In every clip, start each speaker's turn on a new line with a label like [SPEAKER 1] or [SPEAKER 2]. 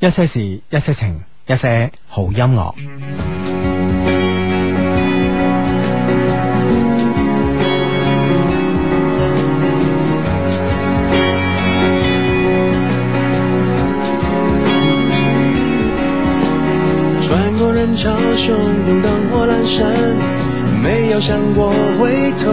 [SPEAKER 1] 一些事，一些情，一些好音樂。
[SPEAKER 2] 穿过人潮汹涌灯火阑珊，没有想过回头。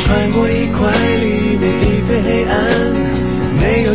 [SPEAKER 2] 穿过一块黎明，一片黑暗，没有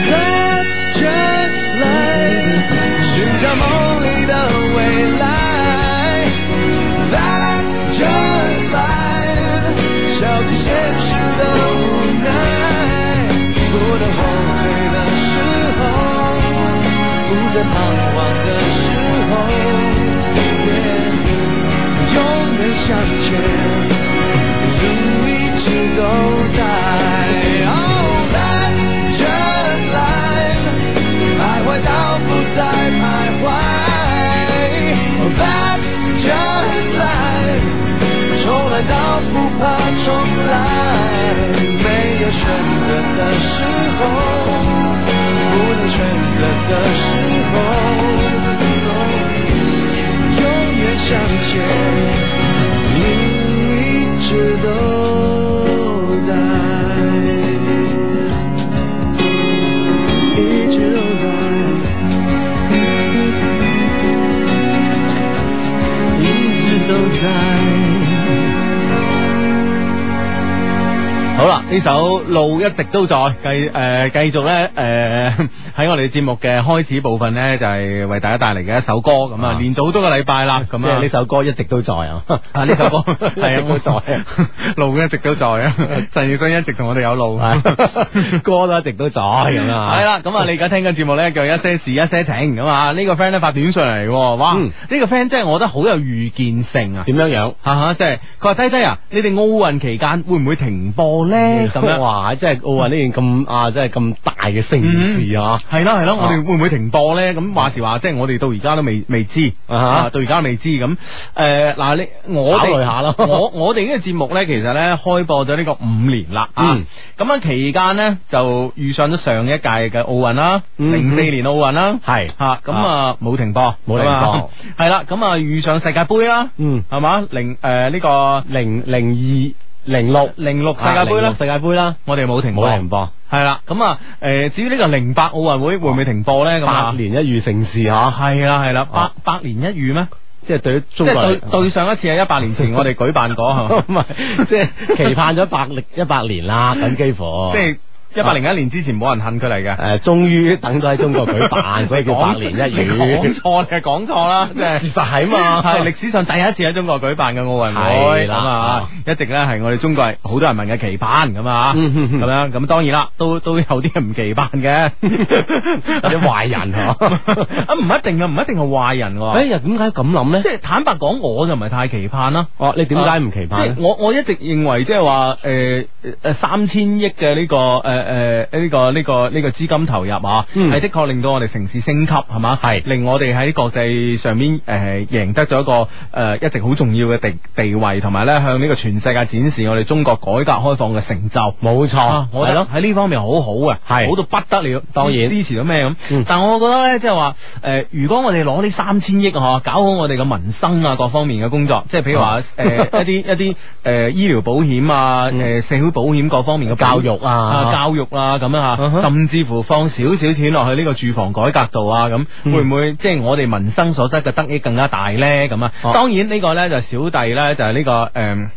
[SPEAKER 2] That's just life，寻找梦里的未来。That's just life，笑对现实的无奈。不能后退的时候，不再彷徨的时候，yeah，永远向前。路一直都在。Oh, that's just life，徘徊到不再徘徊。Oh, that's just life，重来到不怕重来。没有选择的时候，不能选择的时候，永远向前。你一直都在，一直都在。一直都在。
[SPEAKER 1] 好啦，呢首路一直都在，呃继诶继续咧诶呃 喺我哋節目嘅開始部分咧，就係為大家帶嚟嘅一首歌咁啊，
[SPEAKER 3] 啊
[SPEAKER 1] 連續好多個禮拜啦，咁
[SPEAKER 3] 即
[SPEAKER 1] 啊
[SPEAKER 3] 係呢首歌一直都在啊，
[SPEAKER 1] 啊！呢首歌
[SPEAKER 3] 一直都在
[SPEAKER 1] 係啊，路一直都在 啊，陳奕迅一直同我哋有路。
[SPEAKER 3] 歌都一直都在咁啊，
[SPEAKER 1] 系啦，咁啊，你而家聽緊節目咧，叫一些事一些情咁啊。呢個 friend 咧發短信嚟喎，哇！
[SPEAKER 3] 嗯
[SPEAKER 1] 呢個 friend 真係我覺得好有預見性啊。
[SPEAKER 3] 點樣樣？
[SPEAKER 1] 吓吓，即係佢話低低啊，你哋奧運期間會唔會停播咧？咁樣。
[SPEAKER 3] 哇！真係奧運呢件咁啊，真係咁大嘅盛事啊！
[SPEAKER 1] 系咯系咯，我
[SPEAKER 3] 啊
[SPEAKER 1] 哋會唔會停播咧？咁話時話，即係我哋到而家都未未知，
[SPEAKER 3] 啊哈
[SPEAKER 1] 啊到而家都未知咁。诶，嗱，你我哋
[SPEAKER 3] 考慮下咯
[SPEAKER 1] 我我哋呢個節目咧，其實咧開播咗呢個五年啦，啊
[SPEAKER 3] 嗯，
[SPEAKER 1] 咁樣期間咧就遇上咗上一屆嘅奧運啦，
[SPEAKER 3] 嗯
[SPEAKER 1] 零四年奧運啦，
[SPEAKER 3] 係
[SPEAKER 1] 吓咁啊冇停播，
[SPEAKER 3] 冇停播
[SPEAKER 1] 系啦，咁啊遇上世界盃啦，
[SPEAKER 3] 嗯，
[SPEAKER 1] 係嘛零诶呢個
[SPEAKER 3] 零零二零啊六
[SPEAKER 1] 零六世界盃啦啊
[SPEAKER 3] 世，界盃啦，
[SPEAKER 1] 我哋冇停播
[SPEAKER 3] 冇。停播，
[SPEAKER 1] 系啦，咁啊，诶、至於呢個零八奧運會會唔會停播咧？咁
[SPEAKER 3] 百
[SPEAKER 1] 啊，
[SPEAKER 3] 年一遇盛事嚇，
[SPEAKER 1] 系啦系啦，百
[SPEAKER 3] 啊
[SPEAKER 1] 百年一遇咩？
[SPEAKER 3] 即係對於
[SPEAKER 1] 即
[SPEAKER 3] 中
[SPEAKER 1] 係
[SPEAKER 3] 國
[SPEAKER 1] 對
[SPEAKER 3] 人。
[SPEAKER 1] 對上一次係一百年前我哋舉辦過 係嘛？
[SPEAKER 3] 唔係，即係期盼咗百力 一百年啦，咁幾乎
[SPEAKER 1] 即係一百零一年之前冇人恨佢嚟嘅。
[SPEAKER 3] 誒，終於等到喺中國舉 辦， 所以叫百年一
[SPEAKER 1] 你講
[SPEAKER 3] 遇。
[SPEAKER 1] 錯你係講錯 啦，即係
[SPEAKER 3] 事。實係嘛，
[SPEAKER 1] 係歷史上第一次喺中國舉辦嘅奧運會
[SPEAKER 3] 係啦
[SPEAKER 1] 咁啊
[SPEAKER 3] 啊，
[SPEAKER 1] 一直咧係我哋中國人好多人民嘅期盼咁啊，
[SPEAKER 3] 嗯嗯
[SPEAKER 1] 咁
[SPEAKER 3] 嗯
[SPEAKER 1] 樣咁當然啦，都都有啲人唔期盼嘅，
[SPEAKER 3] 有啲壞人嗬。
[SPEAKER 1] 啊唔一定啊，唔一定係壞人
[SPEAKER 3] 哎
[SPEAKER 1] 喎，
[SPEAKER 3] 呀，點解咁諗咧
[SPEAKER 1] 即？係坦白講，我就唔係太期盼啦。
[SPEAKER 3] 哦，你點解唔期
[SPEAKER 1] 即
[SPEAKER 3] 盼
[SPEAKER 1] 係
[SPEAKER 3] 呢？
[SPEAKER 1] 我我一直認為即係話誒誒三千億嘅呢個誒誒呢個呢個呢個資金投入啊，
[SPEAKER 3] 嗯
[SPEAKER 1] 係的確令到我哋城市升級係嘛，
[SPEAKER 3] 係
[SPEAKER 1] 令我哋喺國際上面誒贏得咗一個誒一直好重要嘅地地位，同埋咧向呢個全世界展示我哋中國改革開放嘅成就。
[SPEAKER 3] 冇錯
[SPEAKER 1] 啊，，我覺
[SPEAKER 3] 係
[SPEAKER 1] 得
[SPEAKER 3] 咯。
[SPEAKER 1] 喺呢方面好好嘅，
[SPEAKER 3] 係
[SPEAKER 1] 好到不得了，
[SPEAKER 3] 當然
[SPEAKER 1] 支支持到咩咁。
[SPEAKER 3] 嗯
[SPEAKER 1] 但我覺得咧，即係話誒，如果我哋攞呢三千億嗬，搞好我哋嘅民生啊各方面嘅工作，即係譬如話誒、 一啲一啲誒、醫療保險啊、誒、社會保險各方面嘅保
[SPEAKER 3] 教育啊
[SPEAKER 1] 教育啊咁樣啊，
[SPEAKER 3] 嗯哼
[SPEAKER 1] 甚至乎放少少錢落去呢個住房改革度啊，咁會唔會即係我哋民生所得嘅得益更加大咧？咁啊，
[SPEAKER 3] 哦
[SPEAKER 1] 當然呢個咧就小弟咧就係呢、個誒。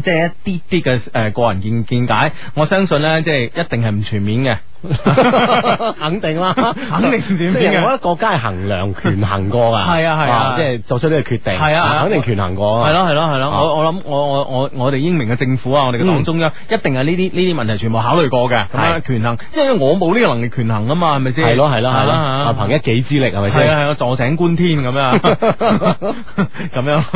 [SPEAKER 1] 即係一啲啲嘅誒個人見見解，我相信咧，即係一定係唔全面 嘅。
[SPEAKER 3] 肯定啦，
[SPEAKER 1] 肯定唔轉變嘅
[SPEAKER 3] 即係我覺得國家係衡量權衡過噶，
[SPEAKER 1] 係啊係啊
[SPEAKER 3] 即係作出呢個決定，
[SPEAKER 1] 係啊係啊
[SPEAKER 3] 肯定權衡過啊，
[SPEAKER 1] 係咯係咯係咯，
[SPEAKER 3] 啊嗯
[SPEAKER 1] 我我諗我我我我哋英明嘅政府啊，我哋嘅黨中央一定係呢啲呢啲問題全部考慮過嘅，咁樣
[SPEAKER 3] 係
[SPEAKER 1] 權衡，因為我冇呢個能力權衡啊嘛，係咪先？
[SPEAKER 3] 係咯係咯係咯，
[SPEAKER 1] 啊
[SPEAKER 3] 啊憑一己之力係咪
[SPEAKER 1] 系
[SPEAKER 3] 先？
[SPEAKER 1] 啊系啊，坐井觀天咁樣， 咁樣。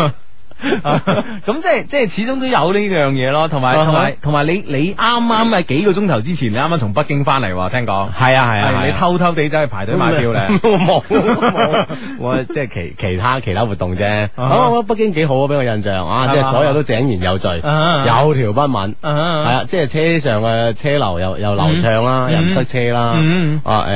[SPEAKER 1] 啊咁即係即係始終都有呢樣嘢咯，同埋
[SPEAKER 3] 啊哈
[SPEAKER 1] 同埋同埋你你啱啱喺幾個鐘頭之前，你啱啱從北京翻嚟喎，聽講
[SPEAKER 3] 係啊係啊，係啊。
[SPEAKER 1] 係你偷偷地走去排隊買票咧
[SPEAKER 3] 我 冇冇，我即係其其他其他活動啫。
[SPEAKER 1] 啊
[SPEAKER 3] 啊我覺得北京幾好啊，俾我印象啊，即
[SPEAKER 1] 係嘛
[SPEAKER 3] 係所有都井然有序，
[SPEAKER 1] 啊
[SPEAKER 3] 有條不紊。係
[SPEAKER 1] 啊
[SPEAKER 3] 啊，即係車上嘅車流又又流暢啦，
[SPEAKER 1] 嗯
[SPEAKER 3] 又唔塞車啦
[SPEAKER 1] 嗯，
[SPEAKER 3] 啊誒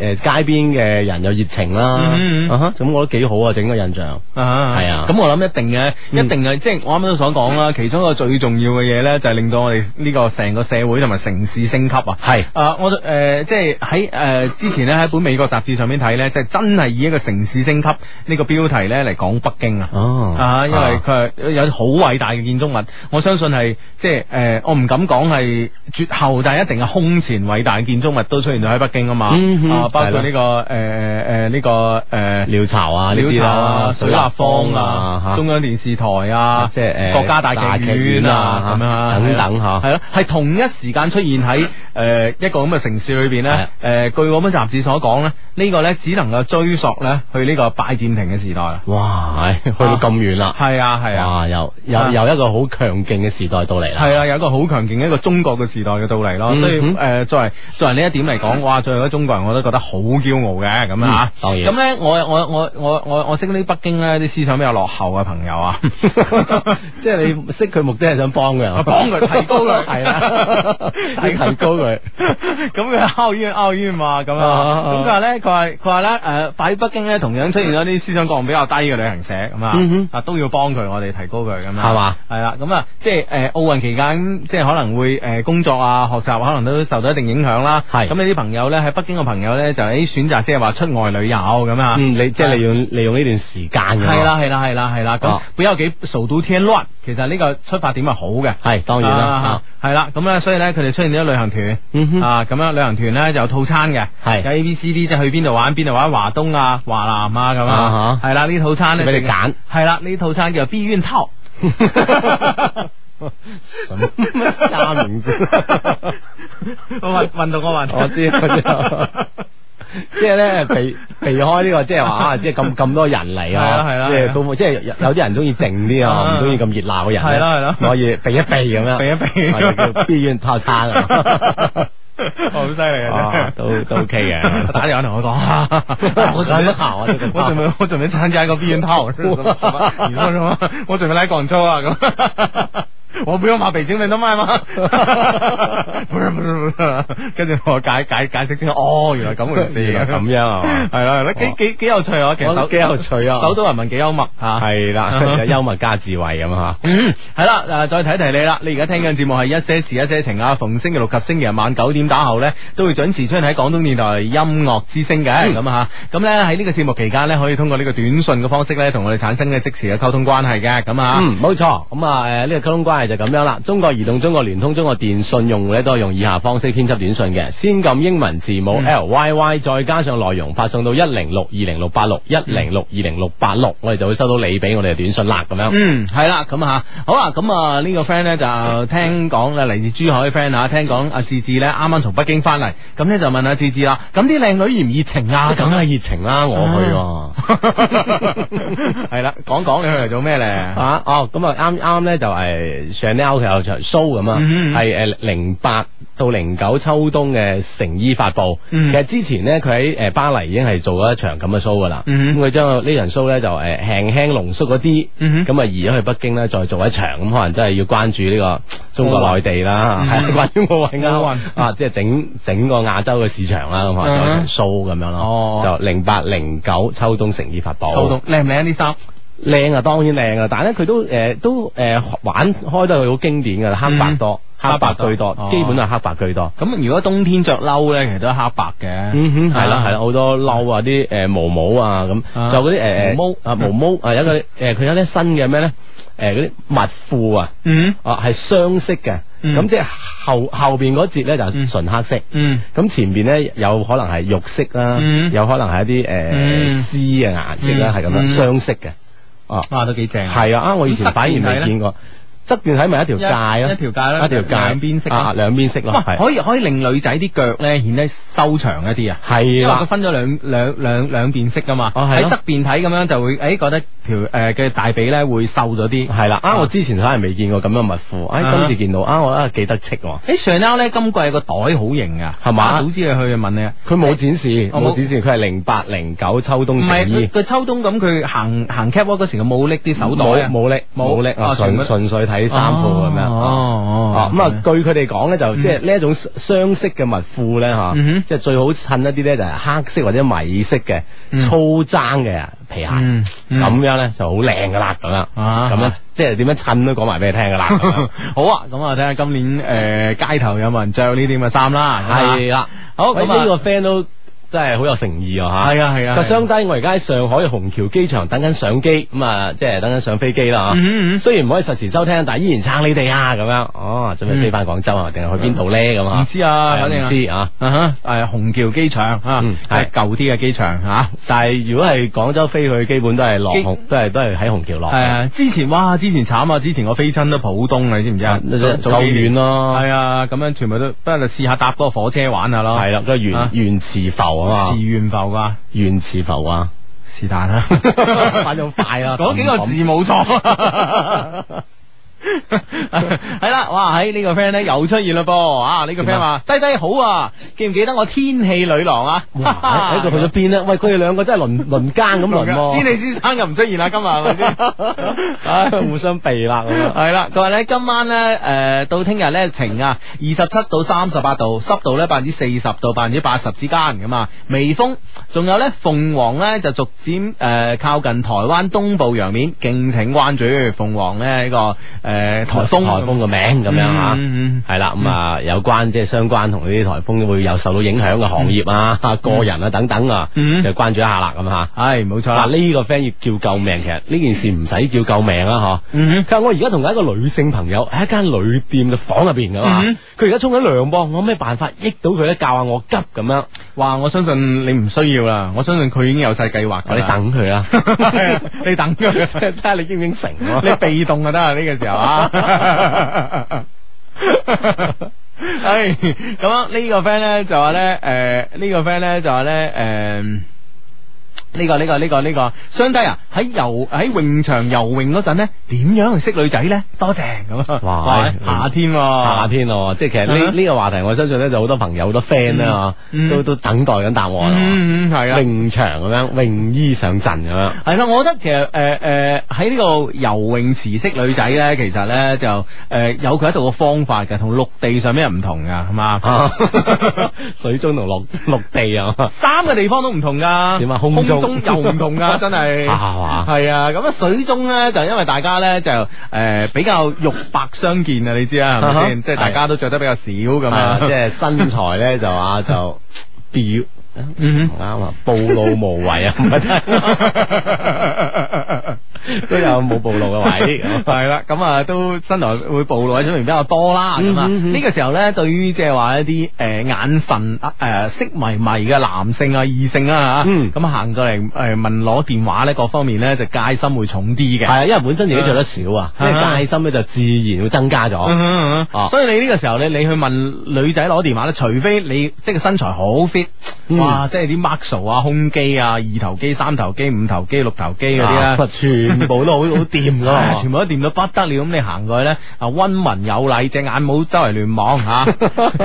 [SPEAKER 3] 誒街邊嘅人又熱情啦
[SPEAKER 1] 嗯嗯，
[SPEAKER 3] 啊哈咁我覺得幾好啊，整個印象
[SPEAKER 1] 啊
[SPEAKER 3] 係啊
[SPEAKER 1] 咁我諗一定嘅，
[SPEAKER 3] 嗯
[SPEAKER 1] 一定係即係我啱啱都所講啦，其中一個最重要嘅嘢咧，就係令到我哋呢個成個社會同埋城市升級啊。
[SPEAKER 3] 係
[SPEAKER 1] 啊、我誒、呃即係喺誒之前咧喺本美國雜誌上面睇咧，即係真係以一個城市升級呢個標題咧嚟講北京啊。
[SPEAKER 3] 哦
[SPEAKER 1] 啊，因為佢係有好偉大嘅建築物，我相信係即係誒、呃我唔敢講係絕後，但係一定係空前偉大嘅建築物都出現咗喺北京啊嘛。
[SPEAKER 3] 嗯哼
[SPEAKER 1] 啊，包括
[SPEAKER 3] 係啦
[SPEAKER 1] 呢、個誒誒呢個誒。呃
[SPEAKER 3] 鳥巢啊，呢
[SPEAKER 1] 鳥
[SPEAKER 3] 啲
[SPEAKER 1] 巢
[SPEAKER 3] 啦
[SPEAKER 1] 啊、水立方
[SPEAKER 3] 嚇
[SPEAKER 1] 啊、中央電視台啊，
[SPEAKER 3] 即係誒
[SPEAKER 1] 國家大劇院啊，
[SPEAKER 3] 大劇
[SPEAKER 1] 咁
[SPEAKER 3] 院
[SPEAKER 1] 啊
[SPEAKER 3] 啊等等嚇
[SPEAKER 1] 係咯，係同一時間出現喺誒一個咁嘅城市裏邊咧。誒，據我本雜誌所講咧，呢個咧只能夠追溯咧去呢個拜占庭嘅時代啦。
[SPEAKER 3] 哇，係去到咁遠啦，
[SPEAKER 1] 係啊，係啊。
[SPEAKER 3] 哇，又又
[SPEAKER 1] 啊
[SPEAKER 3] 又一個好強勁嘅時代到嚟啦，
[SPEAKER 1] 係啊，有一個好強勁嘅一個中國嘅時代嘅到嚟咯，
[SPEAKER 3] 嗯
[SPEAKER 1] 所以
[SPEAKER 3] 哼
[SPEAKER 1] 誒、呃作為作為呢一點嚟講，哇，作為一個中國人，我都覺得好驕傲嘅咁啊
[SPEAKER 3] 嗯。當然
[SPEAKER 1] 咁咧，我我我我我我識呢啲北京咧啲思想比較落後嘅朋友 啊。
[SPEAKER 3] 即係你識佢目的係想幫佢
[SPEAKER 1] 啊
[SPEAKER 3] 啊，
[SPEAKER 1] 幫 佢提高佢啊
[SPEAKER 3] 係 啦，你提高佢，
[SPEAKER 1] 咁佢拗冤拗冤嘛，咁啊
[SPEAKER 3] 啊，
[SPEAKER 1] 咁佢話咧，佢話佢話咧，誒，擺北京咧，同樣出現咗啲思想覺悟比較低嘅旅行社咁啊
[SPEAKER 3] 嗯哼，
[SPEAKER 1] 啊都要幫佢，我哋提高佢咁樣，
[SPEAKER 3] 係嘛？
[SPEAKER 1] 係啦，咁啊，即係誒奧運期間，即係可能會誒工作啊、學習可能都受到一定影響啦。
[SPEAKER 3] 係
[SPEAKER 1] 咁呢啲朋友咧喺北京嘅朋友咧就誒選擇即係話出外旅遊咁啊。
[SPEAKER 3] 嗯
[SPEAKER 1] 啊
[SPEAKER 3] 嗯，你即係利用利用呢段時間㗎嘛
[SPEAKER 1] 係啦，係啦，係啦，係啦。咁
[SPEAKER 3] 啊
[SPEAKER 1] 比較幾數到天 l 其實呢個出發點係好嘅。
[SPEAKER 3] 系当然啦
[SPEAKER 1] 啊，係啦，咁咧，所以咧，佢哋出現咗旅行團，
[SPEAKER 3] 嗯哼
[SPEAKER 1] 啊，咁樣旅行團咧就有套餐嘅，
[SPEAKER 3] 係
[SPEAKER 1] 有 A、B、C、D，即係去邊度玩，邊度玩，華東啊、華南啊咁啊，
[SPEAKER 3] 啊
[SPEAKER 1] 係啦，呢套餐咧
[SPEAKER 3] 俾你揀，
[SPEAKER 1] 係啦，呢套餐叫 B 冤套。
[SPEAKER 3] 吓 什么虾名字？
[SPEAKER 1] 我运运动我运，
[SPEAKER 3] 我知 我知。即系咧避避开呢个，即 系话啊，即系咁咁多人嚟
[SPEAKER 1] 係
[SPEAKER 3] 啊，
[SPEAKER 1] 啦係啦
[SPEAKER 3] 即
[SPEAKER 1] 係
[SPEAKER 3] 系
[SPEAKER 1] 啦
[SPEAKER 3] 高峰，即系有有啲人中意静啲啊，
[SPEAKER 1] 啊
[SPEAKER 3] 唔中意咁热闹嘅人咧，
[SPEAKER 1] 係啦係啦
[SPEAKER 3] 可以避一避咁样，
[SPEAKER 1] 避一避
[SPEAKER 3] 啊就叫避孕套餐啊，
[SPEAKER 1] 好犀利
[SPEAKER 3] 啊都都 OK 嘅。
[SPEAKER 1] 打電話同我講 啊， 我準
[SPEAKER 3] 得閒啊呢個
[SPEAKER 1] 備，我準備，我準備參加一個 B N 套，你 說什麼？你說什麼？ 我準備來廣州啊，咁。 我不用罵北京人的賣嗎？ 不是不是不是，跟住同我解解解釋清楚，哦，原來咁回事
[SPEAKER 3] 原來
[SPEAKER 1] 嘅，
[SPEAKER 3] 咁樣啊嘛
[SPEAKER 1] 係啦係啦，幾幾幾有趣啊，其實
[SPEAKER 3] 我
[SPEAKER 1] 手
[SPEAKER 3] 都幾有趣啊
[SPEAKER 1] 首都人民幾幽默啊，
[SPEAKER 3] 系啦， 幽默加智慧咁啊吓，
[SPEAKER 1] 嗯，系啦，诶，再提一提你啦，你而家聽緊節目係一些事一些情啊，逢星期六及星期日晚九點打後呢，都會準時出現喺廣東電台音樂之聲嘅咁啊吓，咁呢，喺呢個節目期間呢，可以通過呢個短信嘅方式呢，同我哋產生嘅即時嘅溝通關係嘅，咁啊。
[SPEAKER 3] 嗯，冇錯，咁啊，诶，呢個溝通關係就咁樣啦。中國移動、中國聯通、中國電信用戶咧，都係用以下方式編輯短信嘅：先撳英文字
[SPEAKER 1] 嗯
[SPEAKER 3] 母 L Y Y，再加上內容，發送到一零六二零六八六一零六二零六八六，我哋就會收到你俾我哋嘅短信啦。咁樣
[SPEAKER 1] 嗯，系啦，咁啊，好啦，咁啊呢個 friend 咧就聽講咧嚟自珠海嘅 friend 啊，聽講阿志志咧啱啱從北京翻嚟，咁咧就問阿志志啦，咁啲靚女熱唔熱情啊？咁
[SPEAKER 3] 梗係熱情啦，
[SPEAKER 1] 啊
[SPEAKER 3] 我去喎
[SPEAKER 1] 係啦，講講你去嚟做咩咧？
[SPEAKER 3] 啊，哦，咁啊，啱啱咧就係 Chanel 佢有場 show 咁啊，
[SPEAKER 1] 嗯
[SPEAKER 3] 係诶零八到零九秋冬嘅成衣發布。
[SPEAKER 1] 嗯
[SPEAKER 3] 其實之前咧，佢喺诶巴黎已經係做咗一場咁嘅 show 噶啦。咁
[SPEAKER 1] 嗯
[SPEAKER 3] 佢將呢場 show 咧就诶輕輕濃縮嗰啲，
[SPEAKER 1] 嗯
[SPEAKER 3] 咁啊移咗去北京咧再做一場，咁可能真係要關注呢個中國內地啦，係啊 關於奧運
[SPEAKER 1] 嗯奧
[SPEAKER 3] 歐
[SPEAKER 1] 運
[SPEAKER 3] 啊，即係整整個亞洲嘅市場啦，咁啊做一場
[SPEAKER 1] 嗯
[SPEAKER 3] show 咁樣咯
[SPEAKER 1] 哦。
[SPEAKER 3] 就零八零九秋冬成衣發布。
[SPEAKER 1] 秋冬靚唔啊靚啲衫？
[SPEAKER 3] 靚啊，當然靚啊，但係咧佢都誒、呃都誒、呃玩開得佢好經典㗎啦，黑白多，
[SPEAKER 1] 嗯
[SPEAKER 3] 黑白
[SPEAKER 1] 黑
[SPEAKER 3] 居多，
[SPEAKER 1] 白多哦
[SPEAKER 3] 基本都係黑白居多。
[SPEAKER 1] 咁如果冬天着褸咧，其實都係黑白嘅。
[SPEAKER 3] 嗯哼，係啦
[SPEAKER 1] 啊
[SPEAKER 3] 係啦，好多褸啊，啲誒毛毛啊咁，
[SPEAKER 1] 啊
[SPEAKER 3] 仲有嗰啲誒
[SPEAKER 1] 毛毛
[SPEAKER 3] 啊毛毛啊，有一個誒佢有啲新嘅咩咧誒嗰啲襪褲啊，
[SPEAKER 1] 嗯
[SPEAKER 3] 啊係雙色嘅，
[SPEAKER 1] 嗯
[SPEAKER 3] 咁即係後後邊嗰節咧就係純黑色。
[SPEAKER 1] 嗯
[SPEAKER 3] 咁前邊咧有可能係肉色啦，
[SPEAKER 1] 嗯
[SPEAKER 3] 有可能係一啲誒
[SPEAKER 1] 嗯
[SPEAKER 3] 絲嘅顏色
[SPEAKER 1] 嗯
[SPEAKER 3] 啦，係咁樣
[SPEAKER 1] 嗯
[SPEAKER 3] 雙色嘅，啊
[SPEAKER 1] 哇，都幾正。
[SPEAKER 3] 系啊，啊我以前
[SPEAKER 1] 咁側
[SPEAKER 3] 反而
[SPEAKER 1] 邊睇
[SPEAKER 3] 未
[SPEAKER 1] 呢
[SPEAKER 3] 見過，側邊睇咪一條
[SPEAKER 1] 一
[SPEAKER 3] 界咯，
[SPEAKER 1] 一條界啦
[SPEAKER 3] 一條界，
[SPEAKER 1] 兩邊色咯
[SPEAKER 3] 啊，兩邊色咯，
[SPEAKER 1] 哇，
[SPEAKER 3] 係
[SPEAKER 1] 可以可以令女仔啲腳咧顯得修長一啲啊。
[SPEAKER 3] 係
[SPEAKER 1] 因為佢
[SPEAKER 3] 啦，
[SPEAKER 1] 分咗兩兩兩兩邊色噶啊嘛，
[SPEAKER 3] 哦係
[SPEAKER 1] 喺
[SPEAKER 3] 咯
[SPEAKER 1] 側邊睇咁樣就會，誒覺得條誒嘅大髀咧會瘦咗啲。
[SPEAKER 3] 係啦，啊我之前可能未見過咁樣襪褲，哎
[SPEAKER 1] 啊
[SPEAKER 3] 今次見到啊我啊記得戚喎，
[SPEAKER 1] 喺 Chanel 咧今季個袋好型啊，
[SPEAKER 3] 係嘛
[SPEAKER 1] 啊早知你去問你啊。
[SPEAKER 3] 佢冇展示，
[SPEAKER 1] 我冇
[SPEAKER 3] 冇展示，佢係零八零九秋冬
[SPEAKER 1] 唔係
[SPEAKER 3] 成
[SPEAKER 1] 佢
[SPEAKER 3] 衣，
[SPEAKER 1] 佢秋冬咁，佢行行 catwalk 嗰時佢冇拎啲手袋
[SPEAKER 3] 冇
[SPEAKER 1] 啊
[SPEAKER 3] 冇力
[SPEAKER 1] 冇
[SPEAKER 3] 冇力啊，
[SPEAKER 1] 哦
[SPEAKER 3] 純
[SPEAKER 1] 全部
[SPEAKER 3] 純粹睇衫褲咁樣。啊
[SPEAKER 1] 哦
[SPEAKER 3] 啊，咁啊，據佢哋講咧，就即係呢一種雙色嘅襪褲咧，嚇
[SPEAKER 1] 嗯，哼
[SPEAKER 3] 即係最好襯一啲咧，就係黑色或者米色嘅粗踭嘅皮鞋，
[SPEAKER 1] 嗯嗯
[SPEAKER 3] 咁樣咧就好靚噶啦，咁樣，
[SPEAKER 1] 啊
[SPEAKER 3] 咁樣即係點樣襯都講埋俾
[SPEAKER 1] ，
[SPEAKER 3] 你聽噶啦咁樣
[SPEAKER 1] 好啊，咁啊睇下今年诶、呃街頭有冇人着呢啲咁嘅衫啦。咁啊
[SPEAKER 3] 係啦，
[SPEAKER 1] 好
[SPEAKER 3] 喂
[SPEAKER 1] 咁啊
[SPEAKER 3] 呢個 friend 都真係好有誠意啊嚇，
[SPEAKER 1] 係啊係啊係
[SPEAKER 3] 個
[SPEAKER 1] 啊
[SPEAKER 3] 相低我而家喺上海嘅虹橋機場等緊上機，咁啊即係等緊上飛機啦
[SPEAKER 1] 嗯嗯
[SPEAKER 3] 嚇，
[SPEAKER 1] 嗯
[SPEAKER 3] 雖然唔可以實時收聽，但係依然撐你哋啊咁樣，哦，準備飛翻廣州啊，定係去邊度咧咁啊？
[SPEAKER 1] 唔知啊，
[SPEAKER 3] 係
[SPEAKER 1] 肯定
[SPEAKER 3] 唔
[SPEAKER 1] 啊
[SPEAKER 3] 知啊。
[SPEAKER 1] 啊哈，诶虹橋機場啊
[SPEAKER 3] 嗯，係
[SPEAKER 1] 係舊啲嘅機場啊吓。
[SPEAKER 3] 但系如果系廣州飛去，基本都係落
[SPEAKER 1] 基
[SPEAKER 3] 紅，都係都係喺虹橋落
[SPEAKER 1] 系
[SPEAKER 3] 嘅。
[SPEAKER 1] 啊，之前哇，之前慘啊，之前我飛親都浦東啊，你知唔知啊？
[SPEAKER 3] 就夠遠咯
[SPEAKER 1] 系啊，咁樣全部都不如試下搭嗰個火車玩下咯。
[SPEAKER 3] 係啦，個圓
[SPEAKER 1] 啊
[SPEAKER 3] 圓池浮啊
[SPEAKER 1] 慈
[SPEAKER 3] 嘛，
[SPEAKER 1] 願浮噶，
[SPEAKER 3] 圓池浮啊，
[SPEAKER 1] 是但 啦。
[SPEAKER 3] 反正好快啊！
[SPEAKER 1] 嗰幾個字冇錯。 係啦，哇！喺呢個 friend 咧又出現嘞噃，啊呢個 friend 話低低好啊，記唔記得我天氣女郎啊？
[SPEAKER 3] 哇，喺 度去咗邊咧？喂，哎佢哋兩個真係輪輪更咁輪
[SPEAKER 1] 天
[SPEAKER 3] 喎，
[SPEAKER 1] 氣先生又唔出現啦，今日係咪先？
[SPEAKER 3] 唉，互相避啦咁樣。
[SPEAKER 1] 係啦，佢啊話咧今晚咧誒、呃到聽日咧晴啊，二十七到三十八度，濕度咧百分之四十到百分之八十之間咁啊，微風，仲有咧鳳凰咧就逐漸誒、呃靠近台灣東部洋面，敬請關注鳳凰咧呢、個誒、呃台風
[SPEAKER 3] 台風嘅名咁樣吓。
[SPEAKER 1] 嗯嗯嗯
[SPEAKER 3] 係啦，咁啊有關即係相關同呢啲颱風會有受到影響嘅行業啊、個人啊等等啊，
[SPEAKER 1] 嗯
[SPEAKER 3] 就關注一下啦咁啊吓。
[SPEAKER 1] 系冇错啦
[SPEAKER 3] 嗱。呢個 friend 要叫救命，其實呢件事唔使叫救命啦，嗬。
[SPEAKER 1] 嗯
[SPEAKER 3] 佢話我而家同緊一個女性朋友喺一間旅店嘅房入邊噶嘛
[SPEAKER 1] 嗯，
[SPEAKER 3] 佢而家沖緊涼噃，我有咩辦法益到佢咧？教下我急咁
[SPEAKER 1] 啊
[SPEAKER 3] 樣，
[SPEAKER 1] 哇！我相信你唔需要啦，我相信佢已經有晒計劃㗎
[SPEAKER 3] 我
[SPEAKER 1] 啦
[SPEAKER 3] 哋，等佢啦，
[SPEAKER 1] 係啊你等佢，
[SPEAKER 3] 睇下你應唔應承咯。
[SPEAKER 1] 你被動就得啦呢個時候 啊。唉，哎咁樣呢個 friend 咧就話咧，诶、呢、個 friend 咧就話咧，诶、呢、個呢、個呢、個呢、個相低啊！喺游喺泳場游泳嗰陣咧，點樣去識女仔咧？多謝咁啊！
[SPEAKER 3] 哇
[SPEAKER 1] 夏天喎、
[SPEAKER 3] 夏天咯，即係其實呢
[SPEAKER 1] 啊
[SPEAKER 3] 呢個話題，我相信咧就好多朋友、好多 friend 咧啊
[SPEAKER 1] 嗯
[SPEAKER 3] 都都等待緊答案啊。
[SPEAKER 1] 嗯，嗯係啦。
[SPEAKER 3] 泳場咁樣，泳衣上陣咁樣。
[SPEAKER 1] 系啦，我覺得其實诶诶喺呢個游泳池識女仔咧，其實咧就诶、呃有佢一套嘅方法嘅，同陸地上面唔同噶，係嘛？
[SPEAKER 3] 啊水中同陸陸地啊，
[SPEAKER 1] 三個地方都唔同噶，
[SPEAKER 3] 點啊空中
[SPEAKER 1] 又唔同 噶，真係
[SPEAKER 3] 啊嘛
[SPEAKER 1] 係啊，咁啊水中咧就因為大家咧就诶、呃比較肉白相見啊，你知啊，係咪
[SPEAKER 3] 啊哈
[SPEAKER 1] 先？即係大家都着得比較少咁
[SPEAKER 3] 咁啊
[SPEAKER 1] 啊，，
[SPEAKER 3] 即係身材咧就啊就表
[SPEAKER 1] 嗯
[SPEAKER 3] 唔啱啊，暴露無 遺啊，唔係都有冇暴露嘅位咁
[SPEAKER 1] 系啦，咁啊都身材會暴露嘅準備比較多啦，咁啊
[SPEAKER 3] 嗯嗯嗯
[SPEAKER 1] 呢個時候咧，對於即係話一啲诶眼神诶色迷迷嘅男性啊、異性啊吓，
[SPEAKER 3] 嗯
[SPEAKER 1] 咁行過嚟诶問攞電話咧，各方面咧就戒心會重啲嘅。
[SPEAKER 3] 係啊，因為本身自己着得少啊，因
[SPEAKER 1] 啊
[SPEAKER 3] 為戒心咧就自然會增加咗。
[SPEAKER 1] 嗯嗯嗯
[SPEAKER 3] 啊
[SPEAKER 1] 所以你呢個時候咧，你去問女仔攞電話咧，除非你即係個身材好 fit，
[SPEAKER 3] 嗯
[SPEAKER 1] 哇，即係啲 muscle 啊、胸肌啊、二頭肌、三頭肌、五頭肌、六頭肌嗰啲
[SPEAKER 3] 啊
[SPEAKER 1] 咧。
[SPEAKER 3] 全部 都好好掂
[SPEAKER 1] 唉
[SPEAKER 3] 噶，
[SPEAKER 1] 全部都掂到不得了，咁你行過去咧，啊温文有禮，隻眼冇周圍亂望 吓，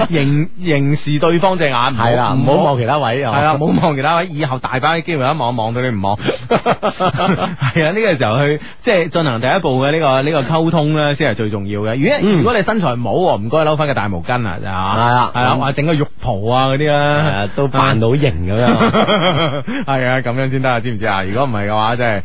[SPEAKER 1] 凝凝視對方隻眼，
[SPEAKER 3] 係啦，唔好望其他位啊。
[SPEAKER 1] 系 啦，冇望其他位，以後大把機會一望望到你唔 望。係啊，呢個時候去即係進行第一步嘅呢個呢個溝通咧，先係最重要嘅。如果
[SPEAKER 3] 嗯
[SPEAKER 1] 如果你身材唔好喎，唔該攞翻個大毛巾啊，係
[SPEAKER 3] 係
[SPEAKER 1] 啊
[SPEAKER 3] 啊，
[SPEAKER 1] 係啊，
[SPEAKER 3] 嗯
[SPEAKER 1] 或者整個浴袍啊嗰啲啦
[SPEAKER 3] 誒，都扮到型咁樣。
[SPEAKER 1] 係啊，咁樣先得啊，知唔知啊？如果唔係嘅話，真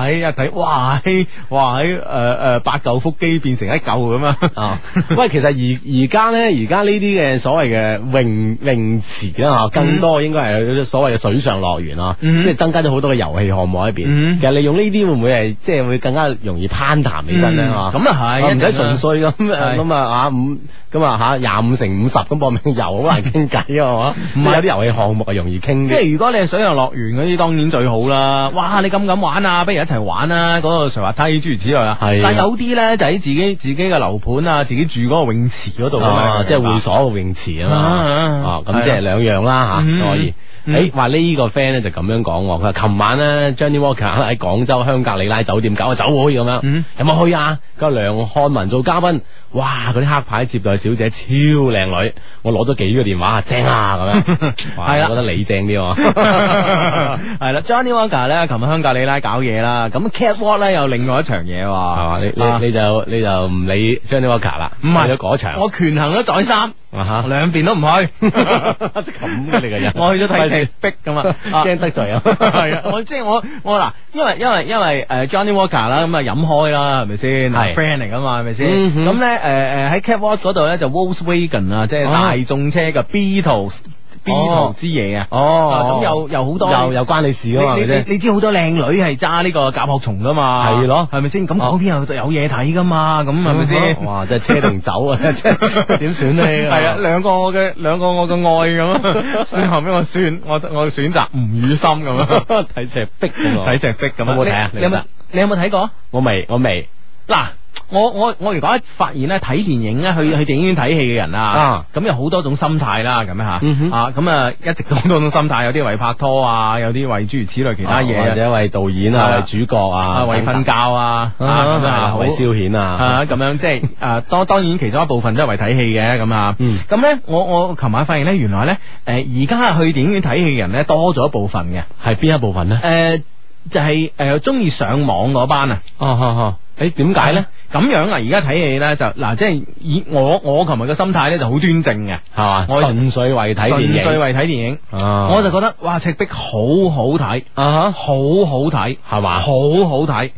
[SPEAKER 1] 係哇！喺一睇，哇！喺哇！喺诶诶，八嚿腹肌變成一嚿咁啊！
[SPEAKER 3] 啊！喂，其實而而家咧，而家呢啲嘅所謂嘅泳泳池啊，更多應該係所謂嘅水上樂園啊，
[SPEAKER 1] 嗯
[SPEAKER 3] 即係增加咗好多嘅遊戲項目喺邊。
[SPEAKER 1] 嗯
[SPEAKER 3] 其實你用呢啲會唔會係即係會更加容易攀談起身咧？啊
[SPEAKER 1] 咁啊係
[SPEAKER 3] 啊唔
[SPEAKER 1] 一定啊
[SPEAKER 3] 使純粹咁誒咁啊啊五咁啊嚇廿五乘五十咁搏命遊，好難傾偈啊！
[SPEAKER 1] 唔
[SPEAKER 3] 唔
[SPEAKER 1] 係
[SPEAKER 3] 係有啲遊戲項目啊係容易傾
[SPEAKER 1] 即
[SPEAKER 3] 啲。
[SPEAKER 1] 係如果你係水上樂園嗰啲，當然最好啦。哇！你咁敢玩啊，不如一齊玩啦、嗰、個垂滑梯諸如此類啦。
[SPEAKER 3] 係啊
[SPEAKER 1] 但有啲咧就喺自己自己嘅樓盤啊，自己住嗰個泳池嗰度
[SPEAKER 3] 啊，即係會
[SPEAKER 1] 會
[SPEAKER 3] 所嘅泳池啊
[SPEAKER 1] 啊係
[SPEAKER 3] 嘛，啊
[SPEAKER 1] 啊
[SPEAKER 3] 咁即係兩樣啦
[SPEAKER 1] 嗯
[SPEAKER 3] 吓，可以。
[SPEAKER 1] 嗯
[SPEAKER 3] 诶，話呢個 friend 咧就咁樣講喎，佢話琴晚咧 Johnny Walker 喺廣州香格里拉酒店搞個酒會咁樣
[SPEAKER 1] 嗯，
[SPEAKER 3] 有冇去啊？佢話梁漢文做嘉賓，哇！嗰啲黑牌接待小姐超靚女，我攞咗幾個電話，正啊咁 樣。哇
[SPEAKER 1] 係啦
[SPEAKER 3] 我覺得你正啲 喎。
[SPEAKER 1] 係啦，Johnny Walker 咧，琴日香格里拉搞嘢啦，咁 Catwalk 咧有另外一場嘢喎，係
[SPEAKER 3] 係嘛？你
[SPEAKER 1] 啊
[SPEAKER 3] 你你就你就唔理 Johnny Walker 啦，
[SPEAKER 1] 唔係
[SPEAKER 3] 去咗嗰場。
[SPEAKER 1] 我權衡咗再三，
[SPEAKER 3] 啊哈
[SPEAKER 1] 兩邊都唔去，
[SPEAKER 3] 即係 咁嘅你個人
[SPEAKER 1] 我去咗睇赤壁咁啊，啊
[SPEAKER 3] 驚得罪啊！
[SPEAKER 1] 系啊，我即系我我嗱，因为因为因为诶 Johnny Walker 啦，咁啊飲開啦，係咪先啊
[SPEAKER 3] 係
[SPEAKER 1] ？friend 嚟噶嘛，係咪先？
[SPEAKER 3] 嗯哼
[SPEAKER 1] 咁咧诶诶喺 Catwalk 嗰度咧就 Volkswagen 啊，即係
[SPEAKER 3] 哦
[SPEAKER 1] 大眾車嘅 Beatles Beatles 之夜啊。啊
[SPEAKER 3] 哦
[SPEAKER 1] 咁有有好多
[SPEAKER 3] 又又關你事
[SPEAKER 1] 你
[SPEAKER 3] 啊嘛，
[SPEAKER 1] 你
[SPEAKER 3] 係咪
[SPEAKER 1] 你
[SPEAKER 3] 先？
[SPEAKER 1] 你知好多靚女係揸呢個甲殼蟲噶嘛？
[SPEAKER 3] 係咯哦
[SPEAKER 1] 係咪先？咁嗰邊有有嘢睇噶嘛？咁啊係咪先？
[SPEAKER 3] 啊哇！真係車同 酒啊，真係點算呢？
[SPEAKER 1] 系啊，兩個我嘅兩個我嘅愛咁，啊 算後尾我算我我選擇吳宇森咁啊。
[SPEAKER 3] 睇赤壁咁
[SPEAKER 1] 睇
[SPEAKER 3] 睇
[SPEAKER 1] 隻壁咁啊！
[SPEAKER 3] 有冇睇啊
[SPEAKER 1] 你你有冇你有冇睇過？
[SPEAKER 3] 我未，我未
[SPEAKER 1] 嗱，我我我如果一發現咧睇電影咧，去去電影院睇戲嘅人啊
[SPEAKER 3] 啊，
[SPEAKER 1] 咁有好多種心態啦，咁樣
[SPEAKER 3] 嗯哼
[SPEAKER 1] 吓啊，咁啊一直都好多種心態，有啲為拍拖啊，有啲為諸如此類其他
[SPEAKER 3] 哦或
[SPEAKER 1] 嘢啊
[SPEAKER 3] 者為導演
[SPEAKER 1] 係
[SPEAKER 3] 啊，
[SPEAKER 1] 啦
[SPEAKER 3] 為主角
[SPEAKER 1] 啊，
[SPEAKER 3] 啊，
[SPEAKER 1] 為瞓覺啊，
[SPEAKER 3] 等等
[SPEAKER 1] 啊咁
[SPEAKER 3] 啊，
[SPEAKER 1] 啊，
[SPEAKER 3] 為消遣啊，
[SPEAKER 1] 啊，咁樣即係啊，當當然其中一部分都係為睇戲嘅咁啊。
[SPEAKER 3] 嗯
[SPEAKER 1] 咁咧，我我琴晚發現咧，原來咧，誒而家去電影院睇戲嘅人咧多咗一部分嘅，
[SPEAKER 3] 係邊一部分呢？
[SPEAKER 1] 誒就係誒中意上網嗰班啊。
[SPEAKER 3] 哦哦哦，誒點解呢？
[SPEAKER 1] 咁樣啊，而家睇戲咧就嗱，即係以我我琴日嘅心態咧就好端正嘅，
[SPEAKER 3] 係嘛？
[SPEAKER 1] 我
[SPEAKER 3] 純粹為睇電
[SPEAKER 1] 純粹
[SPEAKER 3] 影，
[SPEAKER 1] 為睇電影，
[SPEAKER 3] 啊
[SPEAKER 1] 我就覺得哇，赤壁好好睇，
[SPEAKER 3] 啊哈
[SPEAKER 1] 好好睇，
[SPEAKER 3] 係嘛
[SPEAKER 1] 好好睇，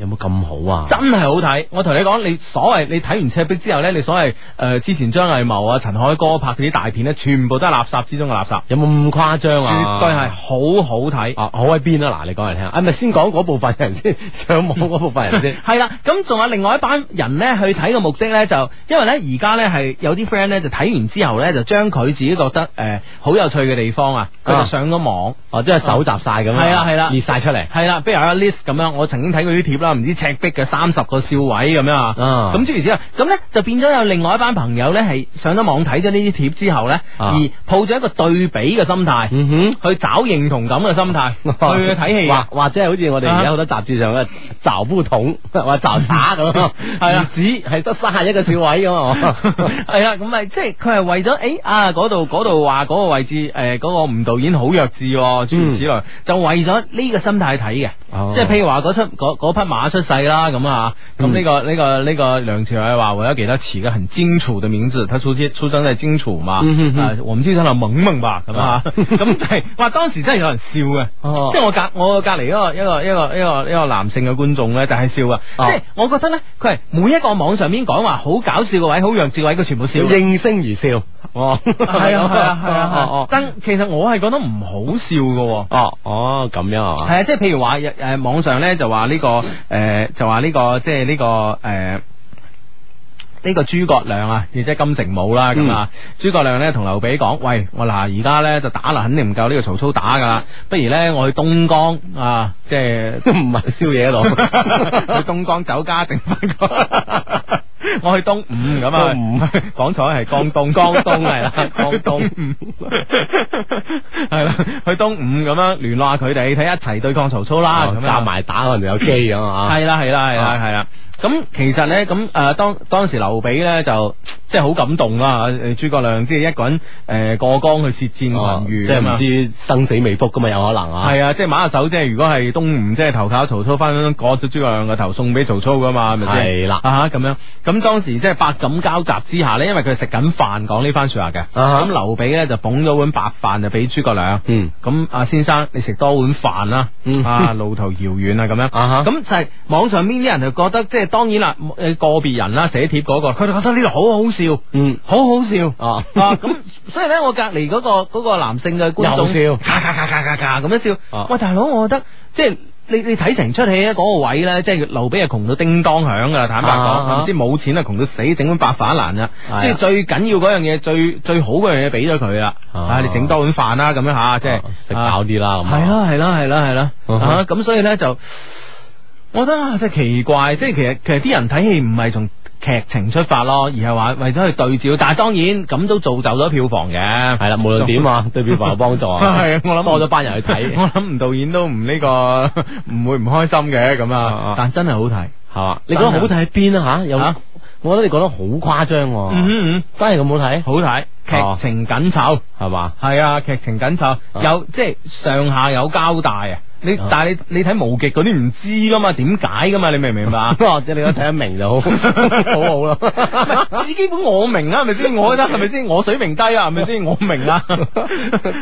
[SPEAKER 3] 有冇咁好啊？
[SPEAKER 1] 真係好睇。我同你講，你所謂你睇完赤壁之後呢，你所謂誒、呃之前張藝謀啊、陳凱歌拍嗰啲大片呢，全部都係垃圾之中嘅垃圾，
[SPEAKER 3] 有冇咁誇張啊？
[SPEAKER 1] 絕對係好好睇。
[SPEAKER 3] 啊，好喺邊啊？嗱，你講嚟聽下，啊，咪先講嗰部分人先， 上網嗰部分人 先。
[SPEAKER 1] 係啦，咁仲有另外一班人咧去睇嘅目的咧，就因為咧而家咧係有啲 friend 咧就睇完之後咧，就將佢自己覺得誒好、有趣嘅地方啊，佢
[SPEAKER 3] 啊
[SPEAKER 1] 就上咗網。
[SPEAKER 3] 哦，即係搜集晒咁樣，
[SPEAKER 1] 係啦係啦
[SPEAKER 3] 列晒出 嚟。
[SPEAKER 1] 係啦，比如有個 list 咁樣，我曾經睇過啲貼啦，唔知赤壁嘅三十個笑位咁樣啊。
[SPEAKER 3] 啊
[SPEAKER 1] 咁諸如此類，咁咧就變咗有另外一班朋友咧係上咗網睇咗呢啲貼之後咧，
[SPEAKER 3] 啊
[SPEAKER 1] 而抱咗一個對比嘅心態，
[SPEAKER 3] 嗯
[SPEAKER 1] 去找認同感嘅心 態去睇戲啊。
[SPEAKER 3] 或或者係好似我哋而家好多雜誌上嘅罩布桶 或罩叉咁樣，
[SPEAKER 1] 係啊
[SPEAKER 3] 唔止係得三十一個小位咁啊！
[SPEAKER 1] 系啦，咁咪即系佢系为咗诶、啊嗰度嗰度话嗰個位置诶嗰、個吳導演好弱智喎，諸如此類，就為咗呢個心態睇嘅，
[SPEAKER 3] 嗯哦
[SPEAKER 1] 即係譬如話嗰出嗰嗰匹馬出世啦咁啊，咁
[SPEAKER 3] 嗯
[SPEAKER 1] 呢、個呢、個呢、個梁朝偉話我要給他起個很荆楚的名字，他出出出生在荆楚嘛，
[SPEAKER 3] 嗯嗯嗯
[SPEAKER 1] 啊我們就叫他萌萌吧咁啊， 咁就係哇當時真係有人笑嘅，
[SPEAKER 3] 哦
[SPEAKER 1] 即係我隔我隔離一個一個一個一個一個男性嘅觀眾咧就係笑啊，
[SPEAKER 3] 哦
[SPEAKER 1] 即係我覺得咧佢係每一個網上面講話好搞笑嘅位，好弱智嘅位，佢全部 笑 嘅。
[SPEAKER 3] 應聲而笑，哦，係
[SPEAKER 1] 系啊系啊系 啊，
[SPEAKER 3] 哦
[SPEAKER 1] 但其實我係覺得唔好笑嘅喎。
[SPEAKER 3] 哦哦，咁樣啊，
[SPEAKER 1] 係啊，即係譬如話诶網上咧就話呢、個呃就話呢、個即係呢、個呃呢個諸葛亮啊，亦即係金城武啦
[SPEAKER 3] 嗯
[SPEAKER 1] 咁啊。諸葛亮咧同劉備講：，喂，我嗱而家咧就打啦，肯定唔夠呢個曹操打噶啦，不如咧我去東江啊，即係。
[SPEAKER 3] 唔係宵夜 嗰 度。
[SPEAKER 1] 去東江酒家整翻 個。我去東吳咁啊，
[SPEAKER 3] 東
[SPEAKER 1] 講錯係江東，江東係 啦，江東係啦，去東吳咁樣聯絡下佢哋，睇一齊對抗曹操啦，啊咁樣
[SPEAKER 3] 夾埋打可能有機咁啊！
[SPEAKER 1] 係啦係啦係啦係啦。咁其實咧，咁誒當當時劉備咧就即係好感動啦，誒諸葛亮即係一個人誒、呃、過江去舌戰
[SPEAKER 3] 哦
[SPEAKER 1] 群儒，
[SPEAKER 3] 即係
[SPEAKER 1] 咁
[SPEAKER 3] 唔
[SPEAKER 1] 啊
[SPEAKER 3] 知生死未卜噶嘛，有可能啊！
[SPEAKER 1] 系啊，即系马下手，即系如果系东吳，即系投靠曹操，翻割咗諸葛亮個頭送俾曹操噶嘛，係咪先？
[SPEAKER 3] 係啦
[SPEAKER 1] 啊咁樣。咁當時即係百感交集之下呢，因為佢係食緊飯講呢番说話嘅，
[SPEAKER 3] 啊
[SPEAKER 1] 咁劉備呢就捧咗碗白飯就俾諸葛亮。
[SPEAKER 3] 嗯，
[SPEAKER 1] 咁啊先生，你食多碗飯啦，
[SPEAKER 3] 嗯
[SPEAKER 1] 啊路途遙遠啊咁樣。
[SPEAKER 3] 啊哈
[SPEAKER 1] 咁就係網上邊啲人就覺得，即係當然啦，誒個別人啦寫帖嗰、個，佢哋覺得呢度好好笑，
[SPEAKER 3] 嗯，
[SPEAKER 1] 好好笑。
[SPEAKER 3] 哦，
[SPEAKER 1] 啊，咁所以咧，我隔離嗰個嗰個男性嘅觀眾
[SPEAKER 3] 又笑
[SPEAKER 1] 咔咔咔咔咔咔咁樣笑
[SPEAKER 3] 啊。
[SPEAKER 1] 喂，大佬，我覺得即係。你你睇成出戲咧，嗰個位咧，即係劉備係啊窮到叮當響噶啦，坦白
[SPEAKER 3] 啊啊
[SPEAKER 1] 講，唔知冇錢啊，窮到死，整碗白飯難啊
[SPEAKER 3] 係啊！
[SPEAKER 1] 即係最緊要嗰樣嘢，最最好嗰樣嘢俾咗佢啦，
[SPEAKER 3] 啊
[SPEAKER 1] 啊，你整多碗飯啦，咁樣吓，即係
[SPEAKER 3] 食飽啲啦咁啊。
[SPEAKER 1] 係啦係啦係啦係啦，
[SPEAKER 3] 嗯哼
[SPEAKER 1] 啊咁所以咧就，我覺得啊真係奇怪，即係其實其實啲人睇戲唔係從劇情出發咯，而係話為咗去對照，但係當然咁都造就咗票房嘅。哦
[SPEAKER 3] 系啦，無論點啊，對票房有幫助 啊。
[SPEAKER 1] 係我諗
[SPEAKER 3] 多咗班人去睇，
[SPEAKER 1] 我諗吳導演都唔呢、個 唔會唔開心嘅咁
[SPEAKER 3] 啊
[SPEAKER 1] 啊，但真係好睇。
[SPEAKER 3] 係嘛？你覺得好睇喺邊啊？吓，有
[SPEAKER 1] 啊
[SPEAKER 3] 我覺得你講得好誇張喎，
[SPEAKER 1] 嗯嗯嗯，
[SPEAKER 3] 真係咁好睇，
[SPEAKER 1] 好睇，
[SPEAKER 3] 哦
[SPEAKER 1] 劇情緊湊。
[SPEAKER 3] 係嘛？
[SPEAKER 1] 係啊，劇情緊湊，有即係上下有交代啊。你
[SPEAKER 3] 啊
[SPEAKER 1] 但係你你睇無極嗰啲唔知噶嘛，點解噶嘛？你明唔明白啊？
[SPEAKER 3] 哦，即係你覺得睇得明就好， 啊好好啦。
[SPEAKER 1] 至基本我明啊，系咪先？我覺得係咪先？我水平低啊，係咪 先？我明啊，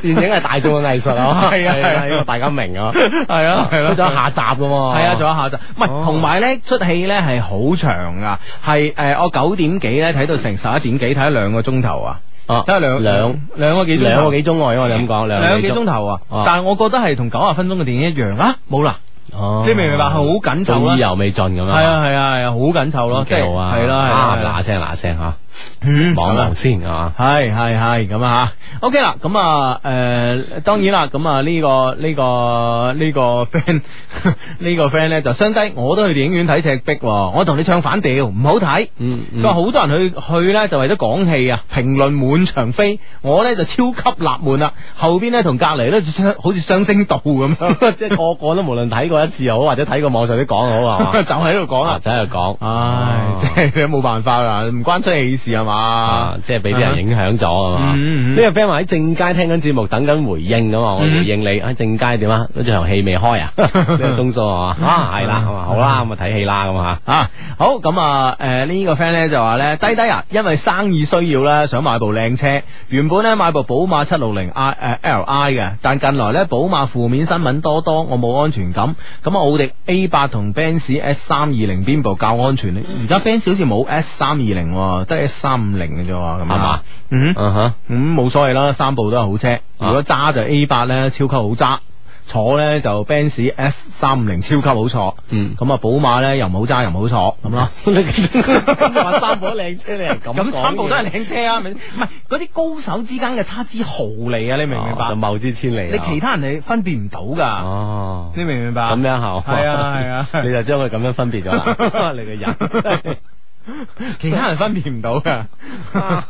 [SPEAKER 3] 電影係大眾嘅藝術啊，
[SPEAKER 1] 係啊
[SPEAKER 3] 係
[SPEAKER 1] 係啊
[SPEAKER 3] 呢個大家明啊。
[SPEAKER 1] 係啊係
[SPEAKER 3] 佢
[SPEAKER 1] 咯，
[SPEAKER 3] 仲有下集噶喎。
[SPEAKER 1] 係啊，仲有下集，唔係
[SPEAKER 3] 哦
[SPEAKER 1] 同埋咧出戲咧係好長噶，係诶我九點幾咧睇到成十一點幾，睇咗兩個鐘頭啊，
[SPEAKER 3] 啊
[SPEAKER 1] 睇咗兩
[SPEAKER 3] 兩
[SPEAKER 1] 兩個幾鐘頭
[SPEAKER 3] 兩個幾鐘外，我哋咁講兩
[SPEAKER 1] 兩個
[SPEAKER 3] 個
[SPEAKER 1] 幾鐘頭啊
[SPEAKER 3] 哦，
[SPEAKER 1] 但係我覺得係同九十分鐘嘅電影一樣啊，冇啦，
[SPEAKER 3] 哦
[SPEAKER 1] 你明唔明白？好緊
[SPEAKER 3] 仲
[SPEAKER 1] 湊
[SPEAKER 3] 意
[SPEAKER 1] 啊，
[SPEAKER 3] 猶未盡咁樣。
[SPEAKER 1] 係啊係啊係啊，好緊湊咯，
[SPEAKER 3] 幾
[SPEAKER 1] 即
[SPEAKER 3] 好
[SPEAKER 1] 係
[SPEAKER 3] 啊，
[SPEAKER 1] 係啦係啦
[SPEAKER 3] 啊
[SPEAKER 1] 係啦
[SPEAKER 3] 嗱聲嗱聲吓，
[SPEAKER 1] 嗯
[SPEAKER 3] 望一
[SPEAKER 1] 咁啊
[SPEAKER 3] 望先啊。
[SPEAKER 1] 系系系咁啊吓，OK 啦，咁啊诶，呃当然啦，咁啊呢個呢個呢個 friend 呢個 friend 咧就相低，我都去電影院睇赤壁喎，我同你唱反調，唔好睇。
[SPEAKER 3] 嗯
[SPEAKER 1] 佢話好多人去去咧就為咗講戲啊，評論滿場飛，我咧就超級納悶啦，後邊咧同隔離咧就相好似雙聲道咁樣，
[SPEAKER 3] 即係個個都無論睇過一次又好，或者睇過網上啲講又好啊，
[SPEAKER 1] 就喺度講
[SPEAKER 3] 啊
[SPEAKER 1] 啦。
[SPEAKER 3] 就喺度講，
[SPEAKER 1] 唉，
[SPEAKER 3] 哦
[SPEAKER 1] 即係冇辦法啦，唔關出戲事係嘛
[SPEAKER 3] 啊，，即係俾啲人影響咗啊嘛。
[SPEAKER 1] 嗯嗯嗯
[SPEAKER 3] 呢個 friend 話喺正佳聽緊節目，等緊回應咁啊，我
[SPEAKER 1] 嗯
[SPEAKER 3] 回應你喺正佳點啊？嗰場戲 未開啊，呢個鐘數啊嘛，啊係啦，
[SPEAKER 1] 嗯
[SPEAKER 3] 咁啊好啦，咁啊睇戲啦咁啊。
[SPEAKER 1] 啊，好咁啊，诶、呢、個 friend 咧就話咧，低低啊，因為生意需要啦，想買部靚車，原本咧買部寶馬七六零 i 诶 L I 嘅，但近來咧寶馬負面新聞多多，我冇安全感，咁啊，奧迪 A 八同 Benz S 三二零邊部較安全呢？而家 Benz 好似冇 S 三二零，得 S 三五零嘅啫喎，咁係
[SPEAKER 3] 係嘛？
[SPEAKER 1] 嗯哼，
[SPEAKER 3] 啊哈，
[SPEAKER 1] 咁冇所謂啦，三部都係好
[SPEAKER 3] 啊
[SPEAKER 1] 車。如果揸就 A 八咧，超級好揸。坐咧就 Benz S 三五零超級好坐，
[SPEAKER 3] 嗯
[SPEAKER 1] 咁啊寶馬咧又唔好揸又唔好坐咁咯。
[SPEAKER 3] 話啊三部靚車你係咁
[SPEAKER 1] 咁三部都係靚車啊，咪唔係嗰啲高手之間嘅差之毫厘啊！你明唔明白？
[SPEAKER 3] 就謬之千里
[SPEAKER 1] 你
[SPEAKER 3] 啊。
[SPEAKER 1] 其他人係分辨唔到㗎，
[SPEAKER 3] 哦，
[SPEAKER 1] 你明唔明白？
[SPEAKER 3] 咁樣係嘛
[SPEAKER 1] 係 啊係啊
[SPEAKER 3] 你就將佢咁樣分別咗 啦，你個人真係。
[SPEAKER 1] 其他人分辨唔到㗎。
[SPEAKER 3] 呢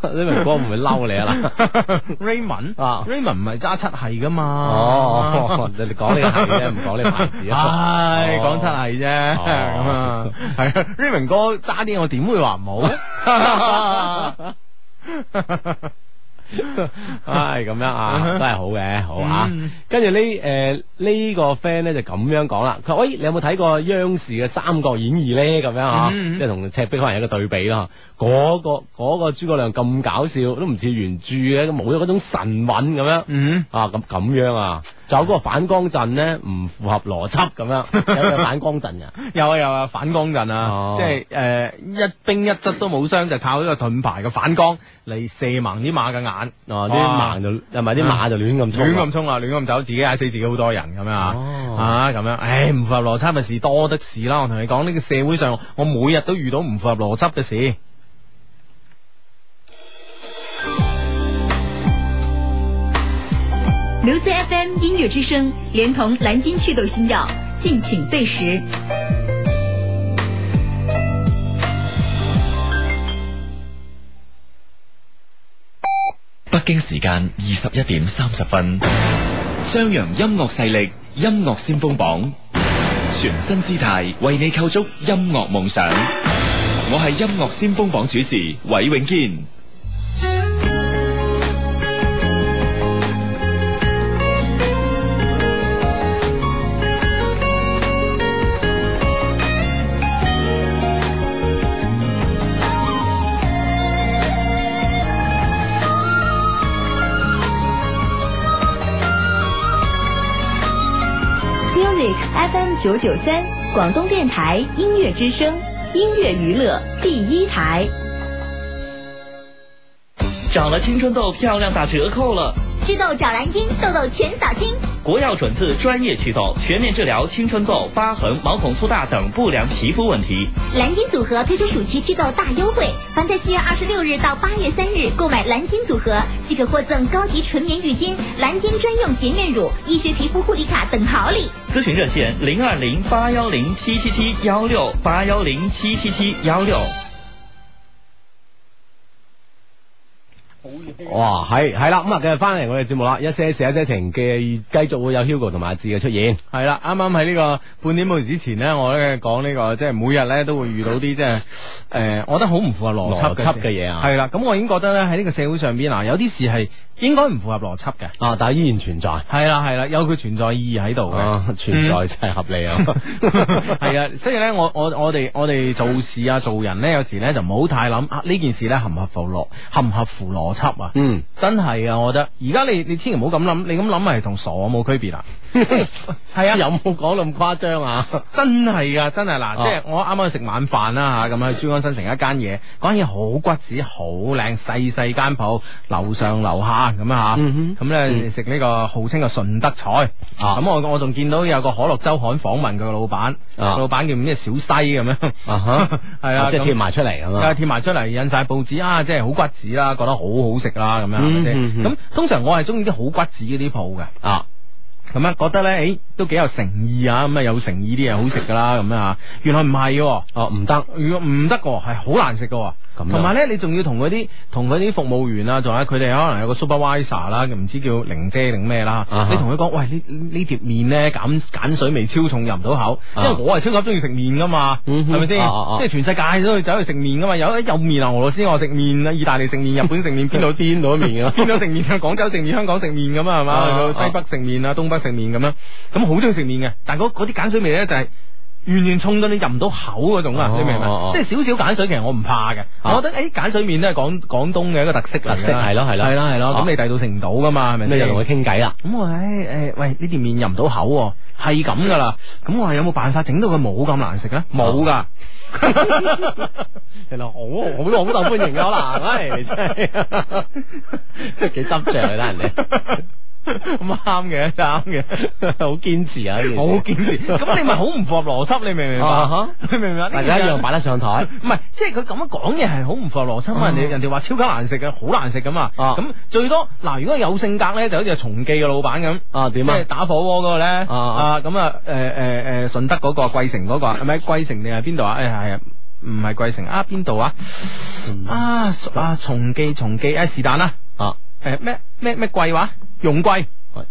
[SPEAKER 3] 明哥唔會嬲你啊啦。
[SPEAKER 1] Raymond
[SPEAKER 3] 啊
[SPEAKER 1] Raymond 唔係揸七係㗎嘛？啊
[SPEAKER 3] 哦， 你講呢個係啫，唔講呢個牌子啊。
[SPEAKER 1] 唉，
[SPEAKER 3] 哦
[SPEAKER 1] 講出嚟啫，咁啊
[SPEAKER 3] 哦，
[SPEAKER 1] 係啊，Raymond 哥揸啲我點會話唔好咧？
[SPEAKER 3] 唉，咁樣
[SPEAKER 1] 嗯
[SPEAKER 3] 啊，
[SPEAKER 1] 哼
[SPEAKER 3] 都係好嘅，好啊
[SPEAKER 1] 嗯。
[SPEAKER 3] 跟住呢，誒呢個 friend 咧就咁樣講啦。佢話：喂，你有冇睇過央視嘅《三國演義》咧？咁樣啊，
[SPEAKER 1] 嗯
[SPEAKER 3] 即係同赤壁可能有一個對比啦。嗰個嗰個諸葛亮咁搞笑，都唔似原著嘅，冇咗嗰種神韻咁樣。
[SPEAKER 1] 嗯，
[SPEAKER 3] 啊，咁咁樣啊，仲有嗰個反光陣咧，唔符合邏輯咁 樣，有有反光陣嘅。
[SPEAKER 1] 有啊有啊，反光陣啊
[SPEAKER 3] 哦，
[SPEAKER 1] 即係誒一兵一卒都冇傷，就靠呢個盾牌嘅反光嚟射盲啲馬嘅眼。
[SPEAKER 3] 哦，
[SPEAKER 1] 哇
[SPEAKER 3] 啲盲就又咪啲馬就亂咁衝啊，
[SPEAKER 1] 亂咁衝啊，亂咁走，自己踩死自己好多人咁樣啊，
[SPEAKER 3] 哦
[SPEAKER 1] 啊咁樣，唉，唔符合邏輯嘅事多的是啦。我同你講，呢個社會上，我每日都遇到唔符合邏輯嘅事。
[SPEAKER 4] 刘 C FM 音乐之声连同蓝鲸祛痘新药，敬请对时。
[SPEAKER 5] 北京时间二十一点三十分，张扬音乐势力音乐先锋榜，全新姿态为你构筑音乐梦想。我系音乐先锋榜主持韦永坚。
[SPEAKER 4] Music FM 九九三，广东电台音乐之声，音乐娱乐第一台。
[SPEAKER 6] 长了青春痘，漂亮打折扣了。
[SPEAKER 4] 治痘找蓝鲸，痘痘全扫清。
[SPEAKER 6] 国药准字专业祛痘，全面治疗青春痘、疤痕、毛孔粗大等不良皮肤问题。
[SPEAKER 4] 蓝鲸组合推出暑期祛痘大优惠，凡在七月二十六日到八月三日购买蓝鲸组合，即可获赠高级纯棉浴巾、蓝鲸专用洁面乳、医学皮肤护理卡等好礼。
[SPEAKER 6] 咨询热线零二零八幺零七七七幺六八幺零七七七幺六。
[SPEAKER 3] 哇，係係啦，咁啊，繼續翻嚟我哋節目啦，一些事一些情嘅，繼續會有 Hugo 同埋阿志嘅出現。
[SPEAKER 1] 係啦，啱啱喺呢個半點報時之前呢，我咧講呢個即係每日咧都會遇到啲即係誒，我覺得好唔符合邏輯
[SPEAKER 3] 邏輯嘅嘢啊
[SPEAKER 1] 係啦，咁我已經覺得咧喺呢個社會上邊啊，有啲事係應該唔符合邏輯嘅。
[SPEAKER 3] 啊，但係依然存在，
[SPEAKER 1] 係啦係啦，有佢存在意義喺度嘅。嗯
[SPEAKER 3] 啊，存在真係合理啊。
[SPEAKER 1] 係啊，所以咧，我我我哋我哋做事啊，做人咧，有時咧就唔好太諗啊呢件事咧合唔合乎邏，合唔合乎邏輯啊？
[SPEAKER 3] 嗯，
[SPEAKER 1] 真係啊，我覺得而家你你千祈唔好咁諗，你咁諗係同傻冇區別啊！即係係啊，
[SPEAKER 3] 有冇講到咁誇張啊？
[SPEAKER 1] 真係噶，真係嗱，
[SPEAKER 3] 哦
[SPEAKER 1] 即係我啱啱去食晚飯啦吓，咁啊喺珠江新城一間嘢，嗰間嘢好骨子，好靚，細細間鋪，樓上樓下咁啊
[SPEAKER 3] 嗯
[SPEAKER 1] 吓，咁咧食呢個號稱嘅順德菜，
[SPEAKER 3] 啊
[SPEAKER 1] 咁我我仲見到有個可樂周刊訪問佢個老闆，
[SPEAKER 3] 啊
[SPEAKER 1] 老闆叫咩小西咁樣，
[SPEAKER 3] 啊哈，
[SPEAKER 1] 係啊，
[SPEAKER 3] 即係
[SPEAKER 1] 咁
[SPEAKER 3] 貼埋出嚟咁
[SPEAKER 1] 就係
[SPEAKER 3] 啊。
[SPEAKER 1] 貼埋出嚟，印晒報紙啊，即係好骨子啦，覺得好好食啦，咁樣係咪先？
[SPEAKER 3] 嗯嗯嗯
[SPEAKER 1] 咁通常我係中意啲好骨子嗰啲鋪嘅。
[SPEAKER 3] 啊，
[SPEAKER 1] 咁樣覺得咧，誒都幾有誠意啊！咁啊有誠意啲嘢好食噶啦，咁樣啊，原來唔係喎，
[SPEAKER 3] 哦，唔得，
[SPEAKER 1] 如果唔得嘅喎，係好難食嘅喎。
[SPEAKER 3] 咁樣
[SPEAKER 1] 同埋咧，你仲要同嗰啲同嗰啲服務員啊，仲有佢哋可能有個 supervisor 啦，唔知叫玲姐定咩啦
[SPEAKER 3] 啊哈。
[SPEAKER 1] 你同佢講，喂，呢呢碟麵咧鹼鹼水味超重，入唔到口，因
[SPEAKER 3] 啊
[SPEAKER 1] 為我係超級中意食麵噶嘛，
[SPEAKER 3] 嗯哼
[SPEAKER 1] 係咪先
[SPEAKER 3] 啊啊啊？
[SPEAKER 1] 即係全世界都去走去食麵噶嘛，有有麵啊，俄羅斯我食麵啊，意大利食麵，日本食麵，邊度
[SPEAKER 3] 邊度都面啊。
[SPEAKER 1] 邊度食麵啊？廣州食麵、香港食麵咁啊，係嘛？
[SPEAKER 3] 啊
[SPEAKER 1] 去到西北食麵啊，東北食麵咁樣，咁好中意食麵嘅。但係嗰嗰啲鹼水味咧就係完全冲到你入唔到口嗰種啊！
[SPEAKER 3] 哦
[SPEAKER 1] 你明唔
[SPEAKER 3] 哦
[SPEAKER 1] 明？
[SPEAKER 3] 哦啊
[SPEAKER 1] 即係少少鹼水，其實我唔怕嘅。我覺得誒鹼水面都係廣廣東嘅一個特色嚟㗎啊
[SPEAKER 3] 特色係咯係咯
[SPEAKER 1] 係啦係咯。
[SPEAKER 3] 啊
[SPEAKER 1] 咁你第度食唔到噶嘛？係咪
[SPEAKER 3] 咁你
[SPEAKER 1] 先
[SPEAKER 3] 就同佢傾偈啦。
[SPEAKER 1] 咁我唉誒，喂呢碟面入唔到口喎，係咁噶啦。
[SPEAKER 3] 嗯
[SPEAKER 1] 咁我話有冇辦法整到佢冇咁難食咧？冇噶。
[SPEAKER 3] 啊 其實好好好受歡迎噶啦， 唉，你真係幾執着啊，得人哋。
[SPEAKER 1] 咁啱嘅，真係啱嘅。
[SPEAKER 3] 好堅持啊！呢件事
[SPEAKER 1] 好堅持，咁你咪好唔符合邏輯，你明唔明
[SPEAKER 3] 啊
[SPEAKER 1] 白
[SPEAKER 3] 哈？
[SPEAKER 1] 你 明唔明白？
[SPEAKER 3] 大家一樣擺得 上台。嗯
[SPEAKER 1] 唔係，即係佢咁樣講嘢係好唔符合邏輯啊！人哋人哋話超級難食嘅，好難食噶嘛。
[SPEAKER 3] 啊
[SPEAKER 1] 咁最多嗱，如果有性格咧，就好似松記嘅老闆咁。
[SPEAKER 3] 啊點
[SPEAKER 1] 即
[SPEAKER 3] 啊
[SPEAKER 1] 係打火鍋嗰個咧，
[SPEAKER 3] 啊
[SPEAKER 1] 啊咁啊，誒誒誒，順德嗰個貴城嗰個係咪貴城定係邊度啊？誒係啊，唔係貴城啊，邊度啊？啊啊，松記松記哎誒是但啦，
[SPEAKER 3] 嗯啊，
[SPEAKER 1] 誒咩咩咩貴話，容貴。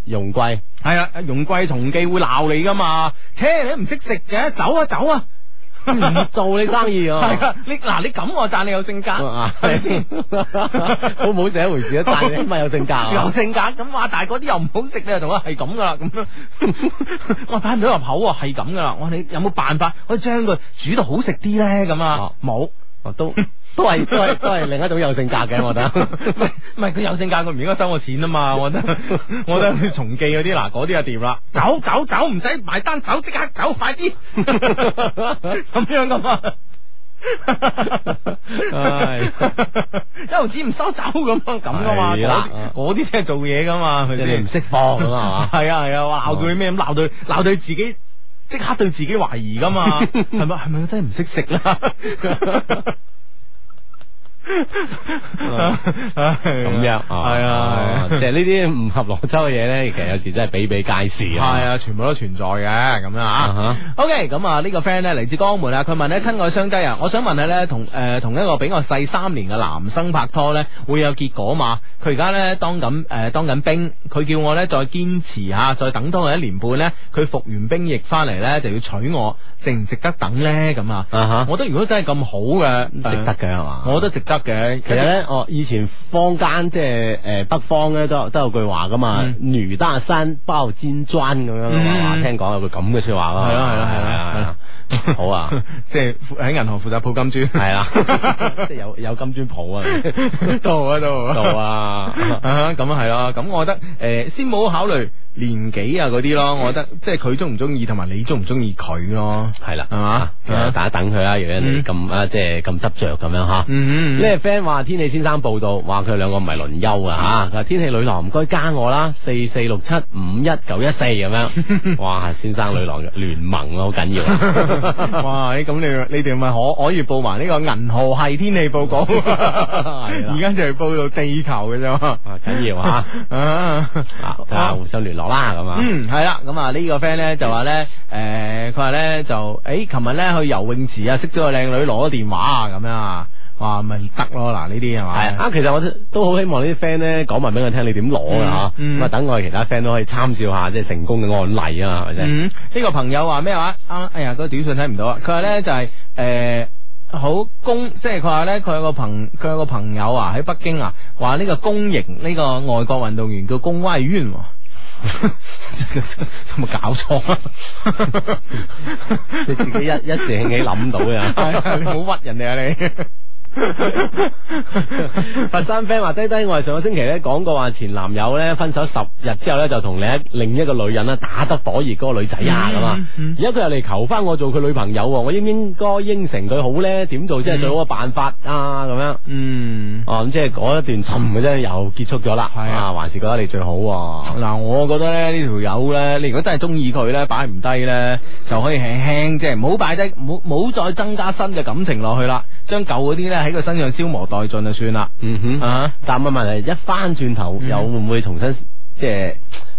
[SPEAKER 3] 容貴
[SPEAKER 1] 系啦，容貴重記會鬧你噶嘛？切，你都唔識食嘅，走啊走啊！
[SPEAKER 3] 唔做你生意
[SPEAKER 1] 係
[SPEAKER 3] 啊！
[SPEAKER 1] 啊，你嗱你咁我讚你有性格，
[SPEAKER 3] 啊
[SPEAKER 1] 係咪先？
[SPEAKER 3] 好唔好成一回事啊？但 係起碼有性格
[SPEAKER 1] 有
[SPEAKER 3] 啊！
[SPEAKER 1] 性格咁話，但係嗰啲又唔好食，你又同我係咁噶啦，咁樣 我擺唔到入口喎，係咁噶啦。我話你有冇辦法可以將佢煮到好食啲咧？咁啊
[SPEAKER 3] 哦，
[SPEAKER 1] 冇。
[SPEAKER 3] 哦都都係都係都係另一種 有性格嘅，我覺得。
[SPEAKER 1] 唔係唔係，佢有性格，佢唔應該收我錢啊 嘛！我覺得，我覺得佢重記嗰啲嗱，嗰啲就掂啦，走走走，唔使埋單，走即刻走，快啲， 咁樣噶 嘛。啊
[SPEAKER 3] 唉
[SPEAKER 1] 一毫子唔收走咁啊樣咁噶嘛，
[SPEAKER 3] 係啦啊
[SPEAKER 1] 嗰啲嗰啲先係做嘢噶嘛，係咪
[SPEAKER 3] 即係你
[SPEAKER 1] 先
[SPEAKER 3] 唔？識放咁啊
[SPEAKER 1] 係啊係啊，鬧佢咩咁鬧到鬧到自己即刻對自己懷疑噶嘛， 係咪係咪真係唔識食
[SPEAKER 3] 啊
[SPEAKER 1] 啦？
[SPEAKER 3] 係
[SPEAKER 1] 咁
[SPEAKER 3] 嘛？咁樣啊哦
[SPEAKER 1] 係啊，
[SPEAKER 3] 即係呢啲唔合邏輯嘅嘢咧，其實有時真係比比皆是
[SPEAKER 1] 係
[SPEAKER 3] 啊！
[SPEAKER 1] 啊，全部都存在嘅咁樣啊
[SPEAKER 3] 啊。
[SPEAKER 1] OK，咁啊呢個 friend 咧嚟自江門啊，佢問咧親愛相低啊，我想問下咧同誒同一個比我細三年嘅男生拍拖咧，會有結果嘛？佢而家咧當緊誒當緊兵，佢叫我咧再堅持下，再等多佢一年半咧，佢服完兵役翻嚟咧就要娶我，值唔值得等咧？咁啊，
[SPEAKER 3] 啊哈
[SPEAKER 1] 我覺得如果真係咁好嘅，
[SPEAKER 3] 值得
[SPEAKER 1] 誒，
[SPEAKER 3] 嘅係嘛？
[SPEAKER 1] 我覺得值得嘅。
[SPEAKER 3] 其實咧，我以前坊間即係诶北方咧，都有都有句話噶嘛，女大山包尖磚咁樣噶嘛，
[SPEAKER 1] 嗯
[SPEAKER 3] 聽講有句咁嘅说話噶嘛，
[SPEAKER 1] 係咯係咯係咯
[SPEAKER 3] 係啊係啊好啊，
[SPEAKER 1] 即係喺銀行負責抱金珠，
[SPEAKER 3] 係啊啦，即係有有金磚鋪啊，
[SPEAKER 1] 都好啊，都好啊
[SPEAKER 3] 度。啊，
[SPEAKER 1] 啊，咁啊係啦，咁我覺得诶、呃先冇考慮年紀啊嗰啲
[SPEAKER 3] 嗯
[SPEAKER 1] 咯，我覺得即係佢中唔中意，同埋你中唔中意佢咯，
[SPEAKER 3] 係啦，
[SPEAKER 1] 係啊嘛
[SPEAKER 3] 啊其實大家等佢啦，如果你咁啊，即係咁執着咁樣吓。
[SPEAKER 1] 嗯
[SPEAKER 3] 呢個 friend 話天氣先生報道話佢兩個唔係輪休啊
[SPEAKER 1] 嗯
[SPEAKER 3] 吓，佢話天氣女郎唔該加我啦，四四六七五一九一四 咁樣，哇！先生女郎聯盟啊，好緊要啊！
[SPEAKER 1] 哇！咦咁你你哋咪可可以報埋呢個銀河系天氣報告，
[SPEAKER 3] 啦
[SPEAKER 1] 而家就係報道地球嘅啫嘛。
[SPEAKER 3] 啊，緊要 啊！
[SPEAKER 1] 啊
[SPEAKER 3] 啊，大家互相聯絡啦，咁啊，
[SPEAKER 1] 嗯，系啦，咁啊呢個 friend 咧就話咧，诶、佢話咧就，诶、琴日咧去游泳池啊，識咗個靚女攞咗電話啊，咁樣啊，哇，咪得咯，嗱呢啲係嘛，
[SPEAKER 3] 係啊，其實我都好希望呢啲 friend 咧講埋俾我聽，你點攞㗎吓，
[SPEAKER 1] 嗯嗯
[SPEAKER 3] 咁啊等我哋其他 friend 都可以參照下即係成功嘅案例啊，係咪先？
[SPEAKER 1] 嗯，呢、個朋友話咩話？啱，哎呀，嗰、個短信睇唔到啊！佢話咧就係、呃好公，即係佢話咧，佢有個朋佢有個朋友啊，喺北京啊，話呢個公營呢、個外國運動員叫公威冤喎、 有冇搞錯啊？
[SPEAKER 3] 你自己一一時興起諗到嘅啊。
[SPEAKER 1] 係啊，你唔好屈人哋啊 嗯
[SPEAKER 3] 佛山 friend 話低低，我係上個星期咧講過話前男友咧分手十日之後咧就同另一另一個女人啦打得火熱嗰個女仔啊咁啊，
[SPEAKER 1] 嗯
[SPEAKER 3] 而家佢又嚟求翻我做佢女朋友喎，我應唔應該應承佢好咧？點做先係最好嘅辦法啊？咁樣。
[SPEAKER 1] 你。嗯。
[SPEAKER 3] 哦，咁即係嗰一段沉嘅啫，又結束咗啦。
[SPEAKER 1] 係啊
[SPEAKER 3] 啊，還是覺得你最好喎。
[SPEAKER 1] 嗱，我覺得咧呢條友咧，你如果真係中意佢咧，擺唔低咧，就可以輕輕即係唔好擺低，唔好唔好再增加新嘅感情落去啦，將舊嗰啲咧喺佢身上消磨殆盡就啊算啦。
[SPEAKER 3] 嗯哼，
[SPEAKER 1] 啊，
[SPEAKER 3] 但係問題一翻轉頭，
[SPEAKER 1] 嗯
[SPEAKER 3] 又會唔會重新即係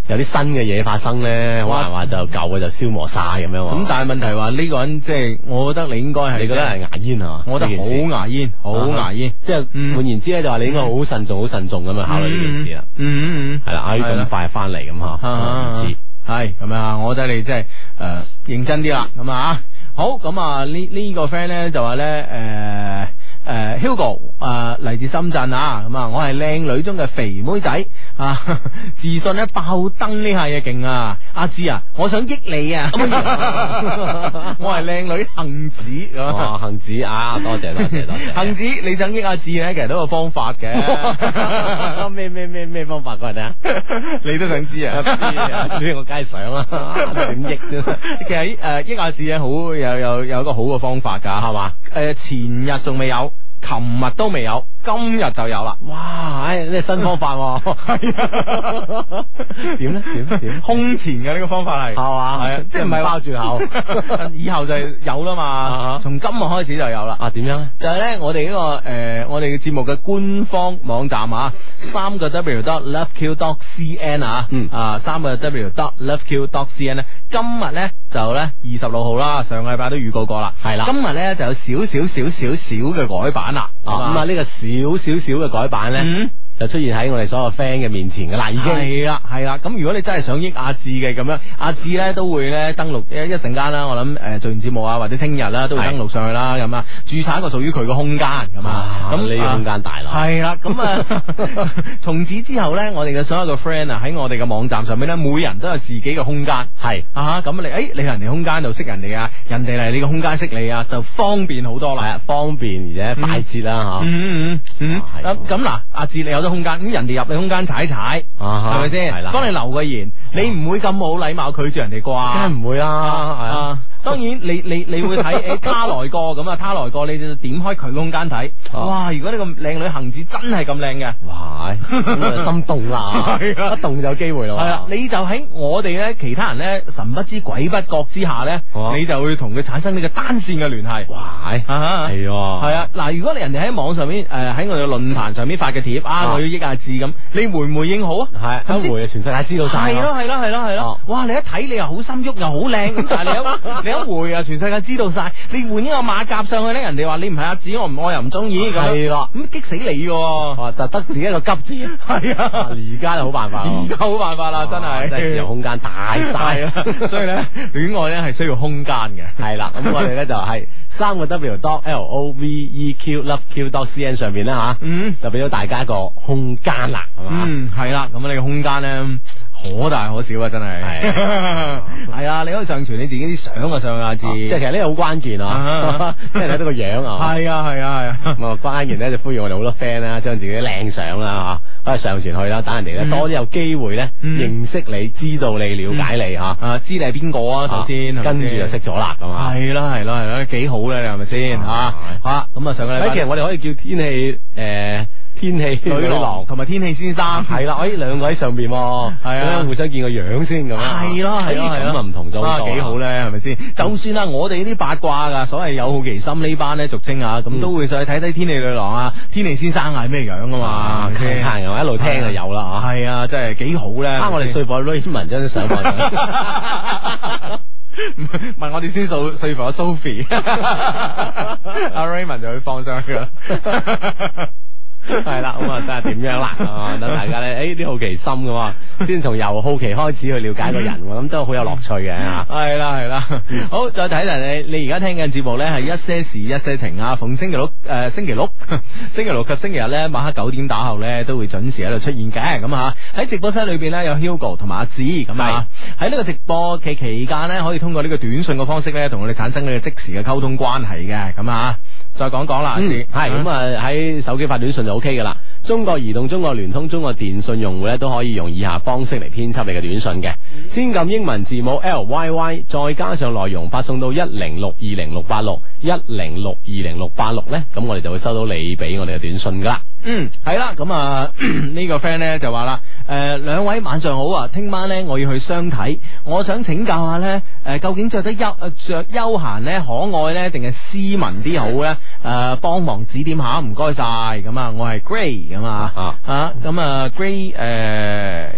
[SPEAKER 3] 有啲新嘅嘢發生咧？好
[SPEAKER 1] 哇
[SPEAKER 3] 難話就舊嘅就消磨晒咁樣喎。
[SPEAKER 1] 咁但係問題話呢個人即係，我覺得你應該係，
[SPEAKER 3] 你覺得係牙煙啊？
[SPEAKER 1] 我覺
[SPEAKER 3] 呢
[SPEAKER 1] 得
[SPEAKER 3] 件事
[SPEAKER 1] 好牙煙，好牙煙。
[SPEAKER 3] 即
[SPEAKER 1] 嗯
[SPEAKER 3] 係換言之咧，就話你應該好慎重、好慎重咁樣考慮呢件事啦。
[SPEAKER 1] 嗯嗯嗯，
[SPEAKER 3] 係啦，啊
[SPEAKER 1] 係啦
[SPEAKER 3] 咁快翻嚟咁
[SPEAKER 1] 啊
[SPEAKER 3] 吓，唔知。
[SPEAKER 1] 系咁啊！我覺得你真係诶认真啲啦，咁啊好咁啊呢呢呃個 friend 咧就話咧诶诶 Hugo 啊嚟自深圳啊，咁啊我係靚女中嘅肥妹仔啊， 自信咧爆灯呢下嘢勁啊！阿芝啊，我想益你 啊！我係靚女杏子咁啊。
[SPEAKER 3] 哦，杏子啊，多謝多謝多 謝。
[SPEAKER 1] 杏子，你想益阿志咧，其實都有方法嘅。
[SPEAKER 3] 咩咩咩咩方法講嚟聽下？
[SPEAKER 1] 你都想知啊？
[SPEAKER 3] 知我梗係想 啦，點益啫？
[SPEAKER 1] 其實诶益阿志咧，好有有有一個好嘅方法㗎，係嘛？诶、前日仲未有，琴日都未有，今日就有啦。
[SPEAKER 3] 哇，唉，呢個新方法喎，點咧？點點？
[SPEAKER 1] 啊空前嘅呢個方法係
[SPEAKER 3] 係嘛
[SPEAKER 1] 係啊，即係唔係
[SPEAKER 3] 包
[SPEAKER 1] 話
[SPEAKER 3] 住口
[SPEAKER 1] 以後就有啦
[SPEAKER 3] 啊哈
[SPEAKER 1] 嘛，從今日開始就有啦。
[SPEAKER 3] 啊？點樣咧？
[SPEAKER 1] 就係咧，我哋呢、個个诶、我哋嘅節目嘅官方網站啊，三個 W dot loveq dot cn 啊，
[SPEAKER 3] 嗯
[SPEAKER 1] 啊三個 W dot loveq dot cn 咧，今日咧就咧二十六號啦，上個禮拜都預告過啦，
[SPEAKER 3] 係啦
[SPEAKER 1] 今日咧就有少少少少少嘅改版啦，
[SPEAKER 3] 啊咁啊，呢個少少少嘅改版咧
[SPEAKER 1] 嗯，
[SPEAKER 3] 就出現喺我哋所有 friend 嘅面前噶啦，已經。
[SPEAKER 1] 系啦，系啦。咁如果你真係想益阿志嘅咁樣，阿志咧都會咧登錄呃一一陣間啦。我諗诶、呃做完節目啊，或者聽日啦，都會
[SPEAKER 3] 係
[SPEAKER 1] 登錄上去啦。咁啊，註冊一個屬於佢嘅空間咁啊。咁
[SPEAKER 3] 咁呢個
[SPEAKER 1] 啊
[SPEAKER 3] 空間大啦，
[SPEAKER 1] 系啦，咁 啊，從此之後咧，我哋嘅所有嘅 friend 啊，喺我哋嘅網站上面咧，每人都有自己嘅空間。
[SPEAKER 3] 係
[SPEAKER 1] 啊，咁你诶、哎你人哋空間度識人哋啊，人哋嚟你嘅空間識你啊，就方便好多
[SPEAKER 3] 係
[SPEAKER 1] 啦。
[SPEAKER 3] 啊，方便而且快捷啦嚇。
[SPEAKER 1] 嗯嗯
[SPEAKER 3] 啊
[SPEAKER 1] 嗯，
[SPEAKER 3] 係
[SPEAKER 1] 咁咁嗱，阿志你有咗空間，咁人哋入你空間踩一踩，
[SPEAKER 3] 啊哈
[SPEAKER 1] 嗯係咪先？
[SPEAKER 3] 係啦
[SPEAKER 1] 幫你留個言，你唔會咁冇禮貌拒絕人哋啩？
[SPEAKER 3] 梗係唔會啦，係啊。
[SPEAKER 1] 啊，當然你你你會睇誒 他來過咁啊，他來過你就點開佢空間睇，
[SPEAKER 3] 啊
[SPEAKER 1] 哇！如果呢個靚女行子真係咁靚嘅。
[SPEAKER 3] 哇！咁啊心動啦，
[SPEAKER 1] 係啊
[SPEAKER 3] 一動就有機會啦。
[SPEAKER 1] 係啊啦，你就喺我哋咧，其他人咧神不知鬼不覺之下咧
[SPEAKER 3] 哦，
[SPEAKER 1] 你就會同佢產生呢個單線嘅聯繫。
[SPEAKER 3] 哇！哎
[SPEAKER 1] 啊
[SPEAKER 3] 係喎
[SPEAKER 1] 系啊，嗱，如果你人哋喺網上面诶，呃喺我哋嘅論壇上面發嘅帖
[SPEAKER 3] 啊
[SPEAKER 1] 啊，我要益阿志咁，你回唔回應好啊？
[SPEAKER 3] 係一回啊，全世界知道晒。
[SPEAKER 1] 係咯，係咯，係咯，係
[SPEAKER 3] 哦
[SPEAKER 1] 咯，哇！你一睇你又好心喐又好靚，咁但係 你一你一回啊，全世界知道晒。你換呢個馬甲上去咧，人哋話你唔係阿志，我唔我又唔中意咁樣。
[SPEAKER 3] 係啦
[SPEAKER 1] 咁激死你喎！
[SPEAKER 3] 哦，就得自己一個急字。
[SPEAKER 1] 係
[SPEAKER 3] 啊
[SPEAKER 1] 啊，
[SPEAKER 3] 而家就好辦法
[SPEAKER 1] 而家
[SPEAKER 3] 咯，
[SPEAKER 1] 好辦法啦，真
[SPEAKER 3] 啊
[SPEAKER 1] 係
[SPEAKER 3] 真係自由空間大晒
[SPEAKER 1] 係
[SPEAKER 3] 啦。
[SPEAKER 1] 啊，所以咧，戀愛咧係需要空間嘅。
[SPEAKER 3] 係啦，咁我哋咧就係三個 W dot L O V E Q Love Q dot C N 上邊啦吓，
[SPEAKER 1] 嗯
[SPEAKER 3] 就俾咗大家一個空間啦，係嘛？
[SPEAKER 1] 嗯，係啦，咁你嘅空間咧。可大可小啊，真係係啊！你可以上傳你自己啲相啊，上下字。
[SPEAKER 3] 即係其實呢個好關鍵啊
[SPEAKER 1] 啊，
[SPEAKER 3] 即係睇到個樣啊。
[SPEAKER 1] 係啊，係啊，係啊。
[SPEAKER 3] 咁啊，關鍵咧就呼籲我哋好多 friend 啦，將自己啲靚相啦嚇，可以上傳去啦，等人哋咧多啲有機會咧
[SPEAKER 1] 嗯
[SPEAKER 3] 認識你、知道你、了解你嚇。
[SPEAKER 1] 啊，知你係邊個啊？首先，
[SPEAKER 3] 啊
[SPEAKER 1] 係咪
[SPEAKER 3] 跟
[SPEAKER 1] 先
[SPEAKER 3] 住就識。咗啦，咁啊。
[SPEAKER 1] 係啦，係啦，係啦，幾好咧，你係咪先吓
[SPEAKER 3] 係
[SPEAKER 1] 吓？咁啊，上個禮
[SPEAKER 3] 誒，哎其實
[SPEAKER 1] 拜
[SPEAKER 3] 我哋可以叫天氣誒天氣
[SPEAKER 1] 女郎同埋天氣先生
[SPEAKER 3] 係啦，誒兩個喺上邊喎，
[SPEAKER 1] 係啊
[SPEAKER 3] 咁樣互相見個樣先咁樣。
[SPEAKER 1] 系咯系咯
[SPEAKER 3] 誒
[SPEAKER 1] 系咯，
[SPEAKER 3] 咁啊唔同咗
[SPEAKER 1] 啊
[SPEAKER 3] 多
[SPEAKER 1] 幾好。咧，係咪先？就算啦，我哋呢啲八卦噶，所謂有好奇心呢班咧，俗稱啊，
[SPEAKER 3] 嗯
[SPEAKER 1] 咁都會上去睇睇天氣女郎啊、天氣先生係咩樣啊嘛，
[SPEAKER 3] 啊，
[SPEAKER 1] 係咪
[SPEAKER 3] 係
[SPEAKER 1] 先？
[SPEAKER 3] 係我一路聽就有啦
[SPEAKER 1] 係啊，真係幾好咧！
[SPEAKER 3] 嚇。啊，我哋
[SPEAKER 1] 係咪先
[SPEAKER 3] 說服 Raymond 將啲相 放上。
[SPEAKER 1] 問我哋先數說服阿 Sophie，阿 Raymond 就會放上去啦。
[SPEAKER 3] 系啦，咁啊睇下點樣 啦，啊等大家咧，诶啲好奇心嘅喎，先從由好奇開始去了解個人喎，咁都好有樂趣嘅啊嗯吓。
[SPEAKER 1] 系啦系啦，好再睇睇你你而家聽緊節目呢係一些事一些情啊，逢星期六诶、呃星期六 星期六及星期日呢，晚黑九點打後呢，都會準時喺度出現嘅咁啊喺直播室裏边呢，有 Hugo 同埋阿紫咁啊喺呢個直播嘅期間呢，可以通過呢個短信嘅方式呢，同我哋產生呢個即時嘅溝通關係嘅咁啊，再講講啦，嗯阿紫
[SPEAKER 3] 系咁啊，喺手機發短信就 O K 噶啦。中國移動、中國聯通、中國電信用戶咧都可以用以下方式嚟編輯你嘅短信嘅。
[SPEAKER 1] 嗯
[SPEAKER 3] 先撳英文字母 L Y Y，再加上內容發送到一零六二零六八六一零六二零六八六咧，咁我哋就會收到你俾我哋嘅短信噶啦。
[SPEAKER 1] 嗯，系啦，咁啊 呢個 friend 咧就話啦，诶、兩位晚上好啊，聽晚咧我要去相睇，我想請教下咧，诶、究竟着得休呃着休閒咧可愛咧，定係斯文啲好咧？诶、幫忙指點下，唔該晒，咁啊，我係 Gray 咁啊
[SPEAKER 3] 啊，
[SPEAKER 1] 啊，咁啊 Gray 诶、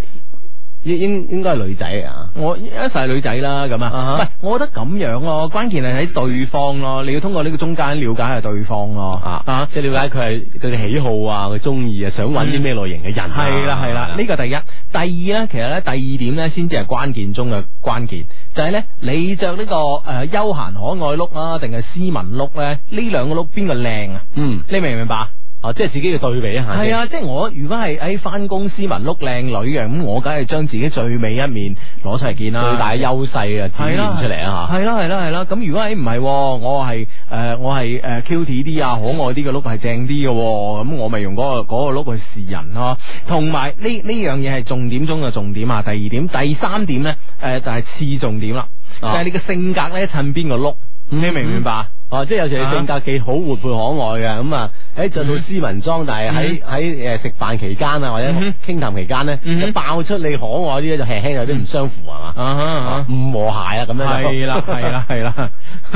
[SPEAKER 3] 應應應該係女仔啊，
[SPEAKER 1] 我一世女仔啦，咁
[SPEAKER 3] 啊
[SPEAKER 1] 啊，
[SPEAKER 3] 哈
[SPEAKER 1] 唔係，我覺得咁樣咯，關鍵係喺對方咯，你要通過呢個中間了解下對方咯，
[SPEAKER 3] 啊，即係了解佢係佢嘅喜好啊，佢中意啊，想揾啲咩類型嘅人啊。
[SPEAKER 1] 系嗯啦系啦，呢個第一，第二呢，其實呢，第二點呢，先至係關鍵中嘅關鍵，就係呢，你着呢、個呃个诶休閒可愛 look 啊，定係斯文 look 呢？呢兩個 look 邊個靚啊？
[SPEAKER 3] 嗯。
[SPEAKER 1] 你明唔明白？
[SPEAKER 3] 哦，即係自己要對比一下
[SPEAKER 1] 系
[SPEAKER 3] 先。
[SPEAKER 1] 啊，即系我如果系喺翻公司文碌靚女嘅，咁我梗係將自己最美一面攞出嚟見啦。
[SPEAKER 3] 最大優勢啊，展
[SPEAKER 1] 係啦
[SPEAKER 3] 現出嚟啊
[SPEAKER 1] 係啦係啦係啦，咁如果喺唔係喎，我係诶我係诶 cute 啲啊，可愛啲嘅 look 係正啲嘅喎，咁我咪用嗰、個嗰、個 look 去示人咯。同埋呢呢樣嘢係重點中嘅重點啊，第二點、第三點咧，诶、但係次重點啦，
[SPEAKER 3] 啊嗯
[SPEAKER 1] 就係你嘅性格咧襯邊個 look，你明唔明白？
[SPEAKER 3] 哦，即係有時你性格幾好，活潑可愛嘅，咁啊，誒
[SPEAKER 1] 嗯
[SPEAKER 3] 着到斯文裝，但係喺喺誒呃食飯期間啊，或者
[SPEAKER 1] 嗯
[SPEAKER 3] 傾談期間咧，
[SPEAKER 1] 嗯
[SPEAKER 3] 一爆出你可愛啲咧，就輕輕有啲唔相符係嘛，
[SPEAKER 1] 啊哈啊哈
[SPEAKER 3] 唔和諧啊咁樣就。
[SPEAKER 1] 系啦，系啦，系啦，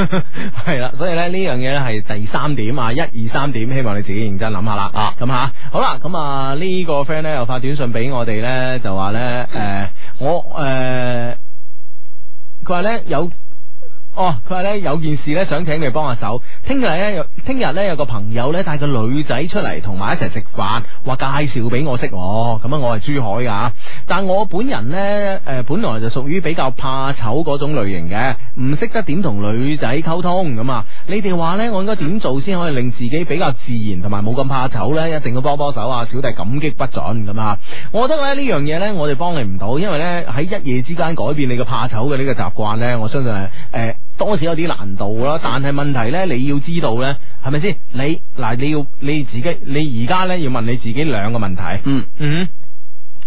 [SPEAKER 1] 系啦，所以咧呢樣嘢咧系第三點啊，一二三點，希望你自己認真諗下啦。啊，咁吓，好啦，咁啊呢個 friend 咧又發短信俾我哋咧，就話咧诶，我诶，佢話咧有。哦，佢話咧有件事咧想請佢幫下手，聽日咧有聽日咧有個朋友咧帶個女仔出嚟同埋一齊食飯，話介紹俾我識我，咁啊我係珠海噶，但我本人咧誒、呃本來就屬於比較怕醜嗰種類型嘅，唔識得點同女仔溝通咁啊，你哋話咧我應該點做先可以令自己比較自然同埋冇咁怕醜咧？一定要幫幫手啊，小弟感激不盡咁啊！我覺得咧呢樣嘢咧我哋幫你唔到，因為咧喺一夜之間改變你嘅怕醜嘅呢個習慣咧，我相信係誒。呃多少有啲難度啦，但係問題呢，你要知道呢，係咪先？你嗱，你要你自己，你而家呢，要問你自己兩個問題。
[SPEAKER 3] 嗯
[SPEAKER 1] 嗯，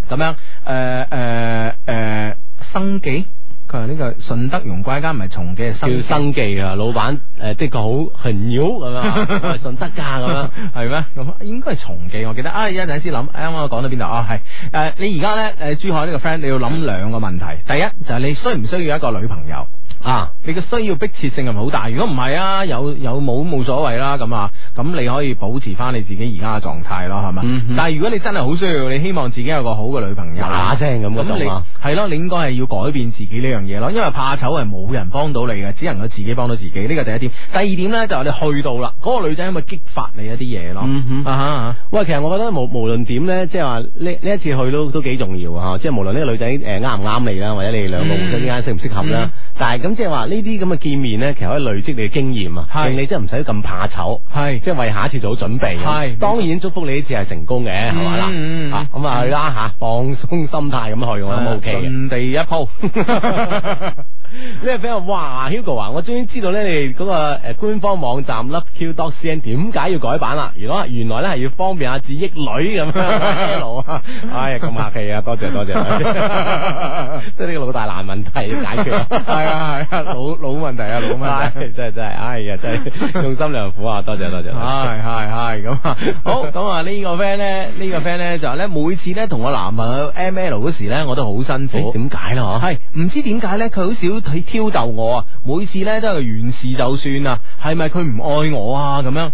[SPEAKER 1] 咁樣呃誒誒誒，呃生記佢話呢個順德容歸家唔係松記，係
[SPEAKER 3] 叫
[SPEAKER 1] 生記
[SPEAKER 3] 生記啊，老闆誒的確好很妖咁 樣啊，我係順德㗎咁樣。
[SPEAKER 1] 係咩？咁應該係松記，我記得啊！一陣先諗，啱啱我講到邊度啊？係誒、你而家呢，誒、呃珠海呢個 friend，你要諗兩個問題。第一就係、你需唔需要一個女朋友？
[SPEAKER 3] 啊，
[SPEAKER 1] 你嘅需要迫切性係咪好大？如果唔係啊，有有冇冇所謂啦咁啊，咁你可以保持翻你自己而家嘅狀態咯，係咪？
[SPEAKER 3] 嗯哼
[SPEAKER 1] 但係如果你真係好需要，你希望自己有個好嘅女朋友，
[SPEAKER 3] 嗱聲咁嗰
[SPEAKER 1] 咁
[SPEAKER 3] 種啊
[SPEAKER 1] 你係咯，你應該係要改變自己呢樣嘢咯，因為怕醜係冇人幫到你嘅，只能夠自己幫到自己。呢個第一點。第二點咧就係你去到啦，嗰、個女仔有咪激發你一啲嘢咯？
[SPEAKER 3] 嗯哼
[SPEAKER 1] 啊哈啊
[SPEAKER 3] 喂，其實我覺得無無論點咧，即係話呢呢一次去都都幾重要啊！即係無論呢個女仔誒啱唔啱你啦，或者你哋兩個互相之間適唔適合啦，但係咁即係話呢啲咁嘅見面咧，其實可以累積你嘅經驗啊，
[SPEAKER 1] 係
[SPEAKER 3] 令你真係唔使咁怕醜。
[SPEAKER 1] 哈係。
[SPEAKER 3] 即係為下一次做好準備。
[SPEAKER 1] 係
[SPEAKER 3] 當然祝福你呢次係成功嘅，係嘛啦？
[SPEAKER 1] 嗯嗯
[SPEAKER 3] 啊咁啊去啦吓，放鬆心態咁去，我諗 OK 嘅。
[SPEAKER 1] 盡呃地一 鋪，
[SPEAKER 3] 呢個 friend 話哇，Hugo 啊，我終於知道咧，你哋嗰個诶官方網站 loveq.cn 點解要改版啦？如果原來咧係要方便阿志益女 咁樣 L 啊，哎呀咁客氣啊，多謝多謝，多謝 即係呢個老大難問題要解決啊。
[SPEAKER 1] 係啊係啊，老老問題啊老問題。
[SPEAKER 3] 唉真係真係，哎呀真係用心良苦啊！多謝多謝。多謝
[SPEAKER 1] 系系系咁 啊！好咁啊，呢個 friend 咧，呢個 friend 咧就係咧，每次咧同我男朋友 M L 嗰時咧，我都好辛
[SPEAKER 3] 誒
[SPEAKER 1] 苦。
[SPEAKER 3] 點啊解咧？嗬？
[SPEAKER 1] 係唔知點解咧，佢好少睇挑逗我啊！每次咧都係完事就算啊，係咪佢唔愛我啊？咁樣，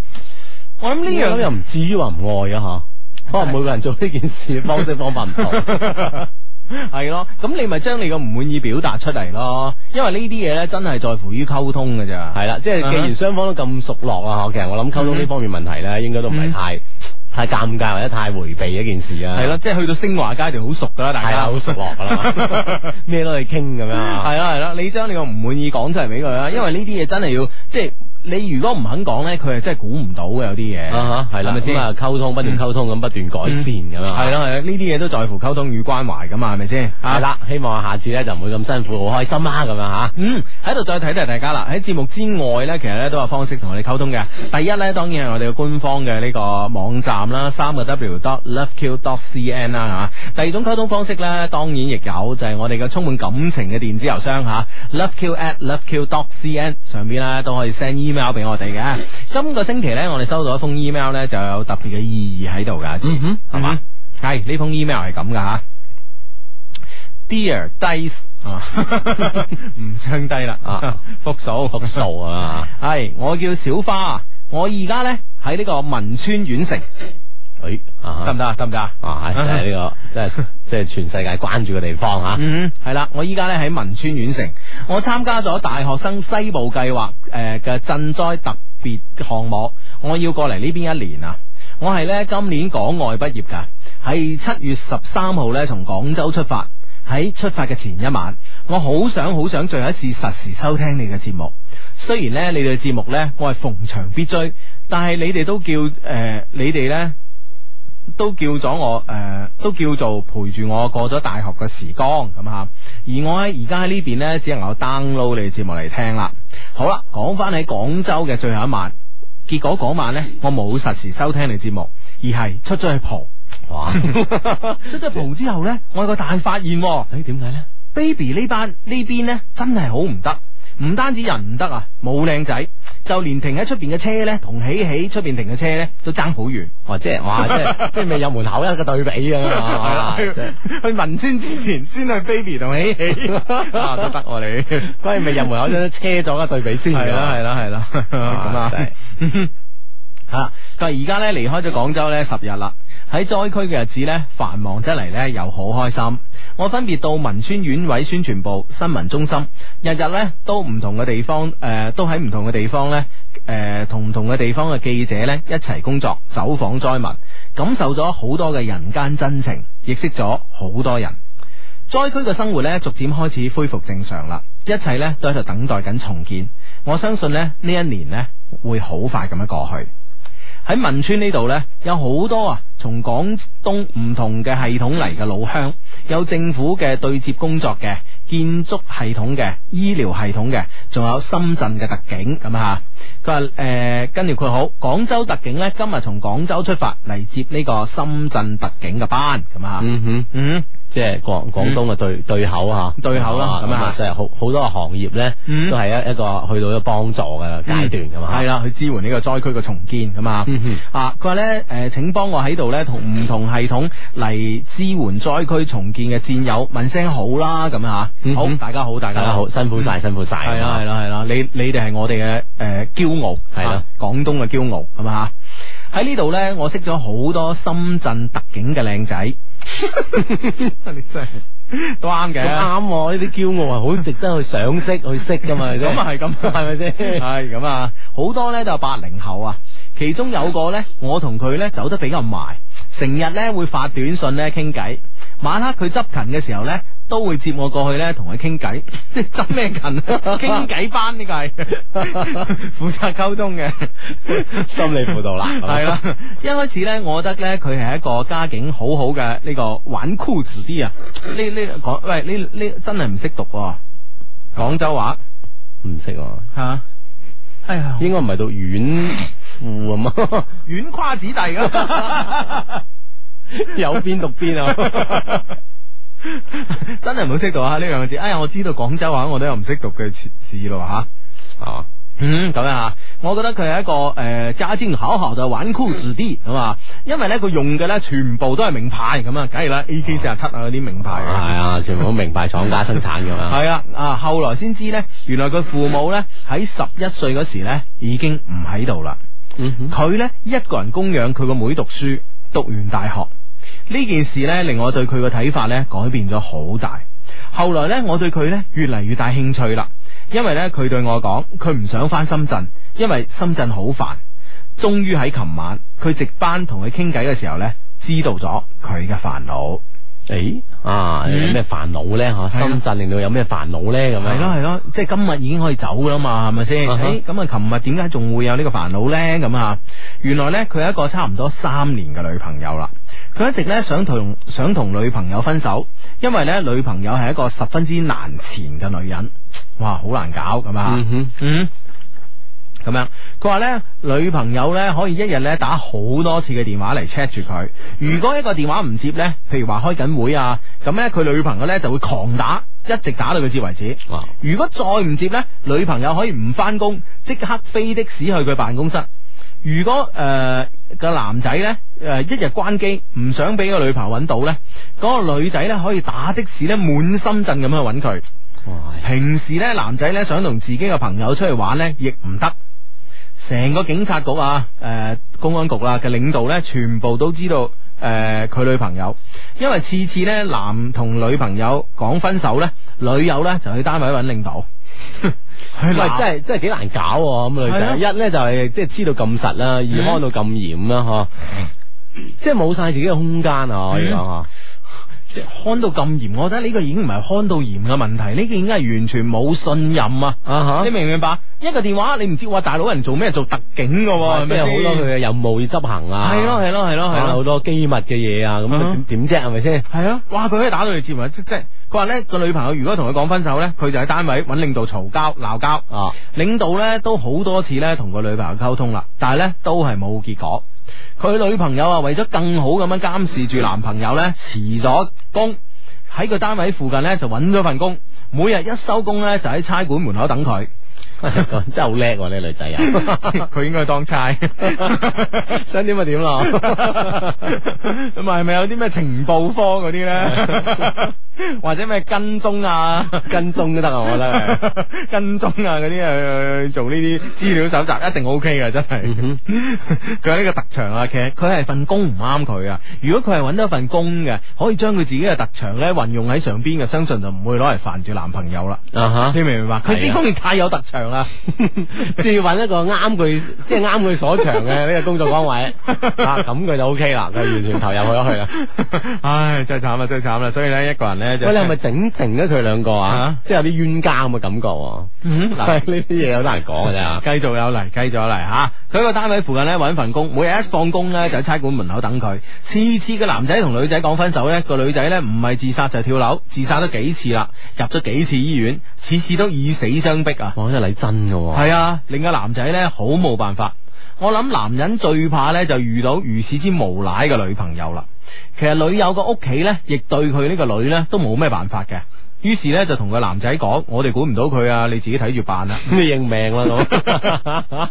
[SPEAKER 1] 我諗呢
[SPEAKER 3] 呢樣
[SPEAKER 1] 樣
[SPEAKER 3] 又唔至於話唔愛 啊吓，可能每個人做呢件事嘅方式方法唔同。
[SPEAKER 1] 系咯，咁你咪將你個唔滿意表達出嚟咯，因為呢啲嘢咧真係在乎於溝通嘅咋。
[SPEAKER 3] 係啦，啊即係既然雙方都咁熟絡啊，
[SPEAKER 1] 嗯
[SPEAKER 3] 嗬其實我諗溝通呢方面問題咧，應該都唔係太太尷尬或者太迴避一件事啊。
[SPEAKER 1] 係咯，即係去到升華階段好熟噶啦，大
[SPEAKER 3] 係啦，啊
[SPEAKER 1] 家
[SPEAKER 3] 好熟絡噶 啦，咩都可以傾咁樣啊。
[SPEAKER 1] 系啦系啦，你將你個唔滿意講出嚟俾佢啦，因為呢啲嘢真係要即係你如果唔肯講咧，佢係真係估唔到嘅有啲嘢。
[SPEAKER 3] 啊哈，係啦，
[SPEAKER 1] 係咪先嗯
[SPEAKER 3] 咁啊溝通不斷溝通咁不斷改善咁樣啊。
[SPEAKER 1] 係啦係啦，呢啲嘢都在乎溝通與關懷噶嘛，係咪先？啊
[SPEAKER 3] 係啦，希望下次咧就唔會咁辛苦，好開心啦咁樣吓。
[SPEAKER 1] 嗯，喺度再提提大家啦。喺節目之外呢，其實呢都有方式同我哋溝通嘅。第一呢，當然係我哋嘅官方嘅呢個網站啦，三個 W dot loveq dot cn 啦嚇。第二種溝通方式呢，當然亦有就係、我哋嘅充滿感情嘅電子郵箱嚇，loveq at loveq dot cn 上邊呢都可以 send email 俾我哋嘅。今個星期呢，我哋收到一封 email 呢，就有特別嘅意義喺度㗎，阿志
[SPEAKER 3] 嗯哼
[SPEAKER 1] 係嘛？係呢封 email 係咁㗎嚇。Dear Dice 啊， 唔相低啦
[SPEAKER 3] 啊，
[SPEAKER 1] 复数复
[SPEAKER 3] 數啊，
[SPEAKER 1] 系我叫小花，我而家咧喺呢個汶川縣城，
[SPEAKER 3] 誒啊
[SPEAKER 1] 得唔得啊？得唔得啊？
[SPEAKER 3] 啊，真係呢個，真係即係全世界關注嘅地方啊吓。
[SPEAKER 1] 嗯，系啦，我依家咧喺汶川縣城，我參加咗大學生西部計劃诶嘅赈災特別項目，我要過嚟呢邊一年啊！我係咧今年港外畢業噶，係七月十三號咧從廣州出發。喺出發嘅前一晚，我好想好想最後一次實時收聽你嘅節目。雖然咧你哋嘅節目咧，我係逢場必追，但係你哋都叫誒、呃你哋咧。都叫咗我誒、呃都叫做陪住我過咗大學嘅時光咁嚇。而我喺而家喺呢邊呢，只能夠 download 你哋節目嚟聽啦。好啦，講翻喺廣州嘅最後一晚，結果嗰晚呢，我冇實時收聽你節目，而係出咗去蒲。
[SPEAKER 3] 哇！
[SPEAKER 1] 出咗蒲之後呢，我有個大發現、喎。
[SPEAKER 3] 誒點解咧？
[SPEAKER 1] baby 呢班呢邊呢，真係好唔得，唔單止人唔得啊，冇靚仔，就連停喺出邊嘅車呢，同喜喜出邊停嘅車呢，都爭好遠。
[SPEAKER 3] 哇！即係哇！即係 即係未入門口一個對比咁啊！
[SPEAKER 1] 係
[SPEAKER 3] 即係
[SPEAKER 1] 啦去汶川之前先去 baby 同喜 喜啊，都得喎 你。
[SPEAKER 3] 關於未入門口張車咗嘅對比先㗎
[SPEAKER 1] 係啦係啦係啦，咁
[SPEAKER 3] 啊
[SPEAKER 1] 啊
[SPEAKER 3] 真係。
[SPEAKER 1] 吓，佢話而家咧離開咗廣州咧十日啦，喺災區嘅日子咧繁忙得嚟咧又好開心。我分別到汶川縣委宣傳部、新聞中心，日日咧都唔同嘅地方，誒、都喺唔同嘅地方咧，誒、同唔同嘅地方嘅記者咧一齊工作，走訪災民，感受咗好多嘅人間真情，亦識咗好多人。災區嘅生活咧，逐漸開始恢復正常啦，一切咧都喺度等待緊重建。我相信咧呢一年咧會好快咁樣過去。喺汶川呢度呢，有好多啊，從廣東唔同嘅系統嚟嘅老鄉，有政府嘅對接工作嘅、建築系統嘅、醫療系統嘅，仲有深圳嘅特警咁啊。佢話誒，跟住佢好，廣州特警呢，今日從廣州出發嚟接呢個深圳特警嘅班咁啊。
[SPEAKER 3] 嗯哼。
[SPEAKER 1] 嗯
[SPEAKER 3] 即係廣廣東嘅對對口嚇，
[SPEAKER 1] 對口啦
[SPEAKER 3] 啊
[SPEAKER 1] 咁啊
[SPEAKER 3] 即係好好多行業咧，
[SPEAKER 1] 嗯啊
[SPEAKER 3] 都係一一個去到一個幫助嘅階段啊噶嘛，
[SPEAKER 1] 系嗯啦，去支援呢個災區嘅重建咁啊。
[SPEAKER 3] 嗯
[SPEAKER 1] 啊，佢話咧，誒、請幫我喺度咧，同唔同系統嚟支援災區重建嘅戰友問聲好啦，咁啊，
[SPEAKER 3] 嗯
[SPEAKER 1] 好
[SPEAKER 3] 哼，
[SPEAKER 1] 大家好，大
[SPEAKER 3] 大
[SPEAKER 1] 家
[SPEAKER 3] 家好，。辛苦晒，辛苦晒，
[SPEAKER 1] 嗯係啦，係啦，啊係啦，你你哋係我哋嘅誒驕傲，
[SPEAKER 3] 係啦
[SPEAKER 1] 啊，廣東嘅驕傲，咁啊。喺呢度咧，我識咗好多深圳特警嘅靚仔， 你真係都啱
[SPEAKER 3] 咁
[SPEAKER 1] 嘅，
[SPEAKER 3] 啱喎，呢啲驕傲係啊好值得去賞識去識噶嘛，
[SPEAKER 1] 咁啊係咁啊
[SPEAKER 3] 係咪 先？
[SPEAKER 1] 系咁啊，好多咧都係八零後啊，其中有個咧，我同佢咧走得比較埋，成日咧會發短信咧傾偈，晚黑佢執勤嘅時候咧。都會接我過去咧，同佢傾偈，即係執咩勤啊？傾偈班呢個 係負責溝通嘅，
[SPEAKER 3] 心理輔導啦，咁啊
[SPEAKER 1] 係啦，。一開始咧，我覺得咧佢係一個家境好好嘅呢個紈绔子弟啊。呢呢講喂呢呢真係唔識讀喎，廣州話
[SPEAKER 3] 唔識喎，
[SPEAKER 1] 嚇。哎呀，
[SPEAKER 3] 應該唔係到遠富咁啊，
[SPEAKER 1] 遠跨子弟 噶，
[SPEAKER 3] 有邊讀邊啊，
[SPEAKER 1] 真係唔好識讀啊！呢兩個字，哎呀，我知道廣州話我都有唔識讀嘅字字咯吓。
[SPEAKER 3] 係嘛？
[SPEAKER 1] 嗯，咁樣吓，我覺得佢係一個呃誒揸尖考校就紈绔子弟咁啊，因為咧佢用嘅咧全部都係名牌咁啊，梗係啦，A K 四十七啊嗰啲名牌
[SPEAKER 3] 係
[SPEAKER 1] 啊
[SPEAKER 3] 啊，全部都名牌廠家生產噶嘛，
[SPEAKER 1] 係啊，啊後來先知咧，原來佢父母咧喺十一歲嗰時咧已經唔喺度啦。
[SPEAKER 3] 嗯哼
[SPEAKER 1] 佢咧一個人供養佢個妹讀書，讀完大學呢件事咧，令我對佢嘅睇法咧改變咗好大。後來咧，我對佢咧越嚟越大興趣啦，因為咧佢對我講，佢唔想翻深圳，因為深圳好煩。終於喺琴晚，佢值班同佢傾偈嘅時候咧，知道咗佢嘅煩惱。
[SPEAKER 3] 誒啊，有咩煩惱咧？嚇，
[SPEAKER 1] 係啊
[SPEAKER 3] 深圳令到有咩煩惱咧？咁
[SPEAKER 1] 係
[SPEAKER 3] 樣
[SPEAKER 1] 啊咯係咯，即係今日已經可以走啦嘛，係咪先？
[SPEAKER 3] 啊哈
[SPEAKER 1] 誒咁啊，琴日點解仲會有呢個煩惱呢？咁啊，原來呢，佢有一個差唔多三年嘅女朋友啦。佢一直呢想同想同女朋友分手，因為呢女朋友係一個十分之難纏嘅女人，哇，好難搞咁啊！
[SPEAKER 3] 嗯哼。
[SPEAKER 1] 嗯，咁樣，佢話呢，女朋友呢可以一日呢打好多次嘅電話嚟 check 住佢。如果一個電話唔接呢，譬如話開緊會啊，咁呢，佢女朋友呢就會狂打，一直打到佢接為止。
[SPEAKER 3] 哇
[SPEAKER 1] 如果再唔接呢，女朋友可以唔翻工，即刻飛的士去佢辦公室。如果誒、呃個男仔呢，誒、一日關機，唔想俾個女朋友揾到呢，嗰、個女仔呢可以打的士呢滿深圳咁去揾佢。
[SPEAKER 3] 哇
[SPEAKER 1] 平時咧，男仔咧想同自己嘅朋友出去玩咧，亦唔得。成個警察局啊，誒、公安局啦嘅領導咧，全部都知道誒佢、女朋友，因為次次咧男同女朋友講分手咧，女友咧就去單位揾領 導。
[SPEAKER 3] 唔
[SPEAKER 1] 唔
[SPEAKER 3] 係真係真係幾難搞喎咁女
[SPEAKER 1] 係嗯啊
[SPEAKER 3] 仔，一咧就係即係黐到咁實啦，二看
[SPEAKER 1] 嗯
[SPEAKER 3] 到咁嚴啦，嗬，即係冇晒自己嘅空間啊，可以講嗬，
[SPEAKER 1] 看到咁嚴，我覺得呢個已經唔係看到嚴嘅問題，呢個已經係完全冇信任啊！
[SPEAKER 3] 啊
[SPEAKER 1] 你明唔明白？一個電話你唔接話大佬人做咩做特警嘅喎，係
[SPEAKER 3] 吓，即
[SPEAKER 1] 咪
[SPEAKER 3] 係好多佢
[SPEAKER 1] 先？
[SPEAKER 3] 嘅任務要執行啊，
[SPEAKER 1] 係咯係咯係咯係
[SPEAKER 3] 啊好
[SPEAKER 1] 咯，
[SPEAKER 3] 多機密嘅嘢啊，咁啊
[SPEAKER 1] 嗯
[SPEAKER 3] 點點啫係咪先？
[SPEAKER 1] 係啊！哇！佢可以打到你接啊！即即係佢話咧個女朋友如果同佢講分手咧，佢就喺單位揾領導嘈交鬧交。
[SPEAKER 3] 啊，
[SPEAKER 1] 領導咧都好多次咧同個女朋友溝通啦，但係咧都係冇結果。佢女朋友啊，為咗更好咁樣監視住男朋友咧，辭咗工喺佢單位附近咧就揾咗份工，每日一收工咧就喺差館門口等佢。
[SPEAKER 3] 真係好叻喎呢女仔 啊！
[SPEAKER 1] 佢應該當差，
[SPEAKER 3] 想點就 點咯，
[SPEAKER 1] 咁啊係咪有啲咩情報科嗰啲咧，或者咩跟蹤啊？
[SPEAKER 3] 跟蹤都得啊，我覺得係。
[SPEAKER 1] 跟蹤啊嗰啲去去做呢啲資料搜集一定 O K 嘅，真係。佢有呢個特長啊，其實佢係份工唔啱佢啊。如果佢係揾到一份工嘅，可以將佢自己嘅特長咧運用喺上邊嘅，相信就唔會攞嚟煩住男朋友啦。
[SPEAKER 3] 啊
[SPEAKER 1] 你明唔明白？佢
[SPEAKER 3] 係
[SPEAKER 1] 呢
[SPEAKER 3] 啊
[SPEAKER 1] 方面太有特長啦。
[SPEAKER 3] 哈， 即係要揾一個啱佢，即係啱佢所長嘅呢個工作崗 位啊，咁佢就 O K 啦，佢完全投入去咗去啦。
[SPEAKER 1] 唉，真係慘啦，真係慘啦。所以咧，一個人咧就
[SPEAKER 3] 喂，你係咪整定咗佢兩個啊
[SPEAKER 1] 啊？
[SPEAKER 3] 即係有啲冤家咁嘅感覺喎。
[SPEAKER 1] 嗯 嗱
[SPEAKER 3] 係呢啲嘢有得人講嘅啫。
[SPEAKER 1] 繼續有嚟，繼續有嚟吓。佢喺個單位附近咧揾份工，每日一放工咧就喺差館門口等佢。次次個男仔同女仔講分手咧，個女仔咧唔係自殺就係跳樓，自殺咗幾次啦，入咗幾次醫院，次次都以死相逼啊！
[SPEAKER 3] 哇，真係嚟真嘅喎。
[SPEAKER 1] 係啊，令個男仔咧好冇辦法。我諗男人最怕咧就遇到如此之無賴嘅女朋友啦。其實女友個屋企咧，亦對佢呢個女咧都冇咩辦法嘅。於是咧就同個男仔講：我哋估唔到佢啊， 你自己睇住辦啦。
[SPEAKER 3] 咁你認命啦
[SPEAKER 1] 呢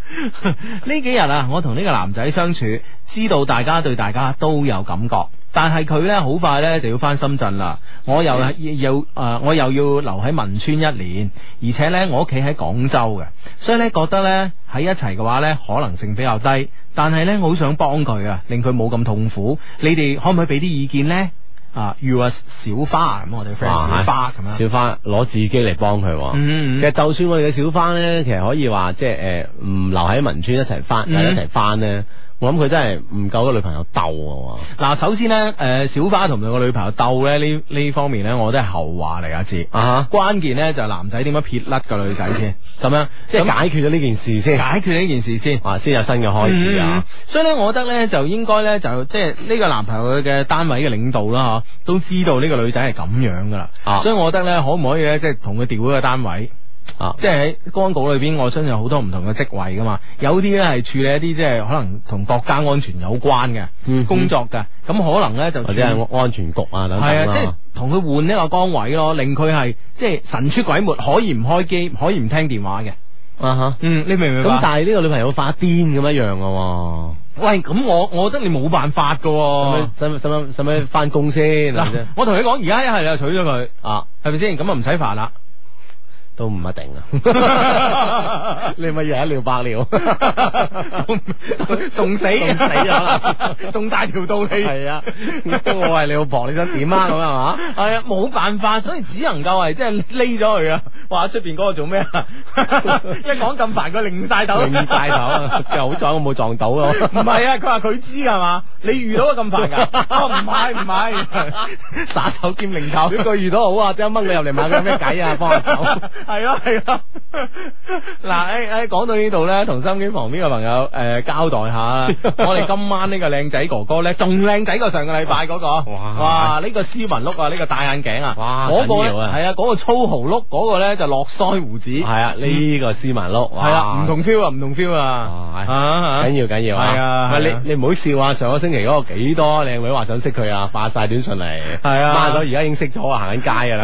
[SPEAKER 1] 幾日啊，我同呢個男仔相處，知道大家對大家都有感覺，但係佢呢，好快呢就要翻深圳啦。我又要誒、呃我又要留喺汶川一年，而且呢，我屋企喺廣州嘅，所以呢，覺得呢，喺一齊嘅話呢，可能性比較低。但係呢，我好想幫佢啊，令佢冇咁痛苦。你哋可唔可以俾啲意見呢？啊，you are 小花咁，我哋 friend
[SPEAKER 3] 哇
[SPEAKER 1] 小花咁樣。
[SPEAKER 3] 小花攞自己嚟幫佢喎。
[SPEAKER 1] 嗯嗯
[SPEAKER 3] 其實就算我哋嘅小花咧，其實可以話即係誒，唔留喺汶川一齊翻，
[SPEAKER 1] 嗯
[SPEAKER 3] 一齊翻咧，我諗佢真係唔夠個女朋友鬥嘅喎。啊
[SPEAKER 1] 嗱，首先呢，誒、呃小花同佢個女朋友鬥咧，呢呢方面呢，我覺得係後話嚟啊，志。
[SPEAKER 3] 啊
[SPEAKER 1] 關鍵咧就係男仔點樣撇甩個女仔先，咁樣
[SPEAKER 3] 即係解決咗呢件事先，
[SPEAKER 1] 解決呢件事先。
[SPEAKER 3] 啊，先有新嘅開
[SPEAKER 1] 開
[SPEAKER 3] 始
[SPEAKER 1] 始啊
[SPEAKER 3] 啊！！
[SPEAKER 1] 所以咧，我覺得咧就應該咧就即係呢個男朋友嘅單位嘅領導啦，吓都知道呢個女仔係咁樣噶啦，
[SPEAKER 3] 啊
[SPEAKER 1] 所以我覺得咧可唔可以咧即係同佢調一個單位？
[SPEAKER 3] 啊，
[SPEAKER 1] 即係喺公安局裏邊，我相信有好多唔同嘅職位噶嘛，有啲咧係處理一啲即係可能同國家安全有關嘅、
[SPEAKER 3] 嗯哼
[SPEAKER 1] 工作嘅，咁可能咧就
[SPEAKER 3] 或者
[SPEAKER 1] 全
[SPEAKER 3] 係安全局啊
[SPEAKER 1] 嗯
[SPEAKER 3] 等等
[SPEAKER 1] 係啊，
[SPEAKER 3] 啦
[SPEAKER 1] 即係同佢換一個崗位咯，令佢係即係神出鬼沒，可以唔開機，可以唔聽電話嘅。
[SPEAKER 3] 啊
[SPEAKER 1] 嗯，你明唔明
[SPEAKER 3] 吓。咁
[SPEAKER 1] 白？
[SPEAKER 3] 但係呢個女朋友發癲咁一樣嘅喎，
[SPEAKER 1] 喂，咁我我覺得你冇辦法噶、喎。
[SPEAKER 3] 使唔使使唔使使唔使翻工先？係咪
[SPEAKER 1] 嗱
[SPEAKER 3] 先，
[SPEAKER 1] 我同你講，而家一係就娶咗佢，
[SPEAKER 3] 啊，
[SPEAKER 1] 係咪先？咁啊唔使煩 啦。
[SPEAKER 3] 都唔一定 啊！ 你咪日一了百了，
[SPEAKER 1] 仲仲死，
[SPEAKER 3] 仲死咗啦，
[SPEAKER 1] 仲大條道理。
[SPEAKER 3] 係啊！我係你老婆，你想點啊？咁係嘛？
[SPEAKER 1] 係啊，冇辦法，所以只能夠係即係匿咗佢啊！話出邊嗰個做咩啊？ 一講咁煩，佢擰晒頭，
[SPEAKER 3] 擰晒頭啊，又好彩我冇撞到咯。
[SPEAKER 1] 唔係啊，佢話佢知噶嘛？你遇到咁煩噶？ 哦，唔係唔係，耍手兼擰 頭，
[SPEAKER 3] 如果遇到好啊，即刻掹佢入嚟 問佢有咩計啊，幫下手。
[SPEAKER 1] 係咯係咯。嗱，誒誒，講到呢度咧，同收音機旁邊嘅朋友誒交代下 啦，我哋今晚呢個靚仔哥哥咧，仲靚仔過上個禮拜嗰個，
[SPEAKER 3] 哇
[SPEAKER 1] 哇！呢個斯文碌啊，呢個戴眼鏡啊，
[SPEAKER 3] 哇
[SPEAKER 1] 嗰個咧
[SPEAKER 3] 緊要啊
[SPEAKER 1] 係啊，嗰個粗豪碌，嗰個咧就落腮胡子，
[SPEAKER 3] 係啊，呢個斯文碌，
[SPEAKER 1] 係啦，唔同 feel 啊，唔同 feel
[SPEAKER 3] 哇
[SPEAKER 1] 啊，啊啊
[SPEAKER 3] 緊要緊要啊！
[SPEAKER 1] 係啊
[SPEAKER 3] 唔係
[SPEAKER 1] 係啊
[SPEAKER 3] 你你唔好笑啊！上個星期嗰個幾多靚女話想識佢啊，發晒短信嚟，
[SPEAKER 1] 係啊
[SPEAKER 3] 孖咗而家已經識咗啊，行緊街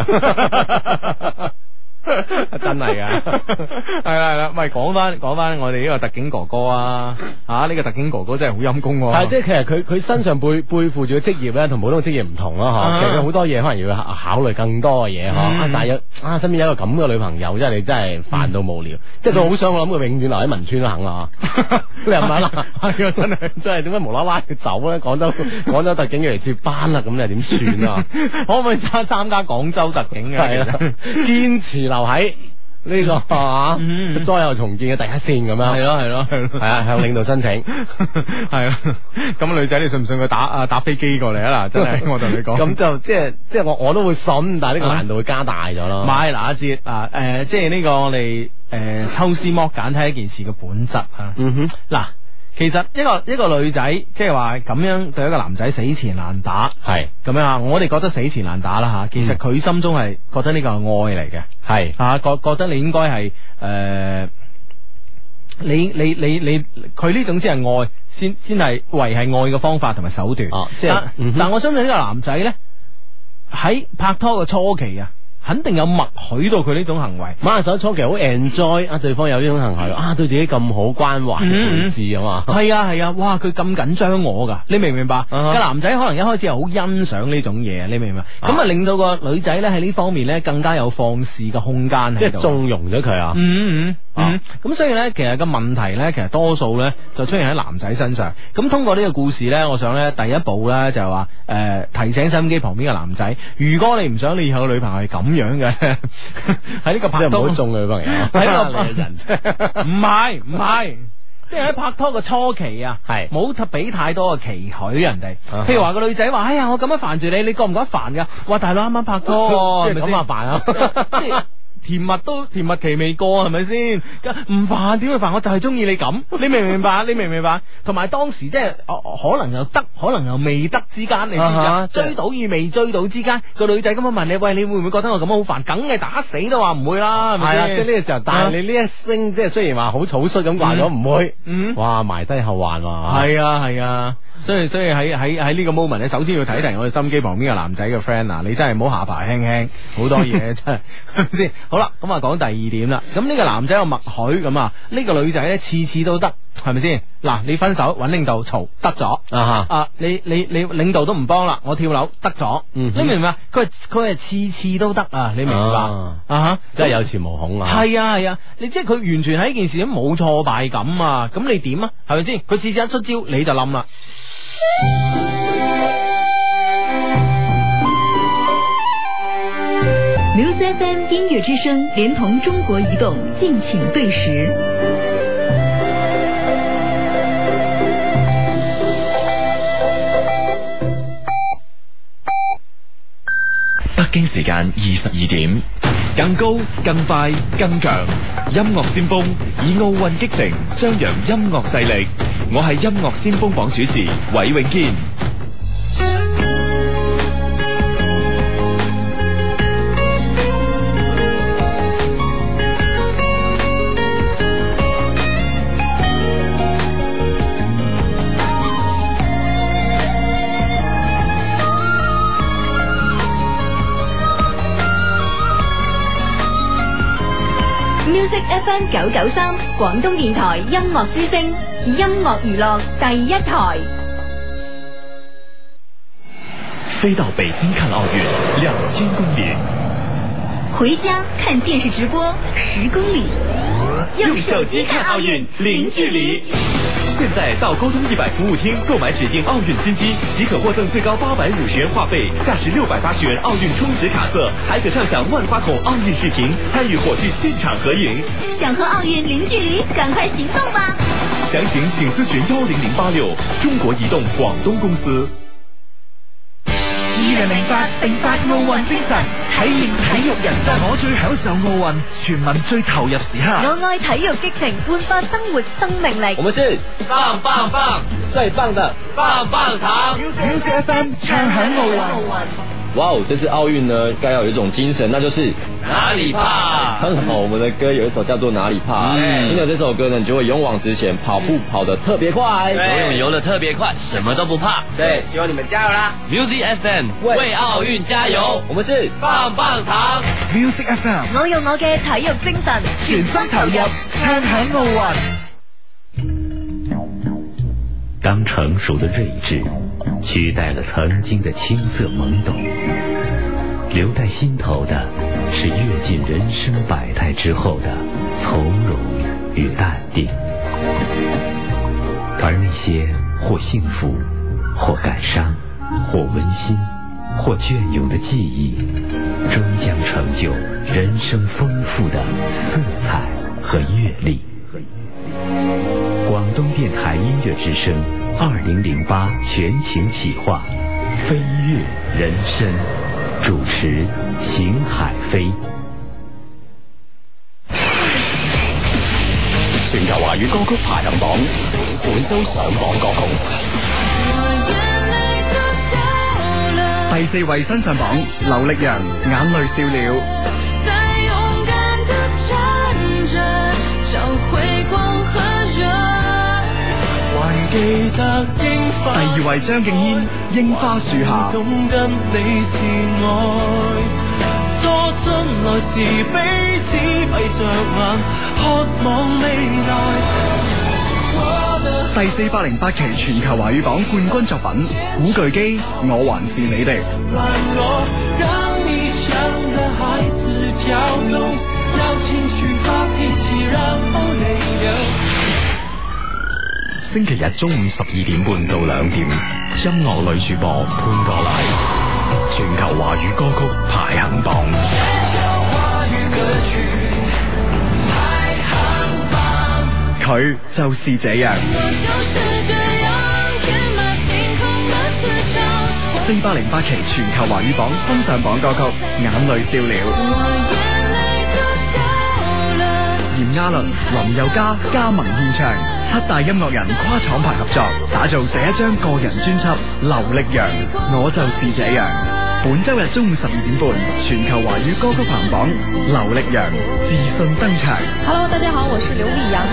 [SPEAKER 3] 噶啦，真係噶！
[SPEAKER 1] 系啦系啦，喂，講翻講翻我哋呢個特警哥哥啊，吓、呢、個特警哥哥真係好陰功喎，
[SPEAKER 3] 但係即係其實佢佢身上背背負住嘅職業咧，同普通職業唔同咯，嗬。
[SPEAKER 1] 啊
[SPEAKER 3] 其實佢好多嘢可能要考考慮更多嘅嘢，嗬。
[SPEAKER 1] 嗯
[SPEAKER 3] 啊但係有啊，身邊有一個咁嘅女朋友，真係你真係煩到
[SPEAKER 1] 嗯
[SPEAKER 3] 無聊。即係佢好想我諗佢永遠留喺汶川都肯啦， 嗬你係咪啦？係啊，真係真係點解無啦啦要走咧？廣 州廣州特警要嚟接班啦，咁又 點算啊？
[SPEAKER 1] 可唔可以參參加廣州特警嘅？
[SPEAKER 3] 係啦，堅持留喺。呢個啊
[SPEAKER 1] 嗯嗯
[SPEAKER 3] 災後重建嘅第一線咁樣。
[SPEAKER 1] 係咯係咯係咯
[SPEAKER 3] 係啊，向領 導申請。
[SPEAKER 1] 系啊，咁女仔你信唔信佢打啊打飞机过嚟 啊？嗱，真系我同你讲。
[SPEAKER 3] 咁就即係即係我我都會信，但係呢個
[SPEAKER 1] 啊
[SPEAKER 3] 難度會加大咗咯。
[SPEAKER 1] 買嗱阿哲嗱诶，即係呢個我哋诶抽絲剝繭睇一件事嘅本質啊。
[SPEAKER 3] 嗯哼，
[SPEAKER 1] 嗱，其實一個一個女仔即係話咁樣對一個男仔死纏爛打。
[SPEAKER 3] 係
[SPEAKER 1] 咁樣啊，我哋覺得死纏爛打啦吓，其實佢心中係覺得呢個係愛嚟嘅
[SPEAKER 3] 係
[SPEAKER 1] 吓，啊覺覺得你應該係诶，你你你你，佢呢種先係愛，先先係維係愛嘅方法同埋手段。
[SPEAKER 3] 哦即係
[SPEAKER 1] 但
[SPEAKER 3] 嗯哼
[SPEAKER 1] 但我相信呢個男仔咧喺拍拖嘅初期啊，肯定有默許到佢呢種行為。
[SPEAKER 3] 馬手初期好 enjoy 啊，對方有呢種行為啊，對自己咁好關懷
[SPEAKER 1] 嗯嗯
[SPEAKER 3] 配置啊嘛。
[SPEAKER 1] 系啊系啊，哇！佢咁緊張我噶，你明唔明白？個、
[SPEAKER 3] 啊哈
[SPEAKER 1] 男仔可能一開始係好欣賞呢種嘢，你明唔明？咁啊令到個女仔咧喺呢方面咧更加有放肆嘅空間
[SPEAKER 3] 即
[SPEAKER 1] 喺
[SPEAKER 3] 係
[SPEAKER 1] 度。
[SPEAKER 3] 縱容咗佢啊。
[SPEAKER 1] 嗯嗯嗯
[SPEAKER 3] 啊，
[SPEAKER 1] 咁、所以咧，其實個問題咧，其實多數咧就出現喺男仔身上。咁通過呢個故事咧，我想咧第一步咧就係話诶提醒收音機旁邊嘅男仔，如果你唔想你以後嘅女朋友係咁樣嘅， 喺呢個
[SPEAKER 3] 即係
[SPEAKER 1] 拍
[SPEAKER 3] 唔好
[SPEAKER 1] 拖
[SPEAKER 3] 中佢女朋友，
[SPEAKER 1] 喺度
[SPEAKER 3] 你嘅人啫。
[SPEAKER 1] 唔係唔係，即係喺拍拖嘅初期啊，
[SPEAKER 3] 係
[SPEAKER 1] 冇俾太多嘅期許人哋
[SPEAKER 3] 啊哈。
[SPEAKER 1] 譬如話個女仔話：哎呀，我咁樣煩住你，你覺唔覺得煩㗎？哇，大佬啱啱拍 拖喎，係咪
[SPEAKER 3] 咁
[SPEAKER 1] 先
[SPEAKER 3] 麻？煩啊！
[SPEAKER 1] 即係甜蜜都甜蜜期未過，係咪先？唔煩點會煩？我就係中意你咁，你明唔明白？你明唔明白？同埋當時即係哦可能又得，可能又未得之間，你知唔知
[SPEAKER 3] 啊哈
[SPEAKER 1] 啊？
[SPEAKER 3] 即係
[SPEAKER 1] 追到與未追到之間，個女仔咁樣問你：喂，你會唔會覺得我咁樣好煩？梗係打死都話唔會啦，係咪
[SPEAKER 3] 係啊，
[SPEAKER 1] 先？
[SPEAKER 3] 即係呢個時候，但係你呢一聲即係雖然話好草率咁話咗唔會，
[SPEAKER 1] 啊嗯
[SPEAKER 3] 哇埋低後患喎，
[SPEAKER 1] 系啊系啊，所以所以喺喺喺呢個 moment 咧，首先要睇睇我哋心機旁邊嘅男仔嘅 friend 啊，你真係唔好下巴輕輕，好多 嘢真係係咪先？好啦，咁啊講第二點啦，咁呢個男仔有默許咁啊，呢、個女仔咧次次都得，係咪先？嗱，你分手揾領導嘈得咗。
[SPEAKER 3] 啊哈，
[SPEAKER 1] 啊！你你你領導都唔幫啦，我跳樓得咗，
[SPEAKER 3] 嗯哼
[SPEAKER 1] 你明唔明啊？佢係佢係次次都得啊！你明唔明白
[SPEAKER 3] 啊
[SPEAKER 1] 啊？哈
[SPEAKER 3] 真係有恃無恐啊！
[SPEAKER 1] 系啊系啊，你即系佢完全喺呢件事都冇挫敗感啊！咁你點啊？係咪先？佢次次一出招你就冧啦。
[SPEAKER 4] News FM 音乐之声连同中国移动敬请对时。
[SPEAKER 6] 北京時間二十二點，更高、更快、更強，音樂先鋒以奧運激情張揚音樂勢力。我係音樂先鋒榜主持韋永堅。
[SPEAKER 4] Music FM 九九三，广东电台音乐之声，音乐娱乐第一台。
[SPEAKER 6] 飛到北京看奧運，兩千公里，
[SPEAKER 4] 回家看电视直播，十公里。用手机看奥运，零距离。。
[SPEAKER 6] 現在到高通一百服務廳購買指定奧運新機，即可獲贈最高八百五十元話費，价值六百八十元奧運充值卡色，還可暢享萬花筒奧運視頻，參與火炬現場合影。
[SPEAKER 4] 想和奥运零距离，赶快行动吧！
[SPEAKER 6] 详情请咨询幺零零八六中国移动广东公司。
[SPEAKER 2] 二零零八定發奧運精神，體驗體育人生。我最享受奧運，全民最投入時刻。
[SPEAKER 4] 我爱体育激情，焕发生活生命力。
[SPEAKER 3] 我们是棒棒棒，最棒的棒棒糖。
[SPEAKER 2] Music FM 唱響 奧運，
[SPEAKER 7] 哇哦，这次奥运呢，该要有一种精神，那就是
[SPEAKER 3] 哪里怕？
[SPEAKER 7] 很好。我们的歌有一首叫做《哪里怕》，
[SPEAKER 3] 嗯
[SPEAKER 7] 听了这首歌呢，你就会勇往直前，跑步跑得特别快。
[SPEAKER 3] 游泳游得特别快，什么都不怕。
[SPEAKER 7] 对，
[SPEAKER 3] 希望你们加油啦！Music FM 为奥运加油！
[SPEAKER 7] 我们是
[SPEAKER 3] 棒棒糖。
[SPEAKER 2] Music FM
[SPEAKER 4] 我用我嘅体育精神，
[SPEAKER 2] 全身投入，唱響奧運。
[SPEAKER 8] 当成熟的睿智取代了曾经的青涩懵懂，留在心头的是阅尽人生百态之后的从容与淡定。而那些或幸福，或感伤，或温馨，或隽永的记忆，终将成就人生丰富的色彩和阅历。广东电台音乐之声二零零八全情企划《飞跃人生》，主持秦海飞。
[SPEAKER 6] 全球华语歌曲排行榜本周上榜歌曲。第四位新上榜，刘力扬《眼泪笑了》。
[SPEAKER 9] 再勇敢地站着，找回光和热。
[SPEAKER 2] 还记得樱
[SPEAKER 6] 第
[SPEAKER 2] 花，
[SPEAKER 6] 二位张敬轩《樱花树下》。
[SPEAKER 2] 懂得你是愛。初春來時彼此閉着眼，渴望未來。
[SPEAKER 6] 第四百零八期全球华语榜冠军作品《古巨基我还是你的》。
[SPEAKER 2] 还我，让你像个孩子骄纵，要情绪发脾气，然后泪流。
[SPEAKER 6] 星期日中午十二点半到两点，音乐女主播潘多拉，全球华语歌曲排行榜。佢就是這
[SPEAKER 9] 我
[SPEAKER 6] 樣。
[SPEAKER 9] 就是这样天马行空的四张。
[SPEAKER 6] 四百零八期全球華語榜新上榜歌曲《眼淚笑了
[SPEAKER 9] 我眼泪都笑了。》，
[SPEAKER 6] 炎亞綸、林宥嘉加盟獻唱，七大音樂人跨廠牌合作，打造第一張個人專輯《劉力揚我就是這樣》。本周日中午十二點半，全球華語歌曲排行榜，劉力揚自信登場。
[SPEAKER 10] Hello，大家好，我是刘力扬。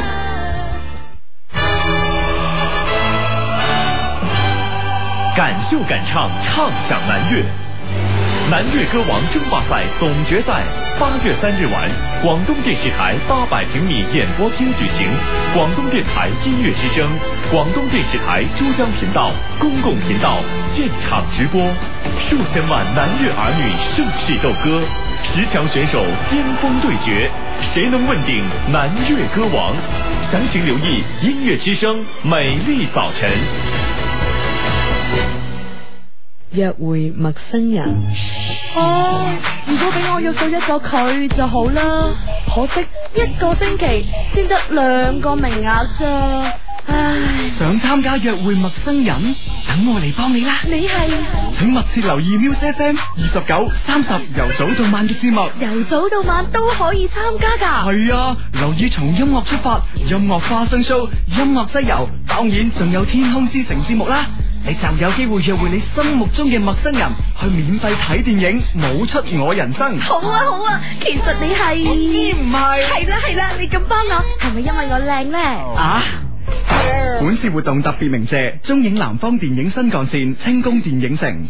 [SPEAKER 11] 敢秀敢唱，唱响南粤。南粤歌王争霸赛总决赛八月三日晚，广东电视台八百平米演播厅举行。广东电台音乐之声、广东电视台珠江频道、公共频道现场直播，数千万南粤儿女盛世斗歌，十强选手巅峰对决，谁能问鼎南粤歌王？详情留意音乐之声美丽早晨。
[SPEAKER 12] 约会陌生人。
[SPEAKER 10] 哦，如果俾我約到一個佢就好啦，可惜一個星期先得兩個名額咋，唉，
[SPEAKER 6] 想參加約會陌生人，等我嚟幫你啦！
[SPEAKER 10] 你係
[SPEAKER 6] 請密切留意 Music FM 二十九、三十由早到晚嘅節目。
[SPEAKER 10] 由早到晚都可以參加㗎。
[SPEAKER 6] 系啊，留意從音樂出發、音樂花生 show、音樂西遊，當然仲有天空之城節目啦。你就有機會約會你心目中嘅陌生人，去免費睇電影，舞出我人生。
[SPEAKER 10] 好啊好啊，其實你係
[SPEAKER 6] 我知唔係
[SPEAKER 10] 係啦係啦，你咁啊幫我係咪因為我靚咧？
[SPEAKER 6] 啊！本次活動特別鳴謝中影南方電影新幹線清宮電影城。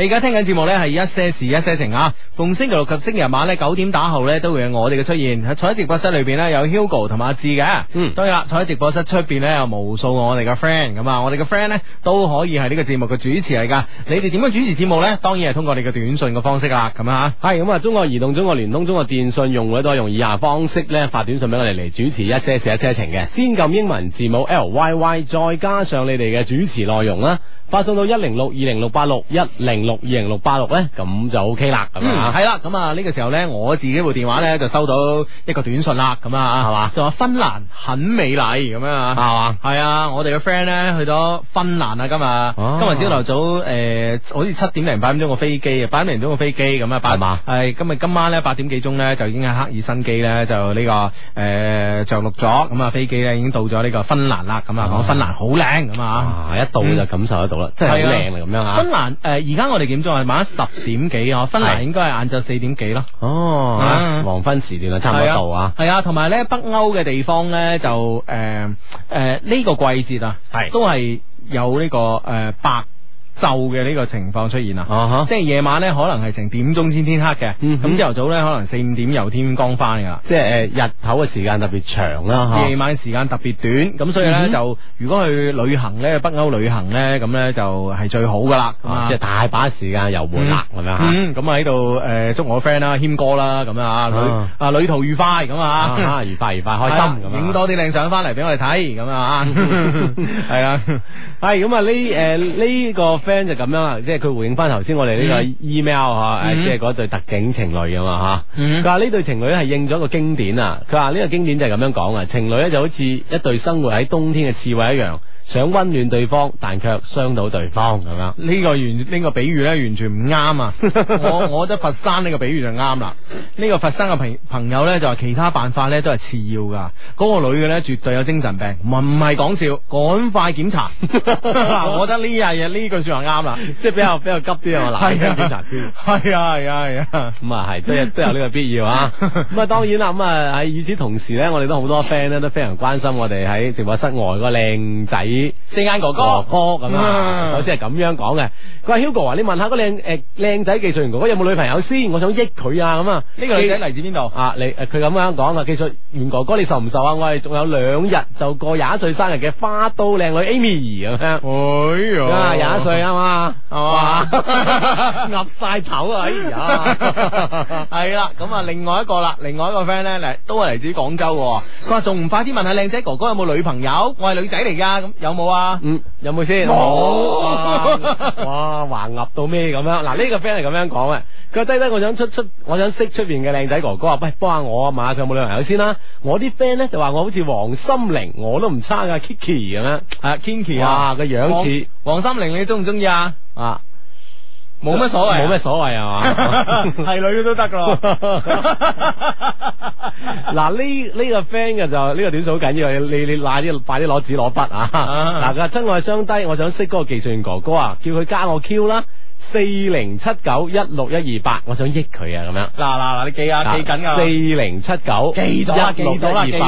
[SPEAKER 1] 你而家聽緊節目呢係一些事一些情啊，逢星期六及星期日晚呢，九點打後呢，都會有我哋嘅出現。喺坐喺直播室裏邊呢，有 Hugo 同埋阿志嘅，嗯，當然啦，坐喺直播室出邊呢，有無數我哋嘅 friend 咁啊，我哋嘅 friend 呢，都可以係呢個節目嘅主持嚟噶。你哋點樣主持節目呢？當然係通過你嘅短信嘅方式啦，咁啊。
[SPEAKER 3] 系咁啊！中國移動、中國聯通、中國電信用戶咧，都係用以下方式咧發短信俾我哋嚟主持一些事一些情嘅。先撳英文字母 L Y Y，再加上你哋嘅主持內容啦，發送到一零六二零六八六一零六二零六八六咧，咁就 OK 啦，咁
[SPEAKER 1] 嗯，
[SPEAKER 3] 啊。
[SPEAKER 1] 系啦，咁啊呢個時候呢，我自己部電話呢，就收到一個短信啦，咁啊，
[SPEAKER 3] 係嘛
[SPEAKER 1] 就話芬蘭很美麗咁樣啊，
[SPEAKER 3] 係嘛，
[SPEAKER 1] 系啊，我哋嘅 friend 咧去咗芬蘭啊，
[SPEAKER 3] 哦
[SPEAKER 1] 今日今日朝頭早诶，好似七點零八點鐘個飛機啊，八點零鐘個飛機咁啊，八
[SPEAKER 3] 係嘛
[SPEAKER 1] 係今日今晚咧八點幾鐘咧就已經喺赫爾辛基咧就呢個诶着陸咗，咁啊飛機咧已經到咗呢個芬蘭啦，咁啊講芬蘭好靚咁啊。
[SPEAKER 3] 啊！一到就感受得到啦，哦真係好靚啦，咁樣啊
[SPEAKER 1] 芬。蘭呃誒，而家我哋幾點鐘啊？晚黑十點幾啊？芬蘭應該係晏晝四點幾咯。
[SPEAKER 3] 哦，
[SPEAKER 1] 啊
[SPEAKER 3] 黃昏時段啊，差唔多到啊。
[SPEAKER 1] 系啊，同埋咧北歐嘅地方咧就诶诶呢個季節啊，
[SPEAKER 3] 係
[SPEAKER 1] 都係有呢、個个呃白晝嘅呢個情況出現啊。
[SPEAKER 3] 啊哈
[SPEAKER 1] 即係夜晚咧，可能係成點鐘先天黑嘅，
[SPEAKER 3] 嗯哼
[SPEAKER 1] 咁朝頭早咧可能四五點又天光翻噶啦。
[SPEAKER 3] 即係诶，日頭嘅時間特別長啦，
[SPEAKER 1] 夜
[SPEAKER 3] 吓。
[SPEAKER 1] 晚時間特別短，咁所以
[SPEAKER 3] 嗯
[SPEAKER 1] 咧就如果去旅行咧，北歐旅行咧，咁咧就係最好噶啦。咁
[SPEAKER 3] 啊
[SPEAKER 1] 啊
[SPEAKER 3] 即係大把時間遊玩啦，咁樣吓。
[SPEAKER 1] 嗯，咁啊喺度诶祝我 friend 啦，谦哥啦，咁啊
[SPEAKER 3] 啊
[SPEAKER 1] 旅啊旅途愉快咁啊。
[SPEAKER 3] 啊，愉快愉快，開心咁樣啊
[SPEAKER 1] 影多啲靚 相翻嚟俾我哋睇咁啊，係啦。
[SPEAKER 3] 系咁啊！呢诶呢個 friend friend 就咁樣啦，即係佢回應翻頭先我哋呢個 email 吓、誒
[SPEAKER 1] 嗯
[SPEAKER 3] 即係嗰對特警情侶啊嘛吓。
[SPEAKER 1] 嗯
[SPEAKER 3] 佢話呢對情侶咧係應咗一個經典啊，佢話呢個經典就係咁樣講啊，情侶咧就好似一對生活喺冬天嘅刺猬一樣，想温暖對方，但卻傷到對方咁樣。
[SPEAKER 1] 呢個 完呢、個比喻咧完全唔啱啊！我我覺得佛山呢個比喻就啱啦。呢、個佛山嘅朋朋友咧就話其他辦法咧都係次要噶，嗰、個女嘅咧絕對有精神病，唔係唔係講笑，趕快檢 查。我覺得呢樣嘢呢句说話啱啦，
[SPEAKER 3] 即係比較比較急啲啊，嗱，先檢查先。
[SPEAKER 1] 係啊係啊係啊，
[SPEAKER 3] 咁啊係，都 有都有呢個必要啊。咁啊當然啦，咁啊喺與此同時咧，我哋都好多 friend 咧都非常關心我哋喺直播室外嗰個靚仔四眼哥哥哥咁啊。
[SPEAKER 1] 嗯
[SPEAKER 3] 首先係咁樣講嘅，佢話 Hugo 啊，你問下個靚誒靚仔技術員哥哥有冇女朋友先，我想益佢啊咁啊。
[SPEAKER 1] 呢個女仔嚟自邊度？
[SPEAKER 3] 啊，你誒佢咁樣講啊，技術員哥哥你受唔受啊？我哋仲有兩日就過廿一歲生日嘅花都靚女 Amy 咁樣。
[SPEAKER 1] 哎
[SPEAKER 3] 啊，廿一歲啊嘛，
[SPEAKER 1] 係嘛， 岌晒頭啊！哎呀， 係啦，咁啊，另外一個啦，另外一個 friend 咧嚟都係嚟自於廣州嘅，佢話仲唔快啲問下靚仔哥哥有冇女朋友？我係女仔嚟㗎，咁有冇啊？
[SPEAKER 3] 嗯，有冇先？哦
[SPEAKER 1] 冇
[SPEAKER 3] 哇，橫岌到咩咁樣？嗱，呢個 friend 係咁樣講嘅，佢話低低，我想出出，我想識出邊嘅靚仔哥哥啊，喂，幫下我啊嘛，佢有冇女朋友先啦？我啲 friend 咧就話我好似黃心凌，我都唔差噶，Kiki 咁樣，
[SPEAKER 1] 啊，Kinky
[SPEAKER 3] 哇，
[SPEAKER 1] 啊，
[SPEAKER 3] 個樣似
[SPEAKER 1] 黃黃心凌，你中唔中意啊？
[SPEAKER 3] 啊，
[SPEAKER 1] 冇乜所謂，啊
[SPEAKER 3] 冇 乜所謂啊係嘛？
[SPEAKER 1] 係女嘅都得噶
[SPEAKER 3] 嗱呢呢個 friend 嘅就呢個短數好緊要，你你你快啲快啲攞紙攞筆啊！嗱，佢話真愛相低，我想識嗰個技術員哥哥啊，叫佢加我 Q 啦，四零七九一六一二八，我想益佢啊咁樣。
[SPEAKER 1] 嗱嗱嗱，你記下記緊啊！
[SPEAKER 3] 四零七九，
[SPEAKER 1] 記咗啦記咗啦記記咗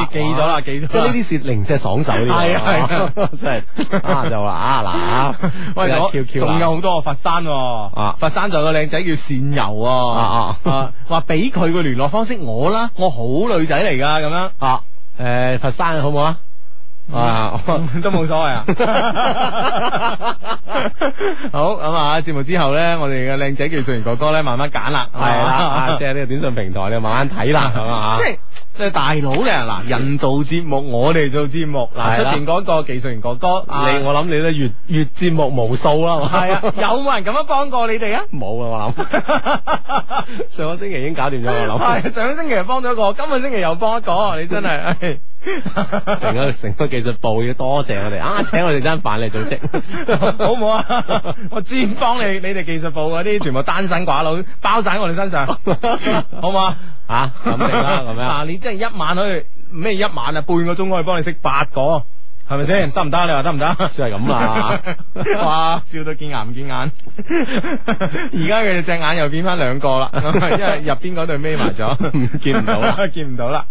[SPEAKER 1] 啦記咗啦
[SPEAKER 3] 即係呢啲是零舍爽手啲喎，
[SPEAKER 1] 係啊係啊
[SPEAKER 3] 真係啊就話啊嗱，
[SPEAKER 1] 喂，我
[SPEAKER 3] Q Q
[SPEAKER 1] 仲有好多佛山喎
[SPEAKER 3] 啊
[SPEAKER 1] 佛山仲有個靚仔叫善柔喎
[SPEAKER 3] 啊啊
[SPEAKER 1] 啊，話俾佢個聯絡方式我啦，我好女仔嚟㗎，咁樣
[SPEAKER 3] 啊，誒佛山好唔好啊？啊，
[SPEAKER 1] 都冇所謂 啊。好咁啊！節目之後咧，我哋嘅靚仔技術員哥哥咧，慢慢揀啦，
[SPEAKER 3] 係啦，啊即
[SPEAKER 1] 即係
[SPEAKER 3] 係呢個短信平台，你慢慢 睇啦，係嘛？
[SPEAKER 1] 即係。你大佬咧，嗱，人做節目，我哋做節目，嗱，
[SPEAKER 3] 係
[SPEAKER 1] 出
[SPEAKER 3] 啦
[SPEAKER 1] 邊嗰個技術員哥哥，啊
[SPEAKER 3] 你我諗你都越越節目無數啦，
[SPEAKER 1] 係啊，有冇人咁樣幫過你哋 啊？
[SPEAKER 3] 冇啊，我諗 上個星期已經搞掂咗，我諗
[SPEAKER 1] 系上個星期又幫咗一個，今個星期又幫一個，你 真係唉
[SPEAKER 3] 成個成個技術部要多謝我哋啊，請我哋餐飯嚟 組織，
[SPEAKER 1] 好唔好啊？我專幫你，你哋技術部嗰啲全部單身寡佬包晒喺我哋 身上，好唔好啊？
[SPEAKER 3] 啊咁定啦 咁樣
[SPEAKER 1] 嗱，你真係一晚可以咩一晚啊，半個鐘可以幫你識八個。係 咪先？得唔得？你話得唔得？
[SPEAKER 3] 算係 咁啦
[SPEAKER 1] 哇，笑到見牙唔見眼。而家佢隻眼又變翻兩個啦，因為入邊嗰對眯埋咗，
[SPEAKER 3] 見唔到啦，
[SPEAKER 1] 見唔到啦。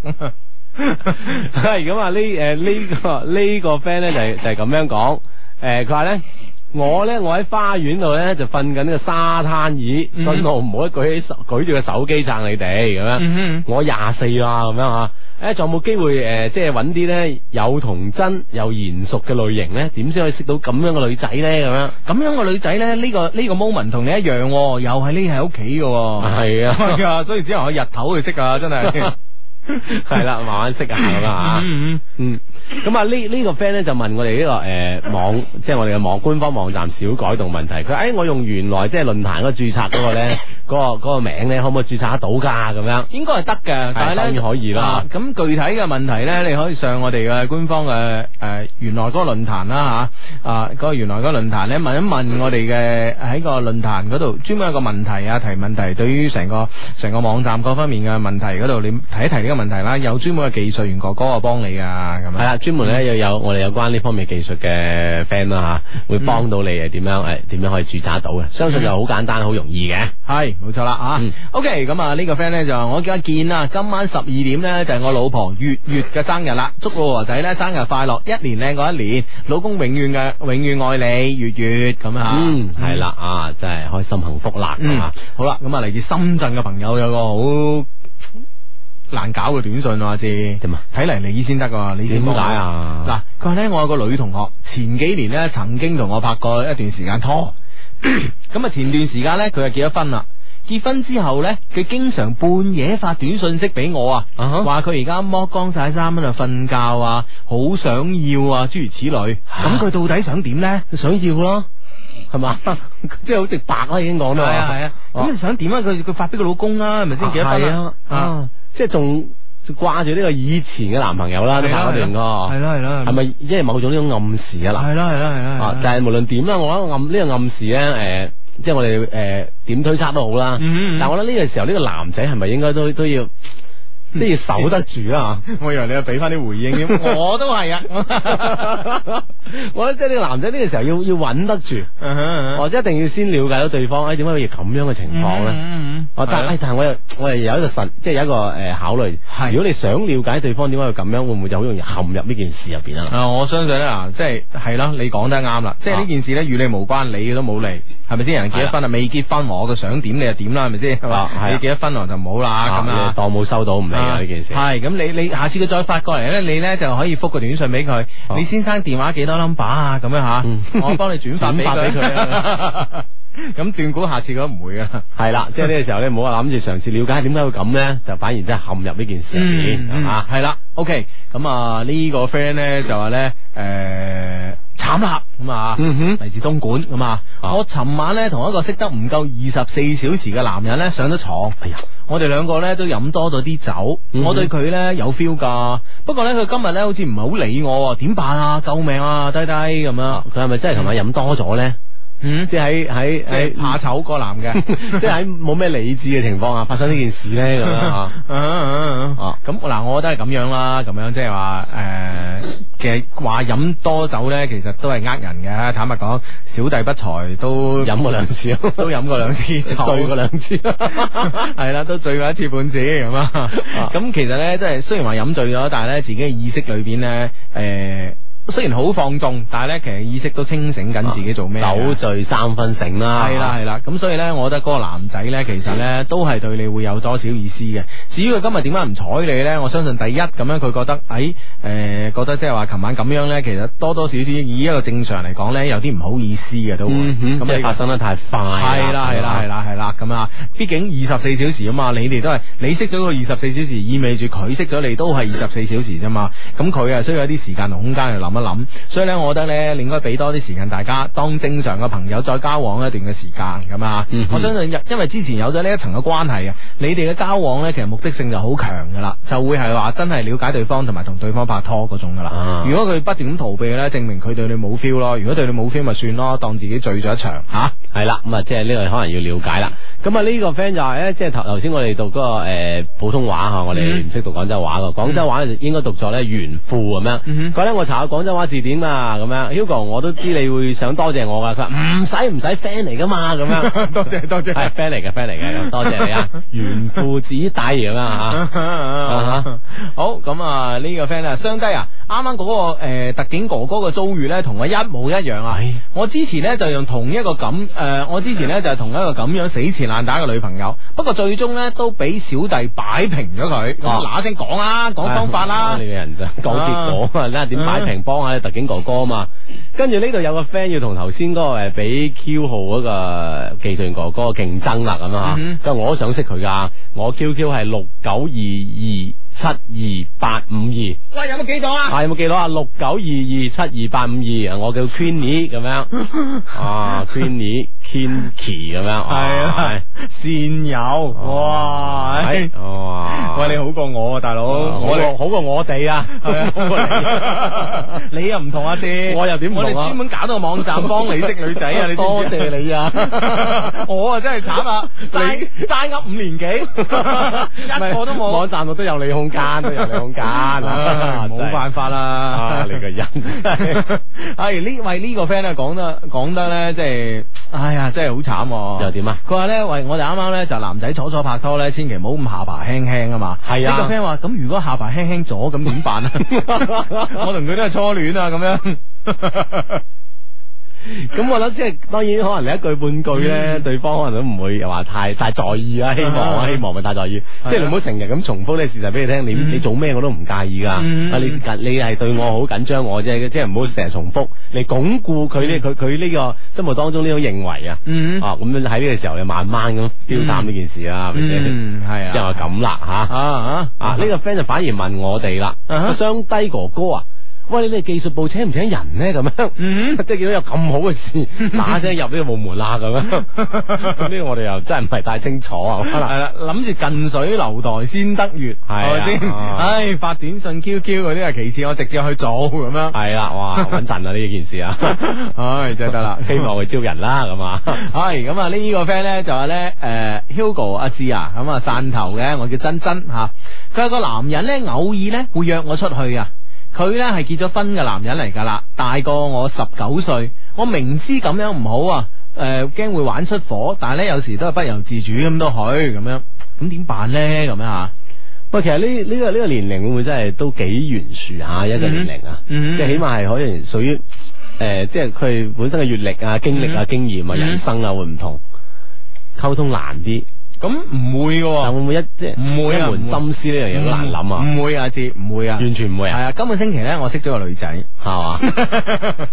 [SPEAKER 3] 係咁啊！呢誒呢個呢個 friend 咧就係就係咁樣講，誒佢話咧。我咧，我喺花園度咧就瞓緊呢個沙灘椅，信號唔好舉起手，舉住個手機撐你哋咁樣。
[SPEAKER 1] 嗯
[SPEAKER 3] 我廿四啦，咁樣吓。誒，仲有冇機會誒、即係揾啲咧有童真又賢淑嘅類型咧？點先可以識到咁樣嘅女仔咧？咁樣
[SPEAKER 1] 咁樣個女仔咧，呢、個呢、個 moment 同你一樣、喎，又係匿喺屋企嘅喎。
[SPEAKER 3] 係啊
[SPEAKER 1] 係啊，所以只能去日頭去識啊，真 係。
[SPEAKER 3] 係啦，慢慢識下咁啊嚇。
[SPEAKER 1] 嗯嗯
[SPEAKER 3] 嗯，咁啊呢呢個 friend 咧就問我哋呢、個誒、呃 網，即係我哋嘅網官方網站小改動問題。佢誒、哎我用原來即係論壇嗰個註冊嗰 個咧，嗰、個嗰個名咧，可唔可以註冊得到㗎？咁樣
[SPEAKER 1] 應該係得嘅，但係
[SPEAKER 3] 當
[SPEAKER 1] 咧
[SPEAKER 3] 然可以啦
[SPEAKER 1] 啊咁、具體嘅問題咧，你可以上我哋嘅官方嘅誒、呃原來嗰個論壇啦嚇，啊嗰、個原來嗰個論壇咧問一問我哋嘅喺個論壇嗰度專門有個問題啊提問題，對於成個成個網站各方面嘅問題嗰度，你提一提呢個問題啦，有專門嘅技術員哥哥啊幫你啊咁樣。
[SPEAKER 3] 係啦，專門咧又有我哋有關呢方面技術嘅 friend 啦嚇，會幫到你誒點樣
[SPEAKER 1] 嗯
[SPEAKER 3] 誒點樣可以註冊得到嘅。相信就好簡單，好容易嘅。
[SPEAKER 1] 系，冇錯啦啊。
[SPEAKER 3] 嗯
[SPEAKER 1] OK，咁啊呢個 friend 咧就話我叫阿健啊，今晚十二點咧就係我老婆月月嘅生日啦，祝老婆仔咧生日快樂，一年靚過一年，老公永遠嘅永遠愛你，月月咁啊。
[SPEAKER 3] 嗯，係啦，啊，真係開心幸福啦，
[SPEAKER 1] 嗯
[SPEAKER 3] 啊，
[SPEAKER 1] 好啦，咁啊嚟自深圳嘅朋友有個好。難搞嘅短信喎阿志，
[SPEAKER 3] 點啊？
[SPEAKER 1] 睇嚟你先得㗎，你先
[SPEAKER 3] 點
[SPEAKER 1] 幫我
[SPEAKER 3] 解啊
[SPEAKER 1] 嗱，佢話咧，我有個女同學，前幾年咧曾經同我拍過一段時間拖， 咁啊前段時間咧佢就結咗婚啦。結婚之後咧，佢經常半夜發短信息俾我啊，
[SPEAKER 3] 啊哈
[SPEAKER 1] 話佢而家剝光晒衫喺度瞓覺啊，好想要啊，諸如此類。咁佢到底想點咧？
[SPEAKER 3] 想要咯。系嘛？ 即係好直白啦，已經講到
[SPEAKER 1] 係啊係啊咁你
[SPEAKER 3] 想點啊？佢佢發俾佢老公啦，係咪
[SPEAKER 1] 先幾多分
[SPEAKER 3] 啊
[SPEAKER 1] 啊？
[SPEAKER 3] 啊
[SPEAKER 1] 啊，
[SPEAKER 3] 即係仲掛住呢個以前嘅男朋友啦，都
[SPEAKER 1] 係
[SPEAKER 3] 拍
[SPEAKER 1] 啦
[SPEAKER 3] 嗰段㗎。
[SPEAKER 1] 係啦係啦係啦哦
[SPEAKER 3] 係咪即係某種呢種暗示啊？嗱
[SPEAKER 1] 係啦係啦係啦係啦
[SPEAKER 3] 啊但係無論點啦，我覺得暗呢個暗示咧，誒。即係我哋誒點推測都好啦，
[SPEAKER 1] 嗯嗯
[SPEAKER 3] 但係我覺得呢個時候呢個男仔係咪應該都都要
[SPEAKER 1] 嗯
[SPEAKER 3] 即係要守得住 啊？
[SPEAKER 1] 我以為你要俾翻啲回應添， 我都係啊，
[SPEAKER 3] 我覺得即係呢個男仔呢個時候要要穩得住，
[SPEAKER 1] 嗯
[SPEAKER 3] 或者一定要先了解到對方，誒哎點解會有咁樣嘅情
[SPEAKER 1] 嗯
[SPEAKER 3] 況咧？哦，
[SPEAKER 1] 啊
[SPEAKER 3] 但係但係我又我又有一個神，即係有一個誒考慮。如果你想了解對方點解會咁樣，會唔會就好容易陷入呢件事入邊啊？
[SPEAKER 1] 啊，我相信咧，嗱，即係係啦，你講得啱啦，即係呢件事咧與你無關，你都冇理，啊係咪先？人結咗婚啊，未結婚，我嘅想點你就點啦，係咪先？係嘛
[SPEAKER 3] 啊係啊
[SPEAKER 1] 你結咗婚我就唔好啦，咁
[SPEAKER 3] 你
[SPEAKER 1] 啊。
[SPEAKER 3] 當冇收到唔理啦呢件事。
[SPEAKER 1] 係咁，你你下次佢再發過嚟咧，你咧就可以覆個短信俾佢，
[SPEAKER 3] 哦
[SPEAKER 1] 你先生電話幾多 number 啊？咁樣
[SPEAKER 3] 嗯
[SPEAKER 1] 吓，我幫你轉發俾
[SPEAKER 3] 轉發俾佢
[SPEAKER 1] 佢。咁斷估下次佢都唔會啊噶啦。
[SPEAKER 3] 係啦，即係呢個時候咧，唔好話諗住嘗試了解點解會咁咧，就反而真係陷入呢件事入
[SPEAKER 1] 嗯
[SPEAKER 3] 邊，係嘛？
[SPEAKER 1] 系啊啦，OK，咁啊呢個 friend 咧就話咧，诶慘啦，咁啊，嚟自東莞咁啊，我尋晚咧同一個識得唔夠二十四小時嘅男人咧上咗床，哎呀，嗯我哋兩個咧都飲多咗啲酒，我對佢咧有 feel 噶，不過咧佢今日咧好似唔係好理我喎，點辦啊？救命啊！低低咁 樣，
[SPEAKER 3] 佢係咪真係琴晚飲多咗咧？
[SPEAKER 1] 嗯，
[SPEAKER 3] 即係喺喺
[SPEAKER 1] 即係
[SPEAKER 3] 喺
[SPEAKER 1] 怕醜個男 嘅。
[SPEAKER 3] 即係喺冇咩理智嘅情況下發生呢件事咧，咁樣啊。
[SPEAKER 1] 啊咁嗱，我覺得係咁樣啦，咁樣即係話誒，其實話飲多酒咧，其實都係呃人嘅。坦白講，小弟不才都
[SPEAKER 3] 飲過兩次，
[SPEAKER 1] 都飲過兩 次酒，
[SPEAKER 3] 醉過兩次，
[SPEAKER 1] 係啦，都醉過一次半次咁啊。咁其實咧，即係雖然話飲醉咗，但係咧自己嘅意識裏邊咧，誒。雖然好放縱，但係咧，其實意識都清醒緊自己做咩嘅。啊
[SPEAKER 3] 酒醉三分醒啦，
[SPEAKER 1] 系啦系啦，咁所以咧，我覺得嗰個男仔咧，其實咧都係對你會有多少意思嘅。至於佢今日點解唔睬你咧，我相信第一咁樣佢覺得，哎诶、呃，觉得即係話琴晚咁樣咧，其實多多少少以一個正常嚟講咧，有啲唔好意思嘅都會。
[SPEAKER 3] 嗯哼，
[SPEAKER 1] 咁
[SPEAKER 3] 即係
[SPEAKER 1] 你
[SPEAKER 3] 發生得太快啦，
[SPEAKER 1] 係啦係啦係啦係啦咁啊！畢竟二十四小時啊嘛，你哋都係你識咗佢二十四小時，意味住佢識咗你都係二十四小時啫嘛。咁佢啊需要一啲時間同空間去諗一諗，所以咧，我覺得咧，你應該俾多啲時間大家當正常嘅朋友再交往一段嘅時間咁啊。我相信因為之前有咗呢一層嘅關係啊，你哋嘅交往咧其實目的性就好強噶啦，就會係話真係了解對方同埋同對方拍拖嗰種噶啦。如果佢不斷咁逃避咧，證明佢對你冇 feel 咯；如果對你冇 feel 咪算咯，當自己醉咗一場吓。
[SPEAKER 3] 係啦，咁啊，即係呢個可能要了解啦。咁啊，呢個 friend 就話咧，即係頭頭先我哋讀嗰個誒普通話嚇，我
[SPEAKER 1] 嗯
[SPEAKER 3] 哋唔識讀廣州話㗎。廣州話就應該讀作咧炫富咁
[SPEAKER 1] 嗯
[SPEAKER 3] 樣。佢咧我查下廣州話字典啊，咁樣 Hugo 我都知你會想多謝我㗎。啊佢話唔使唔使 friend 嚟㗎嘛，咁 樣
[SPEAKER 1] 多謝多謝
[SPEAKER 3] 係 friend 嚟嘅 friend 嚟嘅，咁多謝你啊，炫富子弟咁樣 嚇。
[SPEAKER 1] 啊好咁啊！呢個 friend 啊，雙低啊，啱啱嗰個誒特警哥哥嘅遭遇咧，同我一模一樣啊！我之前咧就用同一個咁誒，我之前咧就係同一個咁樣死纏爛打嘅女朋友，不過最終咧都俾小弟擺平咗佢。咁啊
[SPEAKER 3] 哦
[SPEAKER 1] 嗱嗱聲講啦，講方法啦
[SPEAKER 3] 你。個人就講結啊果啊，睇下點擺平幫下你特警哥哥啊嘛。跟住呢度有個 friend 要同頭先嗰個誒俾 Q 號嗰個技術員哥哥競爭啦咁啊
[SPEAKER 1] 嗯，
[SPEAKER 3] 咁我都想識佢噶，我 QQ 係六九二二七二八五二。
[SPEAKER 1] 喂，有冇幾多啊？
[SPEAKER 3] 啊，有冇記到啊？六九二二七二八五二，啊我叫 Queenie 咁樣，啊 Queenie Kinky 咁樣，啊，
[SPEAKER 1] 善
[SPEAKER 3] 哦
[SPEAKER 1] 友，哇！
[SPEAKER 3] 係哇，
[SPEAKER 1] 喂，你好過我啊，大佬，我哋
[SPEAKER 3] 好過好過我哋啊，好過你
[SPEAKER 1] 你又唔同阿姐，
[SPEAKER 3] 我又點唔同啊
[SPEAKER 1] 我哋專門搞到個網站幫你識女仔啊！你知唔
[SPEAKER 3] 多
[SPEAKER 1] 知
[SPEAKER 3] 謝你啊！
[SPEAKER 1] 啊？ 我啊真係慘啊，齋齋噏五年 幾，一個都冇。
[SPEAKER 3] 網站度都有你空間，都有你空間，
[SPEAKER 1] 唉冇辦法
[SPEAKER 3] 啊！
[SPEAKER 1] 啦，
[SPEAKER 3] 你個人 真係
[SPEAKER 1] 系呢位呢個 friend 咧講得講得咧，即係哎呀，真係好慘喎。
[SPEAKER 3] 又點啊？
[SPEAKER 1] 佢話咧，喂，我哋啱啱咧就男仔初初拍拖咧，千祈唔好咁下巴輕輕啊嘛。
[SPEAKER 3] 係啊
[SPEAKER 1] 呢個 friend 話咁，如果下巴輕輕咗，咁點 辦啊？我同佢都係初戀啊，咁樣。
[SPEAKER 3] 咁我諗啊即係當然，可能你一句半句
[SPEAKER 1] 嗯
[SPEAKER 3] 咧，對方可能都唔會話太太在意啦。希望啊，希望咪太在意，
[SPEAKER 1] 啊
[SPEAKER 3] 即係你唔好成日咁重複呢個事實俾你聽。你你做咩我都唔介意㗎。啊，
[SPEAKER 1] 嗯
[SPEAKER 3] 你你係對我好緊張我啫，即係唔好成日重複嚟鞏固佢呢佢佢呢個生活當中呢種認為啊。
[SPEAKER 1] 嗯
[SPEAKER 3] 啊，咁樣喺呢個時候你慢慢咁丟淡呢件事啦，係咪先？
[SPEAKER 1] 嗯係啊
[SPEAKER 3] 即係話咁啦吓。
[SPEAKER 1] 啊啊
[SPEAKER 3] 嗯啊！呢、個 friend 就反而問我哋啦，
[SPEAKER 1] 啊哈
[SPEAKER 3] 雙低哥哥啊，喂，你哋技術部請唔請人咧？咁樣，嗯， 即係見到有咁好嘅 事，嗱聲入呢個部門啦，咁 樣，呢個我哋又真係唔係太清楚啊，
[SPEAKER 1] 系 啦，谂住近水樓台先得月，系
[SPEAKER 3] 啊
[SPEAKER 1] 咪先？
[SPEAKER 3] 啊
[SPEAKER 1] 唉，發短信 QQ 嗰啲係其次，我直接去做咁樣。
[SPEAKER 3] 係啦，哇，穩陣啊呢件事 啊，
[SPEAKER 1] 唉，真係得啦，
[SPEAKER 3] 希望佢招人啦，咁啊，
[SPEAKER 1] 系咁啊！呢個 friend 咧就話咧，诶，Hugo 阿志啊，咁啊汕頭嘅，我叫珍珍吓。佢係個男人咧，偶爾咧會約我出去啊。佢咧係結咗婚嘅男人嚟㗎啦，大過我十九歲。我明知咁樣唔好啊，诶、驚會玩出火，但係咧有時都係不由自主咁都去咁樣。咁點辦咧？咁樣啊吓，
[SPEAKER 3] 喂，其實呢呢個呢個年齡會唔會真係都幾懸殊下一個年齡啊？
[SPEAKER 1] 嗯嗯
[SPEAKER 3] 即係起碼係可以屬於誒，即係佢本身嘅閱歷啊、經歷啊、
[SPEAKER 1] 嗯
[SPEAKER 3] 經驗啊、
[SPEAKER 1] 嗯
[SPEAKER 3] 人生啊會唔同，溝通難啲。
[SPEAKER 1] 咁唔會嘅喎
[SPEAKER 3] 但會唔會一即係
[SPEAKER 1] 哦唔會啊
[SPEAKER 3] 一門心思呢樣嘢都難諗啊？
[SPEAKER 1] 唔會啊，志唔會啊，
[SPEAKER 3] 完全唔會
[SPEAKER 1] 係
[SPEAKER 3] 啊，
[SPEAKER 1] 啊，今個星期咧，我識咗個女仔，
[SPEAKER 3] 係
[SPEAKER 1] 啊
[SPEAKER 3] 嘛？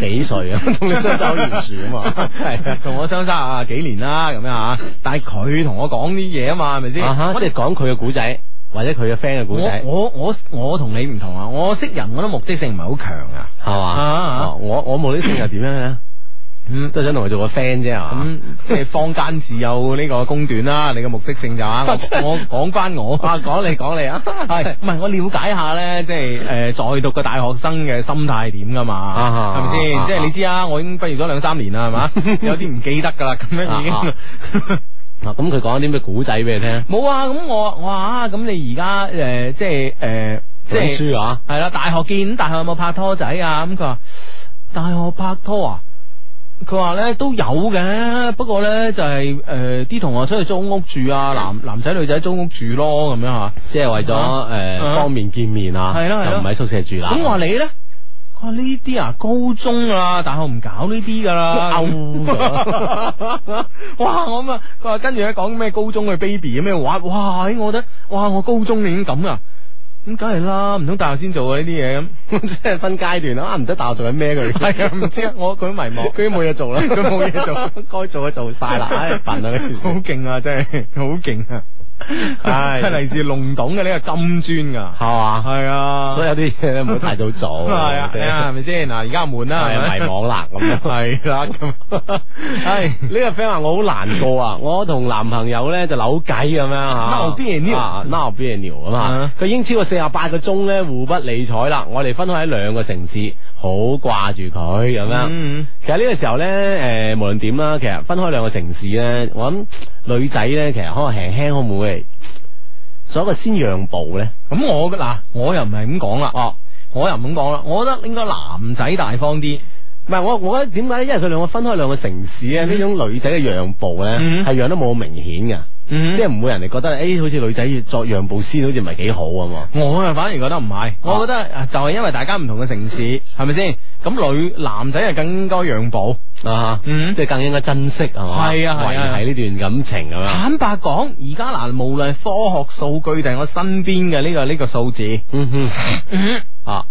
[SPEAKER 3] 幾歲啊？同你相差好懸殊啊嘛！ 真係
[SPEAKER 1] 同我相差啊幾年啦，咁樣啊，但係佢同我講啲嘢啊嘛，係咪先？
[SPEAKER 3] 啊哈！我哋講佢嘅古仔，或者佢嘅 friend 嘅古仔，
[SPEAKER 1] 我我我我同你唔同啊！我識人我都目的性唔係好強啊。
[SPEAKER 3] 係嘛？
[SPEAKER 1] 啊
[SPEAKER 3] 哦我我冇呢性又點樣咧？
[SPEAKER 1] 嗯
[SPEAKER 3] 都係想同佢做個 friend 啫，係嘛？
[SPEAKER 1] 咁即係坊間自有呢個公斷啦，你嘅目的性就 啊，我我講翻我 啊，講你講你啊，係 唔係我了解下咧，即係诶在讀嘅大學生嘅心態係點噶嘛，
[SPEAKER 3] 啊
[SPEAKER 1] 係咪先？
[SPEAKER 3] 啊
[SPEAKER 1] 即係你知啊，我已經畢業咗兩三年啦，係 嘛，有啲唔記得噶啦，咁樣已
[SPEAKER 3] 啊
[SPEAKER 1] 經。
[SPEAKER 3] 嗱，啊咁佢講啲咩古仔俾你聽？
[SPEAKER 1] 冇啊，咁我我話啊，咁你而家诶，即係诶，即
[SPEAKER 3] 本
[SPEAKER 1] 係
[SPEAKER 3] 書啊，
[SPEAKER 1] 係啦，大學見，大學有冇拍拖仔啊？咁佢話大學拍拖啊，佢話咧都有嘅，不過咧就係诶啲同學出去租屋住啊，男男仔女仔租屋住咯，咁樣啊吓。
[SPEAKER 3] 即係為咗诶
[SPEAKER 1] 啊
[SPEAKER 3] 方便見面啊，
[SPEAKER 1] 係咯係咯
[SPEAKER 3] 就唔喺宿舍住啦。
[SPEAKER 1] 咁我話你咧，佢話呢啲啊高中啊，大學唔搞呢啲噶啦。
[SPEAKER 3] 哦
[SPEAKER 1] 哇！我咁啊，佢話跟住咧講咩高中嘅 baby 咩玩，哇！咦我覺得哇，我高中你已經咁啦，咁梗係啦，唔通大學先做啊呢啲嘢咁。
[SPEAKER 3] 即係分階段啦，啊唔得大學做緊咩佢？
[SPEAKER 1] 係啊，唔知啊，我佢都迷茫，
[SPEAKER 3] 佢冇嘢做啦，
[SPEAKER 1] 佢冇嘢做，
[SPEAKER 3] 該做嘅做晒啦，唉，笨啊！
[SPEAKER 1] 好 勁啊，真係好勁 啊！
[SPEAKER 3] 唉
[SPEAKER 1] 係嚟自龍洞嘅呢個金磚噶，
[SPEAKER 3] 係嘛？
[SPEAKER 1] 係啊，
[SPEAKER 3] 所以有啲嘢咧唔好太早做，
[SPEAKER 1] 係啊，係啊係咪先？嗱，而家悶啦，
[SPEAKER 3] 係啊
[SPEAKER 1] 係咪
[SPEAKER 3] 迷惘啦咁樣。
[SPEAKER 1] 系啦，咁 系
[SPEAKER 3] 呢個 friend 話我好難 過啊！我同男朋友咧就扭計咁樣吓，
[SPEAKER 1] 鬧別扭
[SPEAKER 3] 啊鬧別扭咁啊
[SPEAKER 1] 啊！
[SPEAKER 3] 佢已經超過四十八個鐘咧，互不理睬啦。我哋分開喺兩個城市，好掛住佢咁樣。
[SPEAKER 1] 嗯
[SPEAKER 3] 其實呢個時候咧，诶，無論點啦，其實分開兩個城市咧，我諗女仔咧，其實可能輕輕可唔會做一個先讓步咧？
[SPEAKER 1] 咁我嗱，我又唔系咁讲啦，
[SPEAKER 3] 哦，
[SPEAKER 1] 我又唔咁讲啦，我覺得應該男仔大方啲，
[SPEAKER 3] 唔係我，我覺得點解咧？因為佢兩個分開兩個城市咧，呢種女仔嘅讓步咧，
[SPEAKER 1] 嗯
[SPEAKER 3] 係讓得冇咁明顯㗎。
[SPEAKER 1] 嗯
[SPEAKER 3] 即系唔會人哋覺得，诶、好似女仔要作讓步先，好似唔係幾好咁啊。
[SPEAKER 1] 我啊反而覺得唔係，我覺得啊就係因為大家唔同嘅城市，係咪先？咁女男仔係更應該讓步。
[SPEAKER 3] 啊，
[SPEAKER 1] 嗯
[SPEAKER 3] 即係更應該珍惜係嘛，
[SPEAKER 1] 係啊係啊
[SPEAKER 3] 維係呢段感情咁樣。
[SPEAKER 1] 坦白講，而家嗱，無論係科學數據定係我身邊嘅呢個呢、個數字，
[SPEAKER 3] 嗯哼，啊，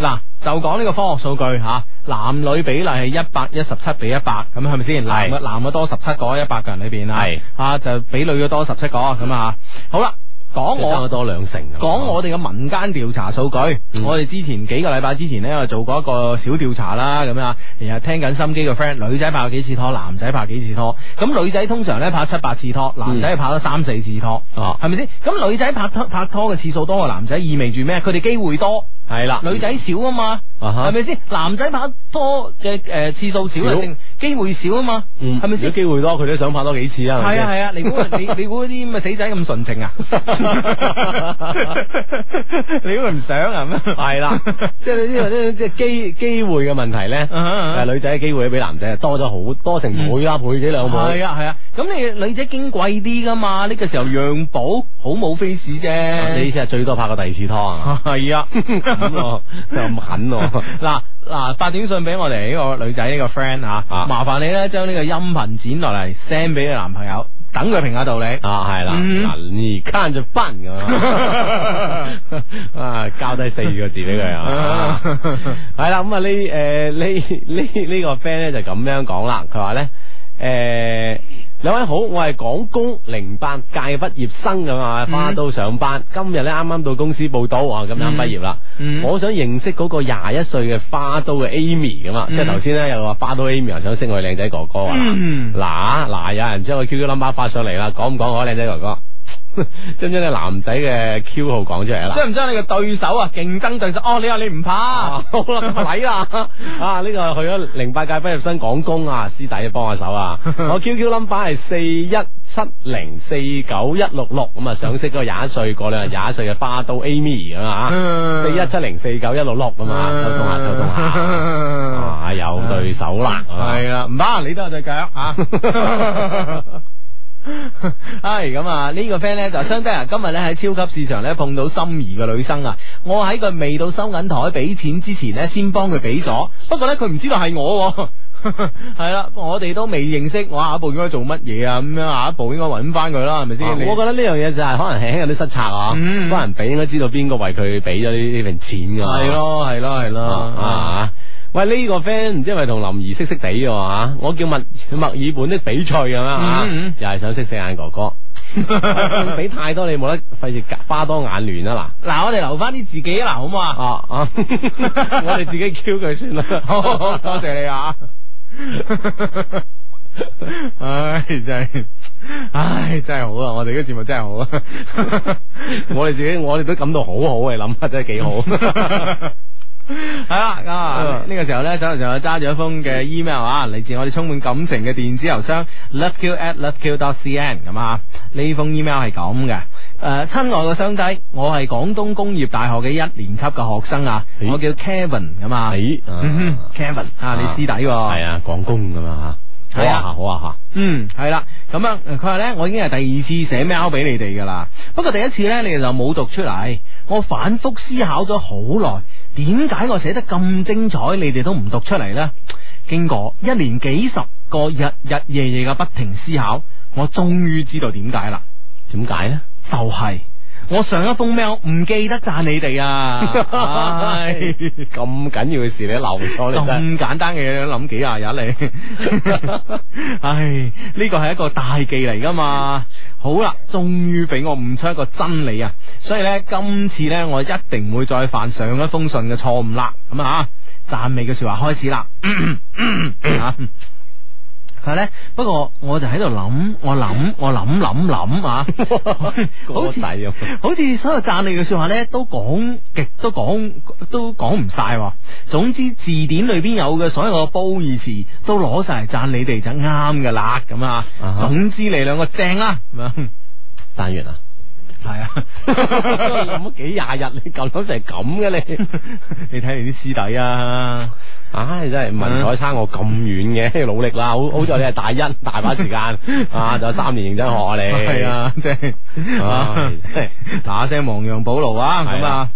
[SPEAKER 1] 嗱就講呢個科學數據吓、男女比例係一百一十七比一百，咁係咪先？男嘅男嘅多十七個，一百個人裏边啊，
[SPEAKER 3] 係
[SPEAKER 1] 啊就比女嘅多十七個咁啊。好啦，講
[SPEAKER 3] 即係
[SPEAKER 1] 我
[SPEAKER 3] 差咗多兩成咁樣。
[SPEAKER 1] 講我哋嘅民間調查數據，
[SPEAKER 3] 嗯
[SPEAKER 1] 我哋之前幾個禮拜之前呢，我做過一個小調查啦，咁啊，然後聽緊心機嘅 friend，女仔拍過幾次拖，男仔拍幾次拖，咁女仔通常呢拍七八次拖，男仔拍咗三四次拖，
[SPEAKER 3] 嗯哦
[SPEAKER 1] 係咪先？咁女仔拍拖拍拖嘅次數多過男仔，意味住咩？佢哋機會多。
[SPEAKER 3] 係啦，
[SPEAKER 1] 女仔少啊嘛，
[SPEAKER 3] 啊哈
[SPEAKER 1] 係咪先？男仔拍拖嘅诶次數少
[SPEAKER 3] 少
[SPEAKER 1] 啊，正機會少啊嘛，
[SPEAKER 3] 嗯
[SPEAKER 1] 係咪先
[SPEAKER 3] 如果？機會多，佢都想拍多幾次啊。
[SPEAKER 1] 系啊系啊，你估你你估啲咁嘅死仔咁純 情啊？你估佢唔想啊？
[SPEAKER 3] 啊，系 啦，即係呢個呢個即係機機會嘅問題咧。
[SPEAKER 1] 啊
[SPEAKER 3] 但係啊女仔嘅機會比男仔多咗好多成倍啦，倍幾兩倍。
[SPEAKER 1] 系啊系啊，咁你女仔矜貴啲噶嘛？呢個時候讓步好冇 face 啫。
[SPEAKER 3] 啊你意思係最多拍過第二次拖啊？
[SPEAKER 1] 系啊，
[SPEAKER 3] 咁 咯，又咁狠喎。
[SPEAKER 1] 嗱嗱，發短信俾我哋呢個女仔呢個 friend 吓
[SPEAKER 3] 啊，
[SPEAKER 1] 麻煩你咧將呢個音頻剪落嚟 send 俾你男朋友，等佢評下道理。
[SPEAKER 3] 啊，係啦，
[SPEAKER 1] 嗯
[SPEAKER 3] 嗱，你看着辦咁啊，啊，交低四個字俾佢啊，係啦，咁啊呢 誒呢呢呢個 friend 咧就咁樣講啦，佢話咧誒。兩位好，我係廣工零八屆畢業生咁
[SPEAKER 1] 嗯
[SPEAKER 3] 啊，花都上班。今日咧啱啱到公司報到啊，咁
[SPEAKER 1] 嗯
[SPEAKER 3] 啱畢業啦。我想認識嗰個廿一歲嘅花都嘅 Amy 咁啊，
[SPEAKER 1] 嗯
[SPEAKER 3] 即係頭先咧又話花都 Amy 又想識我嘅靚仔哥哥啊。
[SPEAKER 1] 嗯
[SPEAKER 3] 嗱嗱，有人將個 QQ number 發上嚟啦，講唔講 我嘅靚仔哥哥？將唔將你男仔嘅 Q 號講出嚟啊啦？
[SPEAKER 1] 將唔將你嘅對手啊，競爭對手？哦，你話你唔怕？
[SPEAKER 3] 好啦，睇啦啊！呢、個去咗零八屆畢業生廣工啊，師弟幫下 手啊！我 QQ number 係四一七零四九一六六咁啊，想識嗰個廿一歲 過兩日廿一歲嘅花都 Amy 咁啊，四一七零四九一六六咁 啊，溝通下溝 通下，啊有對手 啦，啊
[SPEAKER 1] 係啦，唔怕，你都有對腳啊！系咁啊！呢個 friend 咧就相低啊，今日咧喺超級市場咧碰到心儀嘅女生啊，我喺佢未到收銀台俾錢之前咧，先幫佢俾咗，不過咧佢唔知道係我喎。 係啦，我哋都未認識，我下一步應該做乜嘢啊？咁樣下一步應該揾翻佢啦，係咪先？你嗯
[SPEAKER 3] 我覺得呢樣嘢就係可能輕輕有啲失策啊，幫人俾應該知道邊個為佢俾咗呢呢份錢噶，
[SPEAKER 1] 係咯，係咯，係咯
[SPEAKER 3] 啊！喂，呢、個 friend 唔知係咪同林怡識識地嘅喎啊嚇我叫墨墨爾本的翡翠咁樣啊，又係想識四眼哥哥。 俾太多你冇得，費事花多眼亂啊
[SPEAKER 1] 嗱，我哋留翻啲自己啦，好唔好啊？
[SPEAKER 3] 啊 啊！ 我哋自己 Q 佢算啦。
[SPEAKER 1] 好，好多謝你啊！唉，真係，唉，真係好啊！我哋嘅節目真係好 啊！
[SPEAKER 3] 我哋自己，我哋都感到好好嘅，諗下真係幾 好。
[SPEAKER 1] 系啦，啊
[SPEAKER 3] 嗯
[SPEAKER 1] 呢個時候咧，手頭上有揸住一封嘅 email 啊，嚟自我哋充滿感情嘅電子郵箱 loveq at loveq dot cn 咁啊。呢封 email 係咁嘅。誒，親愛嘅雙低，我係廣東工業大學嘅一年級嘅學生啊，我叫 Kevin 咁啊
[SPEAKER 3] 咦啊
[SPEAKER 1] 嗯哼，Kevin 啊，你師弟喎，
[SPEAKER 3] 係啊，廣工咁啊嚇，好
[SPEAKER 1] 係
[SPEAKER 3] 啊
[SPEAKER 1] 啊
[SPEAKER 3] 好啊嚇。
[SPEAKER 1] 嗯，系啦，咁樣佢話呢，我已經係第二次寫 mail 俾你哋噶啦，不過第一次呢，你哋就冇讀出嚟，我反覆思考咗好耐，點解我寫得咁精彩，你哋都唔讀出嚟呢？經過一年幾十個日日夜夜嘅不停思考，我終於知道點解啦，
[SPEAKER 3] 點解呢？
[SPEAKER 1] 就係我上一封 mail 唔記得讚你哋啊，唉
[SPEAKER 3] 咁緊要嘅事你都漏 咗，你真
[SPEAKER 1] 咁
[SPEAKER 3] 係
[SPEAKER 1] 簡單嘅嘢諗幾廿日你，唉，呢個係一個大忌嚟噶嘛。好啦，終於俾我悟出一個真理啊！所以呢，今次呢，我一定唔會再犯上一封信嘅錯誤啦。咁啊，讚美嘅說話開始 啦。啊佢話咧，不過我就喺度諗，我諗，我諗諗 諗啊，好似
[SPEAKER 3] 個仔咁
[SPEAKER 1] 好似所有讚你嘅说話咧，都講極都講都講唔晒喎。總之字典裏邊有嘅所有嘅褒義詞都攞晒嚟讚你哋就啱噶啦，咁啊
[SPEAKER 3] 啊哈。
[SPEAKER 1] 總之你兩個正啦，咁 樣
[SPEAKER 3] 讚完啊！
[SPEAKER 1] 係 啊。
[SPEAKER 3] 諗咗幾廿日，你咁諗成咁嘅你，
[SPEAKER 1] 你睇你啲師弟啊，
[SPEAKER 3] 唉，真係文采差我咁遠嘅，要努力啦！ 好好在你係大一，大把時間啊，仲有三年認真學啊你。
[SPEAKER 1] 係，啊， 即係啊
[SPEAKER 3] 唉，真係
[SPEAKER 1] 嗱聲亡羊補牢啊，咁
[SPEAKER 3] 係啊
[SPEAKER 1] 啊，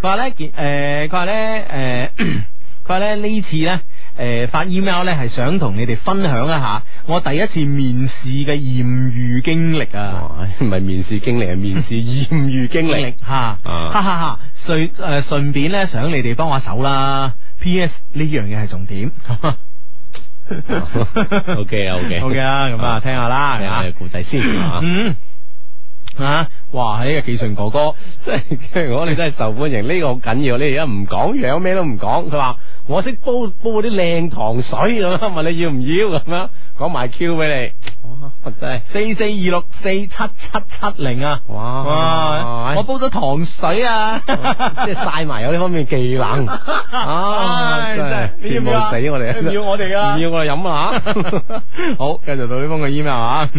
[SPEAKER 1] 佢話咧件誒，佢話咧誒， 佢話咧呢次咧。誒、發 email 咧係想同你哋分享一下我第一次面試嘅豔遇經歷啊！
[SPEAKER 3] 哇唔係面試經歷，係面試豔遇哦經歷。
[SPEAKER 1] 嚇，
[SPEAKER 3] 啊
[SPEAKER 1] 哈哈哈！順誒順便咧想你哋幫下手啦。P.S. 呢樣嘢係重點。
[SPEAKER 3] O K 啊，O K，
[SPEAKER 1] OK Dạ, 啦，咁啊，聽下啦，係嘛
[SPEAKER 3] 啊，故仔先 啊。
[SPEAKER 1] 嗯。啊！哇！呢個技順哥哥，
[SPEAKER 3] 即係我哋真係受歡迎，呢、個好緊要。你而家唔講樣，咩都唔講，佢話我識煲煲啲靚 糖水咁樣，問你要唔要咁樣，講埋 Q 俾你。哇！真係，
[SPEAKER 1] 四四二六四七七七零啊！
[SPEAKER 3] 哇
[SPEAKER 1] 哇！我煲咗糖水啊！
[SPEAKER 3] 即係晒埋有呢方面技能 啊！
[SPEAKER 1] 唉
[SPEAKER 3] 真係
[SPEAKER 1] 真係你要
[SPEAKER 3] 羨慕
[SPEAKER 1] 唔要啊
[SPEAKER 3] 死我哋，
[SPEAKER 1] 你 唔要我哋啊㗎
[SPEAKER 3] 唔要我哋飲啦嚇
[SPEAKER 1] 好，繼續到呢封嘅 email 啊！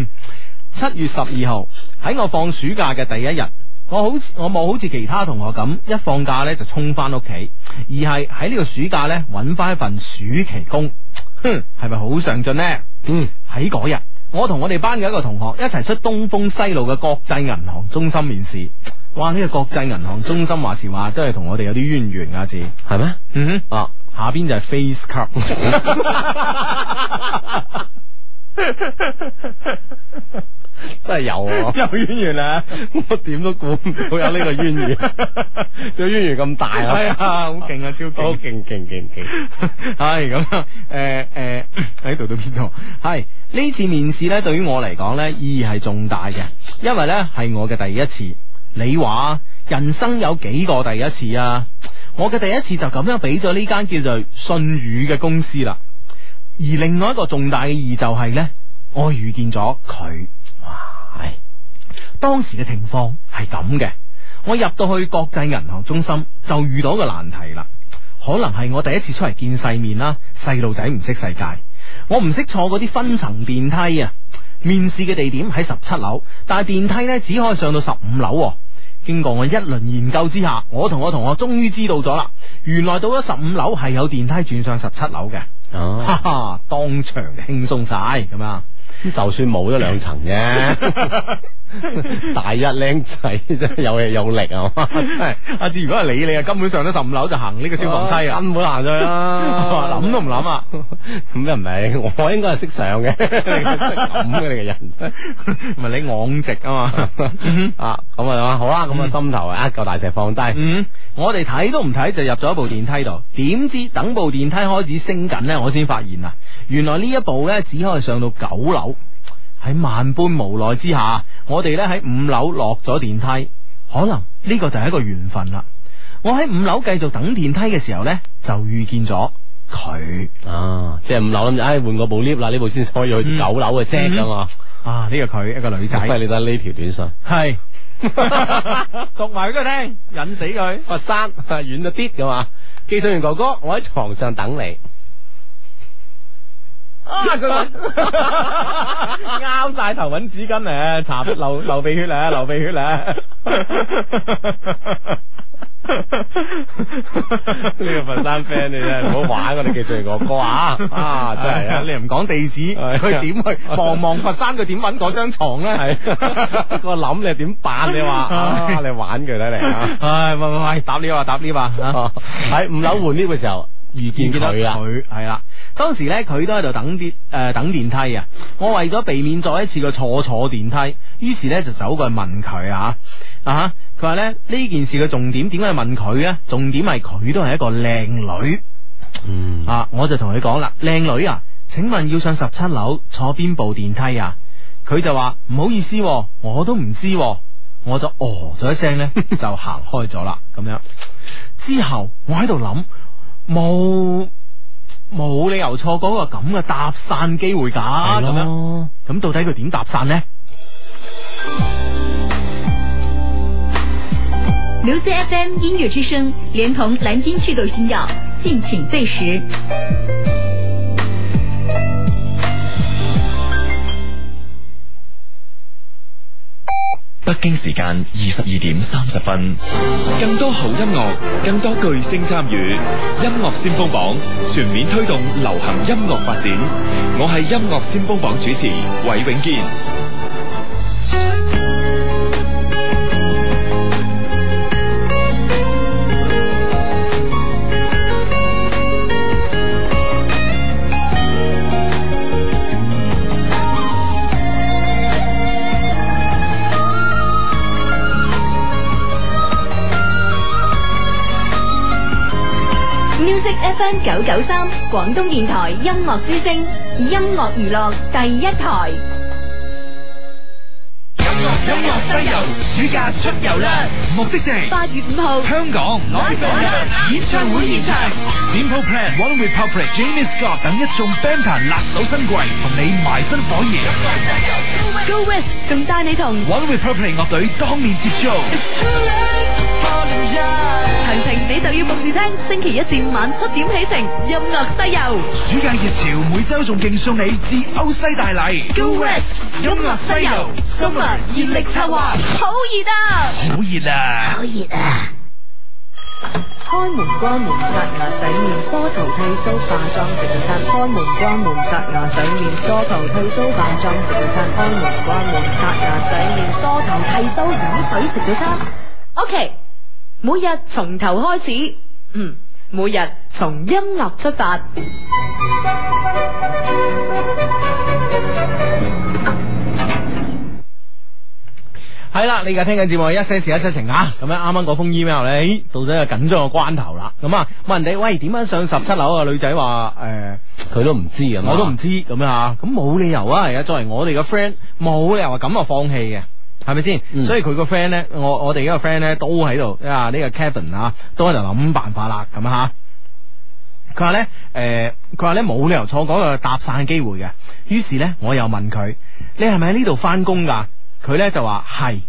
[SPEAKER 1] 七月十二號喺我放暑假嘅第一日，我好似我冇好似其他同學咁一放假呢就衝翻屋企，而係喺呢個暑假呢揾翻一份暑期工，哼，係咪好上進呢？
[SPEAKER 3] 嗯，
[SPEAKER 1] 喺嗰日，我同我哋班嘅一個同學一齊出東風西路嘅國際銀行中心面試。哇！呢、個國際銀行中心話時話都係同我哋有啲淵源啊，字。
[SPEAKER 3] 係咩？
[SPEAKER 1] 嗯哼。
[SPEAKER 3] 啊！
[SPEAKER 1] 下邊就係 face cup。
[SPEAKER 3] 真系有啊，
[SPEAKER 1] 有淵源啊！
[SPEAKER 3] 我點都估唔到有呢個淵源，個淵源咁大啊！
[SPEAKER 1] 係啊，好勁啊，超勁！
[SPEAKER 3] 好勁勁勁勁！
[SPEAKER 1] 系咁樣，诶、诶，喺度到邊度？係呢次面試呢，對於我嚟講呢，意義係重大嘅，因為呢係我嘅第一次。你話人生有幾個第一次啊？我嘅第一次就咁樣俾咗呢間叫做信宇嘅公司啦。而另外一個重大嘅意義就係呢，我遇見咗佢。哇！當時嘅情況係咁嘅，我入到去國際銀行中心就遇到一個難題啦。可能係我第一次出嚟見世面啦，細路仔唔識世界，我唔識坐嗰啲分層電梯啊。面試嘅地點喺十七樓，但係電梯呢只可以上到十五樓喎。經過我一輪研究之下，我同我同學終於知道咗啦，原來到咗十五樓係有電梯轉上十七樓嘅。
[SPEAKER 3] 哦
[SPEAKER 1] 哈哈，當場輕鬆晒咁 啊！
[SPEAKER 3] 就算冇咗兩層啫，大一僆仔真係有氣有力啊！真係
[SPEAKER 1] 哎阿志，如果係你，你啊根本上咗十五樓就行呢個消防梯啊！
[SPEAKER 3] 哦根本行咗去啦，
[SPEAKER 1] 諗都唔諗 啊！
[SPEAKER 3] 咁又唔係，我應該係識上 嘅，你識諗嘅你嘅人，
[SPEAKER 1] 唔係你昂直啊嘛！
[SPEAKER 3] 啊咁啊好啦，咁啊心頭啊嚿大石放低，
[SPEAKER 1] 嗯，我哋睇都唔睇就入咗一部電梯度，點知等部電梯開始升緊呢，我先發現啊，原來呢一部呢只可以上到九樓。喺萬般無奈之下，我哋呢喺五樓落咗電梯，可能呢個就係一個緣分啦。我喺五樓繼續等電梯嘅時候呢，就遇見咗佢。
[SPEAKER 3] 啊即係五樓諗住，唉換個部 lift 啦，呢部先可以去九樓嘅啫咁啊，
[SPEAKER 1] 啊！呢、個佢一個女仔，
[SPEAKER 3] 喂你睇呢條短信。
[SPEAKER 1] 系读埋俾佢聽，引死佢。
[SPEAKER 3] 佛山 啊，远咗啲噶嘛。技术员哥哥，我喺床上等你。
[SPEAKER 1] 啊！佢拗晒頭揾紙巾咧，搽流流鼻血 咧，流鼻血啊咧。
[SPEAKER 3] 呢个佛山 friend 你真系唔好玩我哋技术员哥哥啊！啊，真系 啊！啊
[SPEAKER 1] 你又唔講地址， 佢點去？茫茫佛山，佢點揾嗰張床咧？
[SPEAKER 3] 系个谂你点办？你话啊，你玩佢睇嚟啊！
[SPEAKER 1] 唉，喂喂喂，搭 lift 啊，搭 lift 啊啊！
[SPEAKER 3] 哦喺五楼换 lift 嘅时候遇
[SPEAKER 1] 見
[SPEAKER 3] 见
[SPEAKER 1] 到
[SPEAKER 3] 佢啊啦，
[SPEAKER 1] 佢系啦。當時呢，佢都喺度等啲誒、呃等電梯啊！我為咗避免再一次嘅坐坐電梯，於是呢就走過去問佢啊啊！佢話呢，呢件事嘅重點點解要問佢呢？重點係佢都係一個靚女。
[SPEAKER 3] 嗯
[SPEAKER 1] 啊，我就同佢講啦，靚女啊，請問要上十七樓坐邊部電梯啊？佢就話唔好意思喎、我都唔知喎、我就哦咗一聲 呢，就行開咗啦，咁樣。之後我喺度諗，冇冇理由錯過一個咁嘅搭讪機會㗎，咁樣。
[SPEAKER 3] 咯，
[SPEAKER 1] 咁到底佢點搭讪呢？
[SPEAKER 4] 刘 C FM 音乐之声连同蓝鲸祛痘新药，敬请对时。
[SPEAKER 6] 北京时间二十二点三十分，更多好音乐，更多巨星参与，音乐先锋榜全面推动流行音乐发展。我系音乐先锋榜主持韦永健。
[SPEAKER 4] Music FM 九九三，广东电台音乐之声，音乐娱乐第一台。
[SPEAKER 2] 音乐西游，暑假出游啦！目的地
[SPEAKER 4] 八月五号，
[SPEAKER 2] 香港、朗尼度演唱會現場，Simple Plan、One Republic、Jamie Scott 等一眾 band 壇辣手新貴，同你埋身火熱。
[SPEAKER 4] Go West 仲帶你同
[SPEAKER 2] One Republic 樂隊當面接觸，
[SPEAKER 4] 詳情，你就要焗住聽星期一至五晚七點起程《音樂西遊》。
[SPEAKER 2] 暑假熱潮每週仲勁送你至歐西大禮。
[SPEAKER 4] Go West 音樂西遊，Summer 熱力策劃，好熱啊！
[SPEAKER 2] 好熱啊！
[SPEAKER 13] 開門關門刷牙洗面梳頭剃須化妝食早餐。開門關門刷牙洗面梳頭剃須化妝食早餐。開門關門刷牙洗面梳頭剃須飲水食早餐。OK，每日從頭開始，嗯，每日從音樂出發。
[SPEAKER 1] 系啦，你而家聽緊節目係一些事一些情啊，咁樣啱啱嗰封 email 咧，咦到咗一個緊張嘅關頭啦，咁啊問人哋喂點樣上十七樓啊？女仔話诶，
[SPEAKER 3] 佢、都唔知咁
[SPEAKER 1] 我都唔知咁樣啊，咁冇理由啊，而家作為我哋嘅 friend，冇理由話咁啊放棄嘅。係咪先？所以佢個 friend 咧，我我哋嗰個 friend 咧都喺度啊，呢、個 Kevin 啊，都喺度諗辦法啦，咁啊佢話咧，诶、佢話咧冇理由錯過一個搭讪嘅機會嘅。於是咧，我又問佢：你係咪喺呢度翻工㗎？佢咧就話係。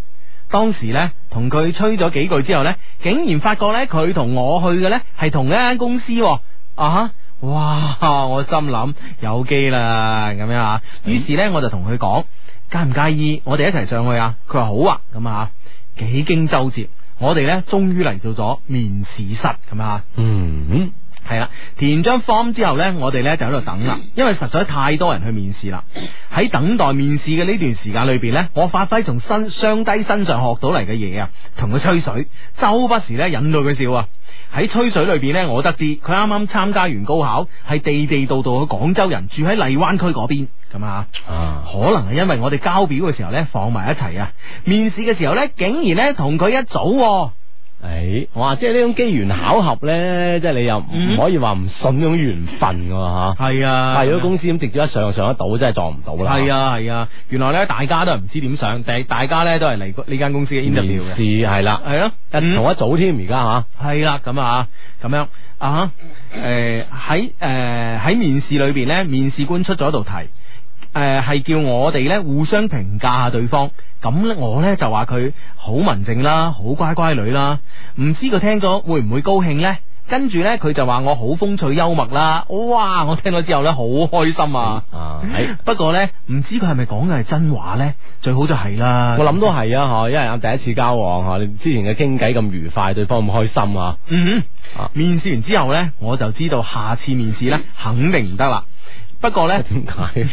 [SPEAKER 1] 當時咧，同佢吹咗幾句之後咧，竟然發覺咧，佢同我去嘅咧係同一間公司喎、啊哈！哇！我心諗有機啦咁樣啊。於是咧，我就同佢講：介唔介意我哋一齊上去啊？佢話好啊，咁啊，幾經周折，我哋咧終於嚟到咗面試室咁啊。
[SPEAKER 3] 嗯。
[SPEAKER 1] 系啦，填張 form 之後呢，我哋呢就喺度等啦，因為實在太多人去面試啦。喺等待面試嘅呢段時間裏邊呢，我發揮從身雙低身上學到嚟嘅嘢啊，同佢吹水，周不時呢引到佢笑啊。喺吹水裏邊呢，我得知佢啱啱參加完高考，係地地道道嘅廣州人，住喺荔灣區嗰邊。咁啊，可能係因為我哋交表嘅時候呢放埋一齊啊，面試嘅時候呢，竟然呢同佢一組、喎。
[SPEAKER 3] 诶、哎哇！即系呢种机缘巧合咧，即系你又唔可以话唔信呢种缘分噶
[SPEAKER 1] 吓。系嗯啊
[SPEAKER 3] 但系如果公司咁直接一上就上得到，真系撞唔到啦。
[SPEAKER 1] 系啊系啊，原來咧大家都係唔知點上，但係大家咧都係嚟過呢間公司嘅嗯 interview
[SPEAKER 3] 面
[SPEAKER 1] 嘅。
[SPEAKER 3] 試嗯係啦，
[SPEAKER 1] 係咯，
[SPEAKER 3] 一同一組添而家吓。
[SPEAKER 1] 係啦，咁啊，咁樣啊，诶喺诶喺面試裏边咧，面試官出咗道題，诶、係叫我哋咧互相評價下對方。咁咧我咧就話佢好文靜啦，好乖乖女啦，唔知佢聽咗會唔會高興咧？跟住咧，佢就話我好風趣幽默啦，哇！我聽咗之後咧，好開心啊！
[SPEAKER 3] 哎
[SPEAKER 1] 不過咧，唔知佢係咪講嘅係真話咧？最好就係啦。
[SPEAKER 3] 我諗都係啊，嗬，因為第一次交往嗬，你之前嘅傾偈咁愉快，對方咁開心啊，
[SPEAKER 1] 嗯，面試完之後呢，我就知道下次面試呢肯定唔得啦。不過 呢，
[SPEAKER 3] 點解？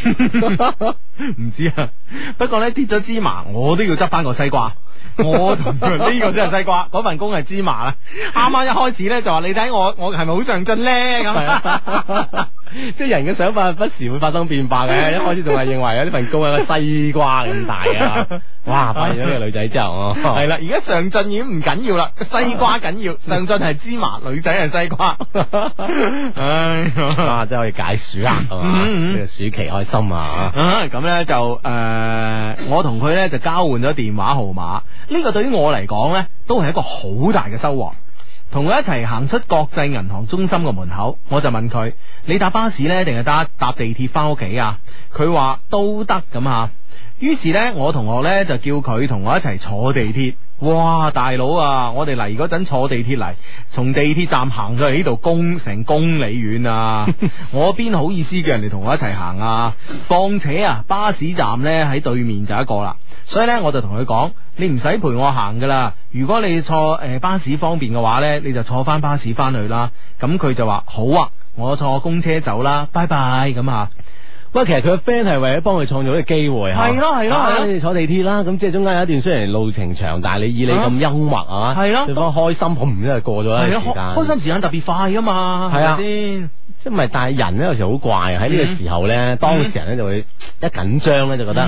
[SPEAKER 1] 唔知啊。不過呢，跌咗芝麻，我都要執翻個西瓜。我同佢呢個真係西 瓜，嗰份工係芝麻啦。啱啱一開始呢，就話你睇我，我係咪好上進呢？咁。
[SPEAKER 3] 即係人嘅想法不時會發生變化嘅。一開始仲係認為啊呢份工係個西瓜咁大啊，哇！發現咗呢個女仔之後，哦
[SPEAKER 1] 係啦，而家上進已經唔緊要啦，西瓜緊要，上進係芝麻，女仔係西 瓜。唉，
[SPEAKER 3] 啊，真係可以解暑 啦，係
[SPEAKER 1] 嗯
[SPEAKER 3] 嘛？呢個暑期開心啊！
[SPEAKER 1] 啊，咁咧就诶、呃我同佢咧就交換咗電話號碼。呢、個對於我嚟講咧，都係一個好大嘅收穫。同佢一齊行出國際銀行中心嘅門口，我就問佢：你搭巴士咧，定係搭搭地鐵翻屋企啊？佢話都得咁啊。於是咧，我同學咧就叫佢同我一齊坐地鐵。哇，大佬啊！我哋嚟嗰陣坐地鐵嚟，從地鐵站行到嚟呢度公成公里遠啊！我邊好意思叫人哋同我一齊行啊？況且啊，巴士站呢喺對面就一個啦，所以呢，我就同佢講：你唔使陪我行噶啦，如果你坐诶、呃巴士方便嘅話呢，你就坐翻巴士翻去啦。咁佢就話好啊，我坐公車走啦，拜拜咁啊！
[SPEAKER 3] 喂，其實佢嘅 friend 係為咗幫佢創造呢個機會，
[SPEAKER 1] 係咯係咯係咯
[SPEAKER 3] 啊你坐地鐵啦，咁即係中間有一段雖然路程長，但係你以你咁幽默啊，
[SPEAKER 1] 係咯
[SPEAKER 3] 對方開心，砰一就過咗啦
[SPEAKER 1] 係
[SPEAKER 3] 時
[SPEAKER 1] 啊
[SPEAKER 3] 間，
[SPEAKER 1] 開開心時間特別快噶嘛，係
[SPEAKER 3] 係
[SPEAKER 1] 咪
[SPEAKER 3] 啊
[SPEAKER 1] 先？
[SPEAKER 3] 即係唔係？但係人咧有時好怪啊喺呢個
[SPEAKER 1] 嗯
[SPEAKER 3] 時候咧，當事人咧就會一緊張咧就覺得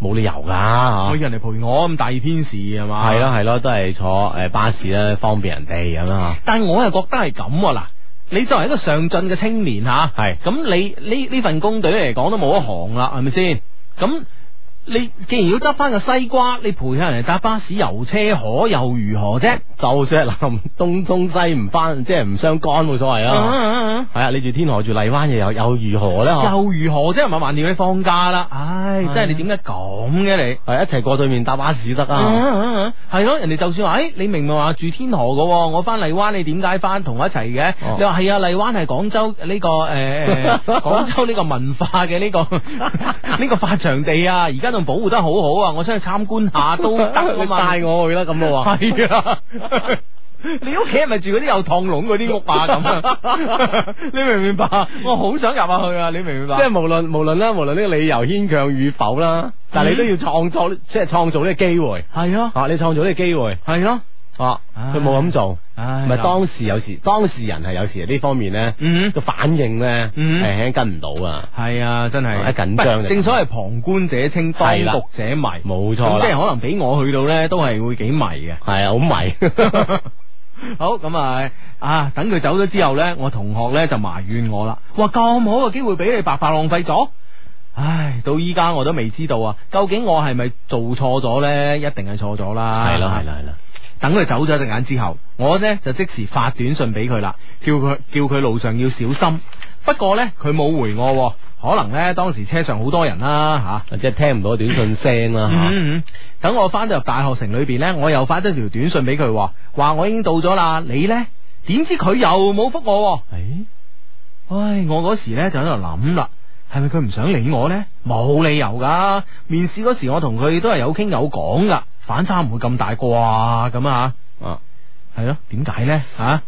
[SPEAKER 3] 冇理由㗎
[SPEAKER 1] 我
[SPEAKER 3] 嚇。
[SPEAKER 1] 要人哋陪我咁大熱天時係嘛？
[SPEAKER 3] 啊係咯係咯，都係坐誒巴士啦，方便人 哋咁啊。
[SPEAKER 1] 但系我又覺得係咁喎嗱。你作為一個上進嘅青年吓，
[SPEAKER 3] 係
[SPEAKER 1] 咁你呢呢份工對你嚟講都冇一行啦，係咪先？咁你既然要執翻個西瓜，你陪下人哋搭巴士、遊車河又如何啫？
[SPEAKER 3] 就算係南東中西唔翻，即係唔相干冇所謂
[SPEAKER 1] 啊嗯
[SPEAKER 3] 啦。係啊，你住天河住荔灣又又又如何咧？
[SPEAKER 1] 又如何啫？唔係橫掂你放假啦，唉，真係你點解咁嘅你？
[SPEAKER 3] 係一齊過對面搭巴士得啊。
[SPEAKER 1] 啊係咯，人哋就算話，哎誒，你明明話住天河嘅喎，我翻荔灣，你點解翻同我一齊嘅？
[SPEAKER 3] 哦
[SPEAKER 1] 你話係啊，荔灣係廣州呢個誒 廣州呢個文化嘅呢個 呢個發祥地啊，而家仲保護得好好啊，我想去參觀下都得啊
[SPEAKER 3] 你
[SPEAKER 1] 嘛。
[SPEAKER 3] 帶我去啦，咁咯喎。
[SPEAKER 1] 係啊。 你屋企係咪住嗰啲有趟籠嗰啲屋啊？咁 啊， 你明唔明白？我好想入下去啊！你明唔明白？
[SPEAKER 3] 即係無論無論啦，無論呢個理由牽強與否啦，但係你都要創作，即係創造呢個機會。
[SPEAKER 1] 係啊，
[SPEAKER 3] 啊，你創造呢個機會。
[SPEAKER 1] 係咯。
[SPEAKER 3] 哦，佢冇咁做，唔係當時有時當事人係有時呢方面咧個反應咧係輕跟唔到啊，
[SPEAKER 1] 係啊，真係
[SPEAKER 3] 一緊張就
[SPEAKER 1] 正所謂旁觀者清，當
[SPEAKER 3] 係啦
[SPEAKER 1] 局者迷，
[SPEAKER 3] 冇錯啦
[SPEAKER 1] 咁即係可能俾我去到咧，都係會幾迷嘅。
[SPEAKER 3] 係啊，好迷。
[SPEAKER 1] 好咁啊啊！等佢走咗之後咧，我同學咧就埋怨我啦，話咁好嘅機會俾你白白浪費咗。唉，到依家我都未知道啊，究竟我係咪做錯咗咧？一定係錯咗啦。
[SPEAKER 3] 係啦係啦係啦。
[SPEAKER 1] 等佢走咗隻眼之後，我呢就即時發短信俾佢啦，叫佢叫佢路上要小心。不過呢，佢冇回我喎，可能呢當時車上好多人啦吓，
[SPEAKER 3] 或者聽唔到短信聲啦嚇
[SPEAKER 1] 嗯嗯等我翻到入大學城裏邊呢，我又發咗條短信俾佢喎，話我已經到咗啦，你呢？點知佢又冇覆我喎。
[SPEAKER 3] 嗯
[SPEAKER 1] 唉，我嗰時呢就喺度諗啦。係咪佢唔想理我呢？冇理由噶，面試嗰時我同佢都係有傾有講噶，反差唔會咁大啩咁啊！
[SPEAKER 3] 啊，
[SPEAKER 1] 係咯，點解呢？吓、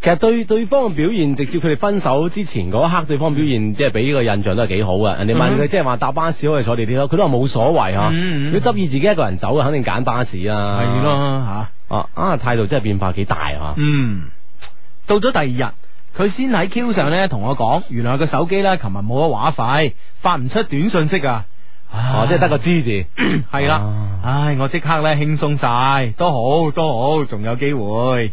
[SPEAKER 3] 其實對對方嘅表現，直接佢哋分手之前嗰一刻，對方表現即係俾呢個印象都係幾好嘅。人哋問佢
[SPEAKER 1] 嗯
[SPEAKER 3] 即係話搭巴士可以坐地鐵咯，佢都話冇所謂嚇。
[SPEAKER 1] 嗯嗯
[SPEAKER 3] 如果執意自己一個人走，肯定揀巴士啦。
[SPEAKER 1] 係咯嚇。
[SPEAKER 3] 啊啊！態度真係變化幾大啊嚇。
[SPEAKER 1] 嗯，到咗第二日，佢先喺 Q 上咧同我講，原來個手機咧琴日冇咗話費，發唔出短信息啊！
[SPEAKER 3] 哦，即係得個知字。
[SPEAKER 1] 係啦，唉，我即刻咧輕鬆晒，都好都好，仲有機會。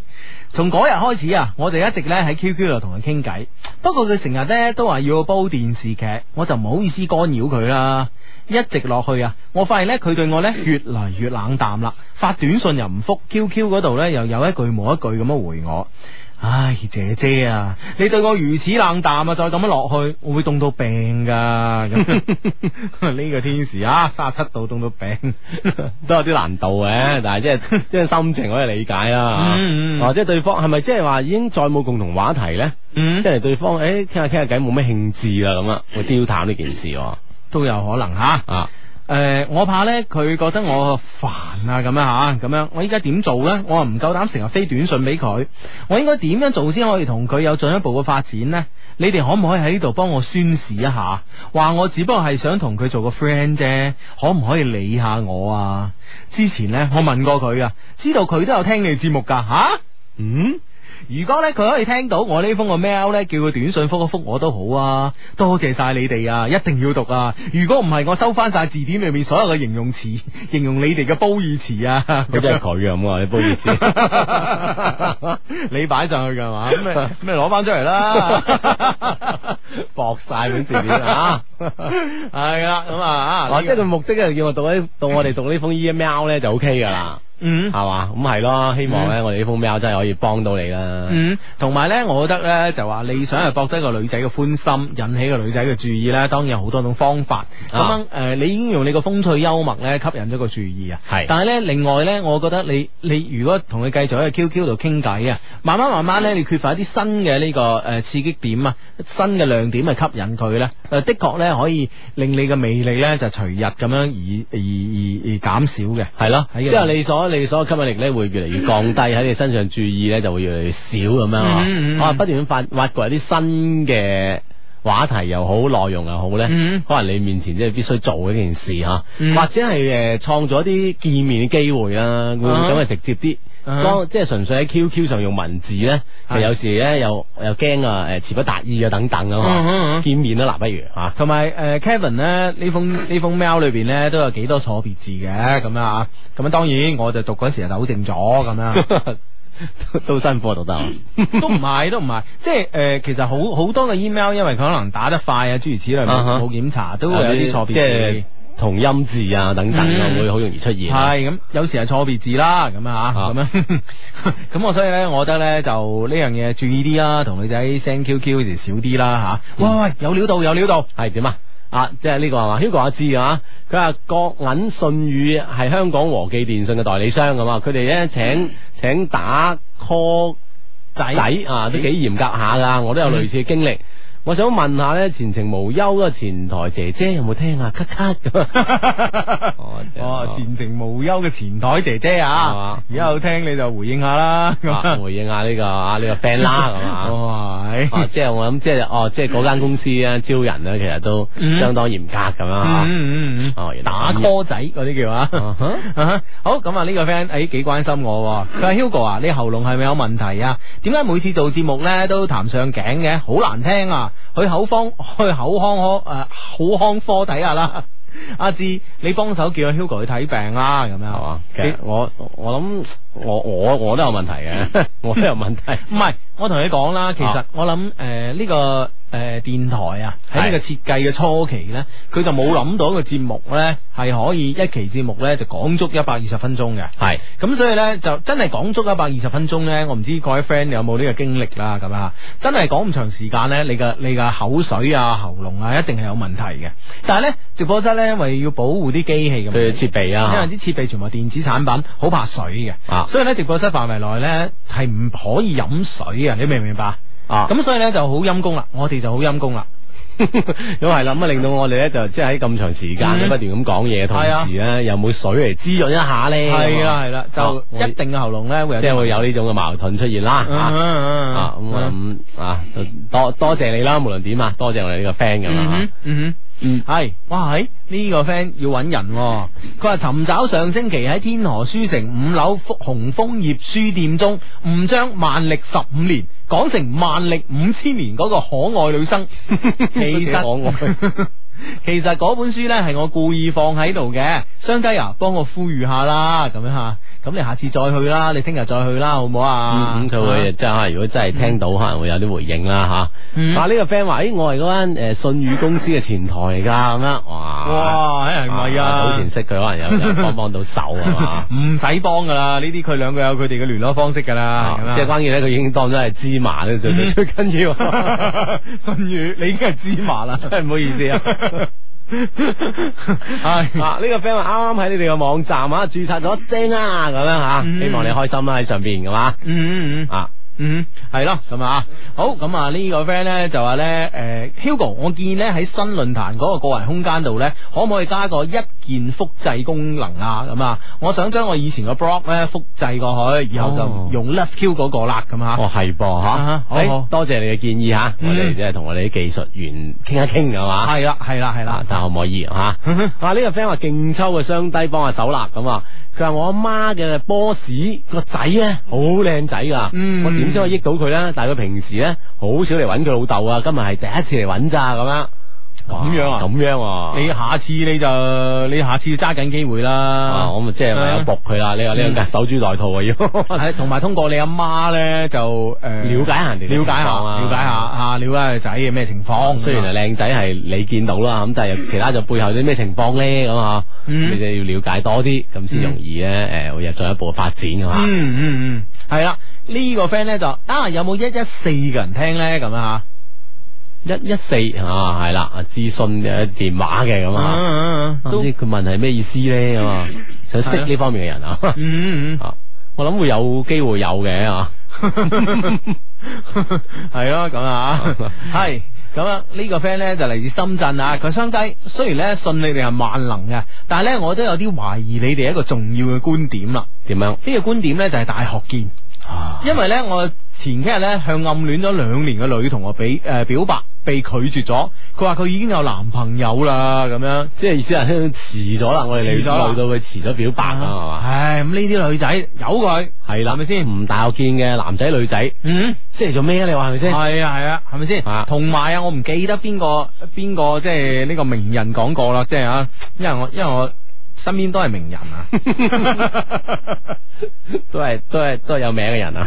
[SPEAKER 1] 從嗰日開始啊，我就一直咧喺 QQ 度同佢傾偈，不過佢成日咧都話要煲電視劇，我就唔好意思干擾佢啦。一直落去啊，我發現咧佢對我咧越嚟越冷淡啦，發短信又唔覆，QQ 嗰度咧又有一句冇一句咁樣回我。唉，姐姐啊，你對我如此冷淡啊，再咁樣落去，我會凍到病噶。咁 呢個天時啊，三十七度凍到病，
[SPEAKER 3] 都有啲難度嘅，但係即係 即係心情可以理解
[SPEAKER 1] 嗯嗯
[SPEAKER 3] 啦。
[SPEAKER 1] 嗯嗯
[SPEAKER 3] 哦，即係對方係咪即係話已經再冇共同話題咧？
[SPEAKER 1] 啊
[SPEAKER 3] 即係對方誒傾下傾下偈冇咩興致啦，咁啊會丟淡呢件事 喎。
[SPEAKER 1] 都有可能吓。
[SPEAKER 3] 啊，
[SPEAKER 1] 诶、呃我怕咧佢覺得我煩啊，咁樣吓，咁樣我依家點做咧？我又唔夠膽成日飛短信俾佢，我應該點樣做先可以同佢有進一步嘅發展呢？你哋可唔可以喺呢度幫我宣示一下，話我只不過係想同佢做個 friend 啫，可唔可以理下我啊？之前呢，我問過佢啊，知道佢都有聽你哋節目噶吓、嗯。如果咧佢可以聽到我呢封個 mail 咧，叫佢短信覆一覆我都好啊，多謝晒你哋啊，一定要讀啊！如果唔係，我收翻晒字典裏面所有嘅形容詞， 形容你哋嘅褒義詞啊，
[SPEAKER 3] 咁即係佢咁啊，你不好意思。
[SPEAKER 1] 你擺上去㗎嘛？咁 咪咁咪攞翻出嚟啦，
[SPEAKER 3] 薄晒本字典啊！
[SPEAKER 1] 係啦，咁啊，
[SPEAKER 3] 哦，即係佢目的係叫我讀呢，到我哋讀呢封 email 咧就 OK 噶啦，
[SPEAKER 1] 嗯
[SPEAKER 3] 係嘛？咁係咯，希望咧我哋呢封 mail 真係可以幫到你啦。
[SPEAKER 1] 嗯，同埋咧，我覺得咧就話你想係博得一個女仔嘅歡心，引起個女仔嘅注意咧，當然有好多種方法。咁
[SPEAKER 3] 啊
[SPEAKER 1] 樣誒、呃你已經用你個風趣幽默咧吸引咗個注意啊。
[SPEAKER 3] 係
[SPEAKER 1] 但係咧，另外咧，我覺得你你如果同佢繼續喺個 QQ 度傾偈啊，慢慢慢慢咧，你缺乏一啲新嘅呢、個呃刺激點啊，新嘅亮點去吸引佢咧，誒、的確咧可以令你嘅魅力咧就隨日咁樣而而而而減少嘅。
[SPEAKER 3] 係咯，
[SPEAKER 1] 係嘅啊
[SPEAKER 3] 即係你所你所吸引力咧會越嚟越降低，喺你身上注意咧就會越嚟越少咁樣啊
[SPEAKER 1] 嗯嗯嗯。
[SPEAKER 3] 可能不斷咁發挖掘一啲新嘅。話題又好，內容又好咧，
[SPEAKER 1] 嗯
[SPEAKER 3] 可能你面前即係必須做嘅一件事吓，
[SPEAKER 1] 嗯
[SPEAKER 3] 或者係誒呃創造一啲見面嘅機會啦，會唔會咁係直接啲？
[SPEAKER 1] 啊
[SPEAKER 3] 當即係純粹喺 QQ 上用文字咧，
[SPEAKER 1] 係
[SPEAKER 3] 就有時咧又又驚啊誒詞不達意啊等等啊
[SPEAKER 1] 嗯嗯
[SPEAKER 3] 嘛，
[SPEAKER 1] 嗯
[SPEAKER 3] 見面都立不如嚇。
[SPEAKER 1] 同埋誒 Kevin 咧呢封呢封 mail 裏邊咧都有幾多錯別字嘅咁樣啊，咁樣當然我就讀嗰時就糾正咗咁 樣。啊
[SPEAKER 3] 都辛苦啊讀得，
[SPEAKER 1] 都唔係，都唔係，即係誒、呃其實好好多嘅 email，因為佢可能打得快啊，諸如此類，
[SPEAKER 3] 啊哈
[SPEAKER 1] 冇冇檢查，都會有啲錯別字。
[SPEAKER 3] 即係同音字啊等等啊，
[SPEAKER 1] 嗯
[SPEAKER 3] 會好容易出現。
[SPEAKER 1] 係咁，有時係錯別字啦，咁啊咁樣， 咁我所以咧，我覺得咧就呢樣嘢注意啲啦，同女仔 send QQ 時少啲啦吓。喂喂，有料到有料到，
[SPEAKER 3] 係點啊？啊，即係呢個係嘛？Hugo 阿志啊，佢話國銀信宇係香港和記電信嘅代理商咁啊，佢哋咧
[SPEAKER 1] 嗯
[SPEAKER 3] 請請打 call
[SPEAKER 1] 仔嗯
[SPEAKER 3] 仔啊，都幾嚴格下噶，我都有類似嘅經歷。我想問下咧，前程無憂嗰個前台姐姐有冇聽啊？咳咳咁 啊
[SPEAKER 1] 哦，前程無憂嘅前台姐姐啊，而家有聽你就回應下啦，咁啊哦
[SPEAKER 3] 啊回應下呢個啊呢個 friend 啦，係嘛？
[SPEAKER 1] 哇，
[SPEAKER 3] 啊，即係我諗，即係哦，即係嗰間公司咧招人咧，其實都
[SPEAKER 1] 嗯
[SPEAKER 3] 相當嚴格咁樣吓。
[SPEAKER 1] 嗯嗯
[SPEAKER 3] 哦，原來
[SPEAKER 1] 打 call 仔嗰啲叫啊。啊哈好咁啊，呢個 friend 誒幾關心我喎，佢話 Hugo 啊，你喉嚨係咪有問題啊？點解每次做節目咧都談上頸嘅，好難聽啊！去口方 去口腔科呃誒口腔科睇下啦。阿志，你幫手叫阿 Hugo 去睇病啦，咁樣係嘛？啊
[SPEAKER 3] 其實我我諗我我我都有問題嘅，我都有問題。
[SPEAKER 1] 唔係，我同你講啦，其實我諗誒呢個誒電台啊，喺呢個設計嘅初期咧，佢就冇諗到一個節目咧係可以一期節目咧就講足一百二十分鐘嘅。
[SPEAKER 3] 係
[SPEAKER 1] 咁所以咧就真係講足一百二十分鐘咧，我唔知各位 friend 有冇呢個經歷啦，咁啊，真係講咁長時間咧，你嘅你嘅口水啊、喉嚨啊，一定係有問題嘅。但係咧，直播室咧，因為要保護啲機器咁，
[SPEAKER 3] 佢設備啊
[SPEAKER 1] 因為啲設備全部係電子產品，好怕水嘅，
[SPEAKER 3] 啊
[SPEAKER 1] 所以咧直播室範圍內咧係唔可以飲水啊，你明唔明白？
[SPEAKER 3] 啊
[SPEAKER 1] 咁所以咧就好陰功啦，我哋就好陰功啦。
[SPEAKER 3] 咁係啦，咁啊令到我哋咧就即係喺咁長時間咧
[SPEAKER 1] 嗯
[SPEAKER 3] 不斷咁講嘢，同
[SPEAKER 1] 係啊
[SPEAKER 3] 時咧有冇水嚟滋潤一下咧？
[SPEAKER 1] 係啦係啦，
[SPEAKER 3] 哦
[SPEAKER 1] 就
[SPEAKER 3] 我
[SPEAKER 1] 一定嘅喉嚨咧會有
[SPEAKER 3] 即係
[SPEAKER 1] 啲
[SPEAKER 3] 會有呢種嘅矛盾出現啦。
[SPEAKER 1] 嗯
[SPEAKER 3] 啊
[SPEAKER 1] 嗯嗯
[SPEAKER 3] 啊，咁我
[SPEAKER 1] 嗯
[SPEAKER 3] 諗啊，多多謝你啦，無論點啊，多謝我哋呢個 friend 咁
[SPEAKER 1] 嗯
[SPEAKER 3] 啊
[SPEAKER 1] 哼。嗯哼，系，哇，喺呢、個个 friend 要揾人、喎。佢話尋找上星期喺天河書城五樓福紅枫葉書店中，誤將萬歷十五年講成萬歷五千年嗰個可愛 女生，其實
[SPEAKER 3] 都幾可愛。
[SPEAKER 1] 其實嗰本書呢係我故意放喺度嘅，雙低啊，幫我呼籲下啦，咁樣吓，咁你下次再去啦，你聽日再去啦，好唔好啊？
[SPEAKER 3] 嗯，咁佢會即係可能如果真係聽到，可能會有啲回應啦吓。
[SPEAKER 1] 嗯
[SPEAKER 3] 啊，呢個 friend 話：，誒，我係嗰間誒信譽公司嘅前台嚟㗎，咁樣，哇！
[SPEAKER 1] 哇係咪啊
[SPEAKER 3] 早前識佢，可 能有有幫幫到手啊
[SPEAKER 1] 唔使幫噶啦，呢啲佢兩個有佢哋嘅聯絡方式噶啦，啊咁
[SPEAKER 3] 嘛。
[SPEAKER 1] 樣
[SPEAKER 3] 啊即係關鍵咧，佢已經當咗係芝麻咧，最
[SPEAKER 1] 嗯
[SPEAKER 3] 最緊要。
[SPEAKER 1] 信宇，你已經係芝麻啦，真
[SPEAKER 3] 係唔好意思 啊。
[SPEAKER 1] 系
[SPEAKER 3] 啊！呢個 friend 話啱啱喺你哋嘅網站啊註冊咗，正啊咁樣吓，
[SPEAKER 1] 嗯
[SPEAKER 3] 希望你開心啦喺上邊，係嘛？
[SPEAKER 1] 嗯嗯嗯
[SPEAKER 3] 啊！
[SPEAKER 1] 嗯，系咯，咁啊，好，咁啊呢個 friend 咧就話咧，诶、h u g o 我建議咧喺新論壇嗰個個人空間度咧，可唔可以加個一鍵複製功能啊？咁啊，我想將我以前個 blog 咧複製過去，以後就用 Love Q 嗰個啦，咁啊。
[SPEAKER 3] 哦，係噃
[SPEAKER 1] 啊
[SPEAKER 3] 吓，
[SPEAKER 1] 好好
[SPEAKER 3] 誒多謝你嘅建議吓，我
[SPEAKER 1] 嗯
[SPEAKER 3] 哋即係同我哋啲技術員傾一傾係嘛。
[SPEAKER 1] 係啦，係啦，係啦
[SPEAKER 3] 啊，，但可唔可以吓？ 啊，呢個 friend 話勁抽嘅雙低幫下手啦，咁啊，佢話我阿媽嘅 boss 個仔咧好靚仔噶，
[SPEAKER 1] 嗯
[SPEAKER 3] 我點先可以益到佢咧？但係佢平時咧好少嚟揾佢老豆啊，今日係第一次嚟揾咋咁樣，
[SPEAKER 1] 咁樣啊
[SPEAKER 3] 咁樣啊，
[SPEAKER 1] 你下次你就你下次要揸緊機會啦
[SPEAKER 3] 啊，。我咪即係咪有搏佢啦？呢個呢個 守株待兔啊，要
[SPEAKER 1] 系，同埋通過你阿媽咧就诶、呃
[SPEAKER 3] 了解下人哋嘅
[SPEAKER 1] 了解
[SPEAKER 3] 情
[SPEAKER 1] 下，
[SPEAKER 3] 況啊
[SPEAKER 1] 了解下啊，了解下仔嘅咩情況。
[SPEAKER 3] 雖然係靚仔係你見到啦，咁但係有其他就背後啲咩情況咧咁啊，
[SPEAKER 1] 嗯
[SPEAKER 3] 你就要了解多啲，咁先容易咧誒會有進一步嘅發展㗎嘛。
[SPEAKER 1] 嗯嗯嗯，係啦，呢、個 friend 咧就啊，有冇一一四嘅人聽咧咁啊？
[SPEAKER 3] 一一四啊，系啦，啊諮詢嘅電話嘅咁啊，
[SPEAKER 1] 嗯
[SPEAKER 3] 唔
[SPEAKER 1] 都嗯
[SPEAKER 3] 知佢問係咩意思咧咁啊，想識呢方面嘅人啊，
[SPEAKER 1] 嗯嗯
[SPEAKER 3] 啊，我諗會有機會有嘅啊，
[SPEAKER 1] 嗯係咯，咁 啊，係。咁啊，呢個 friend 咧就嚟自深圳啊，佢相低，雖然咧信你哋係萬能嘅，但係咧我都有啲懷疑你哋一個重要嘅觀點啦。
[SPEAKER 3] 點樣
[SPEAKER 1] 呢、個觀點咧就係大學見。
[SPEAKER 3] 啊？
[SPEAKER 1] 因为咧，我前几日咧向暗恋咗两年嘅女同學俾诶表白，被拒絕咗。佢話佢已經有男朋友啦，咁樣。
[SPEAKER 3] 即係意思係遲咗啦，我哋
[SPEAKER 1] 遲
[SPEAKER 3] 嚟
[SPEAKER 1] 咗啦
[SPEAKER 3] 到到佢遲咗表白啦，啊係嘛？
[SPEAKER 1] 啊唉，咁呢啲女仔由佢，
[SPEAKER 3] 係啦，
[SPEAKER 1] 係咪先？
[SPEAKER 3] 唔大學見嘅男仔女仔，
[SPEAKER 1] 嗯，
[SPEAKER 3] 即係做咩啊？你話係咪先？
[SPEAKER 1] 係啊，係啊，係咪先
[SPEAKER 3] 啊？
[SPEAKER 1] 同埋啊，我唔記得邊個邊個即係呢個名人講過啦，即係啊，因為我因為我身邊都係名人 啊。
[SPEAKER 3] 都係都係都係有名嘅人啊！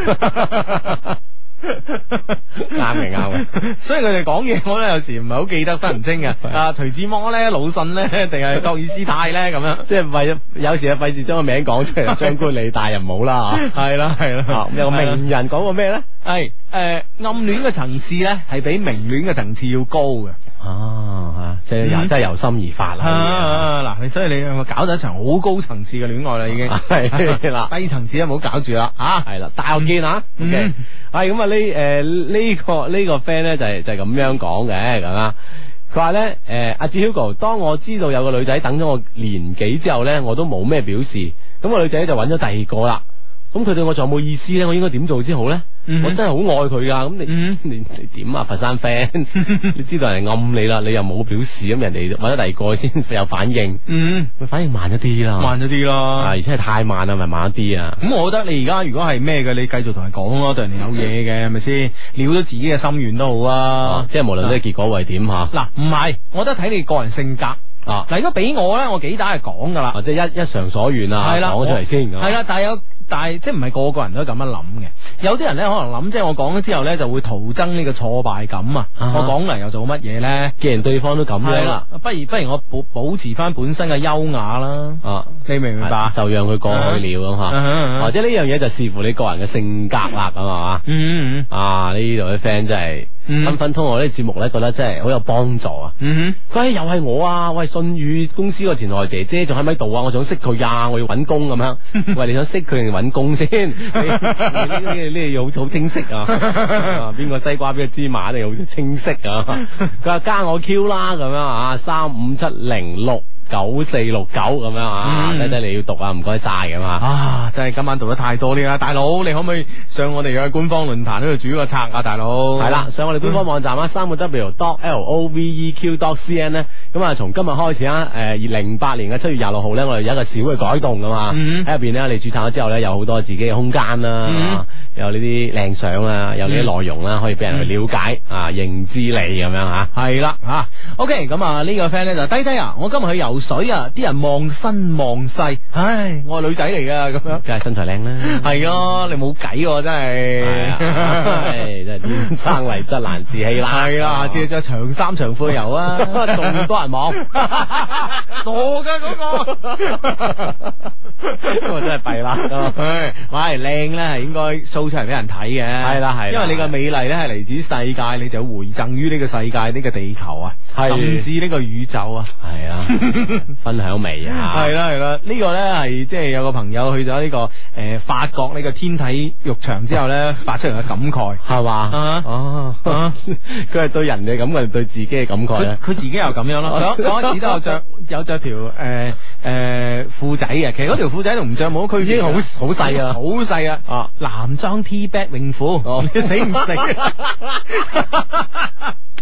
[SPEAKER 3] 啱嘅啱嘅，
[SPEAKER 1] 所以佢哋講嘢，我咧有時唔係好記得分唔清嘅。啊，徐志摩咧、魯迅咧，定係托爾斯泰咧咁樣。
[SPEAKER 3] 即係為咗有時啊費事將個名講出 嚟，張冠李戴又唔好啦啊
[SPEAKER 1] 系啦系啦
[SPEAKER 3] 啊！咁有個名人講過咩咧？
[SPEAKER 1] 系诶暗恋嘅层次咧系比明恋嘅层次要高嘅。
[SPEAKER 3] 哦，吓，即系由
[SPEAKER 1] 嗯
[SPEAKER 3] 真系由心而
[SPEAKER 1] 啊
[SPEAKER 3] 發啦。
[SPEAKER 1] 啊嗱，所以你搞咗一場好高層次嘅戀愛啦，已經
[SPEAKER 3] 係啦，
[SPEAKER 1] 低層次都啊唔好搞住啦，吓
[SPEAKER 3] 系啦，大學見啊
[SPEAKER 1] 嗯
[SPEAKER 3] ，OK，係咁啊呢诶呢個呢個 friend 咧就係就係咁樣講嘅咁啊。佢話咧，诶、阿志 Hugo，當我知道有個女仔等咗我年幾之後咧，我都冇咩表示，咁、個女仔就揾咗第二個啦。咁佢對我仲有冇意思咧？我應該點做先好咧？
[SPEAKER 1] 嗯
[SPEAKER 3] 我真係好愛佢噶，咁你、你你點啊？佛山 friend，你知道人哋暗你啦，你又冇表示，咁人哋揾咗第二個先有反應，
[SPEAKER 1] 嗯，
[SPEAKER 3] 咪反應慢咗啲啦，
[SPEAKER 1] 慢咗啲咯
[SPEAKER 3] 啊，而且係太慢啦，咪慢咗啲啊。
[SPEAKER 1] 咁我覺得你而家如果係咩嘅，你繼續同人講咯，對人哋有嘢嘅係咪先？了咗自己嘅心願都好啊。
[SPEAKER 3] 哦即係無論呢個結果為點吓，
[SPEAKER 1] 嗱，唔係，我覺得睇你個人性格。
[SPEAKER 3] 啊，
[SPEAKER 1] 嗱，如果俾我咧，我幾打係講噶啦。
[SPEAKER 3] 或者一一償所願啊，
[SPEAKER 1] 係啦，
[SPEAKER 3] 講咗出嚟先咁啊。
[SPEAKER 1] 係啦，但係有。但係即係唔係個個人都係咁樣諗嘅，有啲人咧可能諗即係我講咗之後咧就會徒增呢個挫敗感啊！
[SPEAKER 3] 啊
[SPEAKER 1] 我講嚟又做乜嘢咧？
[SPEAKER 3] 既然對方都咁
[SPEAKER 1] 係
[SPEAKER 3] 樣
[SPEAKER 1] 啦
[SPEAKER 3] 啦，，
[SPEAKER 1] 不如不如我保保持翻本身嘅優雅啦，
[SPEAKER 3] 啊，
[SPEAKER 1] 你明唔明白啊？
[SPEAKER 3] 就讓佢過去了咁
[SPEAKER 1] 啊哈啊
[SPEAKER 3] 吓，
[SPEAKER 1] 哈
[SPEAKER 3] 或者呢樣嘢就視乎你個人嘅性格啦，咁啊嘛。
[SPEAKER 1] 嗯嗯
[SPEAKER 3] 啊！呢度啲 friend 真係紛紛通過呢啲節目咧，覺得真係好有幫助啊！
[SPEAKER 1] 嗯
[SPEAKER 3] 佢話哎又係我啊！喂，信宇公司個前台姐姐仲喺咪度啊？我想識佢啊！我要揾工咁樣。喂，你想識佢定揾工先？你你呢呢呢樣嘢好好清晰啊！啊邊個西瓜邊個芝麻，你好清晰啊！佢話加我 Q 啦，咁樣啊，三五七零六。九四六九咁樣啊，
[SPEAKER 1] 嗯
[SPEAKER 3] 睇睇你要讀啊，唔該晒咁啊，
[SPEAKER 1] 啊，真係今晚讀得太多啲啦，大佬，你可唔可以上我哋嘅官方論壇嗰度主個冊啊，大佬？
[SPEAKER 3] 係啦，上我哋官方網站啦，三個 W dot L O V E Q dot C N 咧，咁啊，從今日開始啊，誒零八年嘅七月廿六號咧，我哋有一個小嘅改動噶嘛，
[SPEAKER 1] 嗯
[SPEAKER 3] 喺入邊咧，你註冊咗之後咧，有好多自己嘅空間啦，有呢啲靚相啦，有呢啲內容啦，可以俾人去了解啊，認知你咁樣嚇。
[SPEAKER 1] 系啦吓，OK，咁啊呢個 friend 咧就低低啊，我今日去游水啊，啲人望身望勢，唉，我係女仔嚟噶咁 樣。
[SPEAKER 3] 梗係身材靚啦，
[SPEAKER 1] 係咯，你冇計喎，真
[SPEAKER 3] 係啊，
[SPEAKER 1] 係。
[SPEAKER 3] 唉真係啊天生麗質難自棄 啦，
[SPEAKER 1] 係啦，下次你着長衫長褲游 啊，
[SPEAKER 3] 仲多人 望，
[SPEAKER 1] 傻噶嗰 個。
[SPEAKER 3] 咁啊真係弊 啦。
[SPEAKER 1] 唉，喂，靚咧係應該 show 出嚟俾人睇嘅，係
[SPEAKER 3] 啦係啦
[SPEAKER 1] 因為你嘅美麗咧係嚟自世界，你就回贈於呢個世界、呢個地球啊，
[SPEAKER 3] 係
[SPEAKER 1] 甚至呢個宇宙啊。
[SPEAKER 3] 係啊，分享未啊？
[SPEAKER 1] 係啦係啦，呢個咧係即係有個朋友去咗呢個诶法國呢個天體浴場之後 咧，發出嚟嘅感慨。
[SPEAKER 3] 系嘛
[SPEAKER 1] 啊？
[SPEAKER 3] 哦，
[SPEAKER 1] 啊
[SPEAKER 3] 佢系对人哋感覺，對自己嘅感覺啊哦
[SPEAKER 1] 佢
[SPEAKER 3] 咧。
[SPEAKER 1] 佢自己又咁樣咯，嗰嗰陣時都有 着有着條誒誒褲仔嘅，其實嗰條褲仔同唔着冇區別，已
[SPEAKER 3] 經好好細啊
[SPEAKER 1] 好細啊，
[SPEAKER 3] 啊哦
[SPEAKER 1] 男裝 T back 泳褲， 你死唔死？啊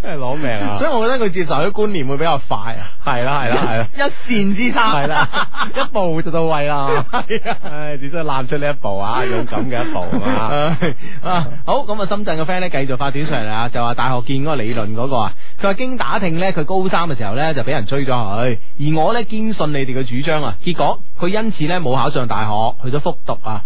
[SPEAKER 3] 真係攞命啊
[SPEAKER 1] 所以我覺得佢接受嘅觀念會比較快啊，
[SPEAKER 3] 係啦係啦係啦
[SPEAKER 1] 一線之差，
[SPEAKER 3] 係啦，一步就到位啦。係啊，唉，只需要攬出呢一步啊，勇敢嘅一步啊。
[SPEAKER 1] 啊，好咁啊！深圳嘅 friend 咧繼續發短信嚟啊，就話大學見嗰個理論嗰個啊，佢話經打聽咧，佢高三嘅時候咧就俾人追咗佢，而我咧堅信你哋嘅主張啊，結果佢因此咧冇考上大學，去咗復讀啊。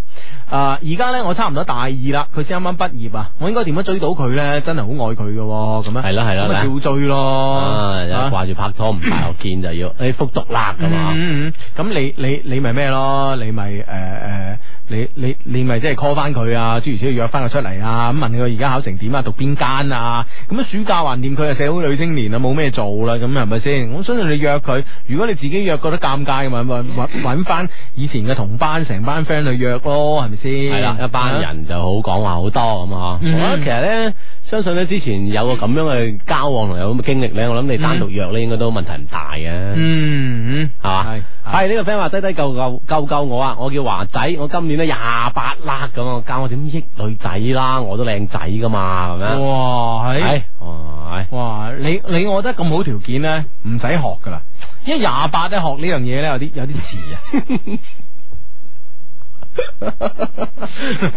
[SPEAKER 1] 啊！而家咧，我差唔多大二啦，佢先啱啱畢業啊，我應該點樣追到佢咧？真係好愛佢嘅喎，咁樣
[SPEAKER 3] 係啦係啦
[SPEAKER 1] 咁咪
[SPEAKER 3] 嗱
[SPEAKER 1] 照追咯。
[SPEAKER 3] 啊，
[SPEAKER 1] 啊
[SPEAKER 3] 掛住拍拖唔大學 見就要，誒復讀啦咁啊。
[SPEAKER 1] 嗯嗯嗯咁你你你咪咩咯？你咪诶诶，你你你咪即系 call 翻佢啊，諸如此類約翻佢出嚟啊，咁問佢而家考成點啊，讀邊間啊？咁暑假還掂佢係社會女青年啊，冇咩做啦，咁係咪先？我相信你約佢，如果你自己約覺得尷尬嘅咪揾揾揾翻以前嘅同班成班 friend 去約咯，係咪先？
[SPEAKER 3] 係啦，一班人就好講話好多咁啊。我
[SPEAKER 1] 嗯
[SPEAKER 3] 覺得其實咧，相信咧之前有個咁樣嘅交往同有咁嘅經歷咧，我諗你單獨約咧應該都問題唔大嘅。
[SPEAKER 1] 嗯，嗯
[SPEAKER 3] 系嘛？
[SPEAKER 1] 係
[SPEAKER 3] 系呢個 friend 話低低救救救救我啊！我叫華仔，我今年咧廿八啦咁啊，教我點益女仔啦，我都靚仔噶嘛咁
[SPEAKER 1] 嗯，
[SPEAKER 3] 樣。
[SPEAKER 1] 哇，係。
[SPEAKER 3] 係，哇
[SPEAKER 1] 哇！你你我覺得咁好條件咧，唔使學噶啦，因為廿八咧學呢樣嘢咧有啲有啲 遲啊。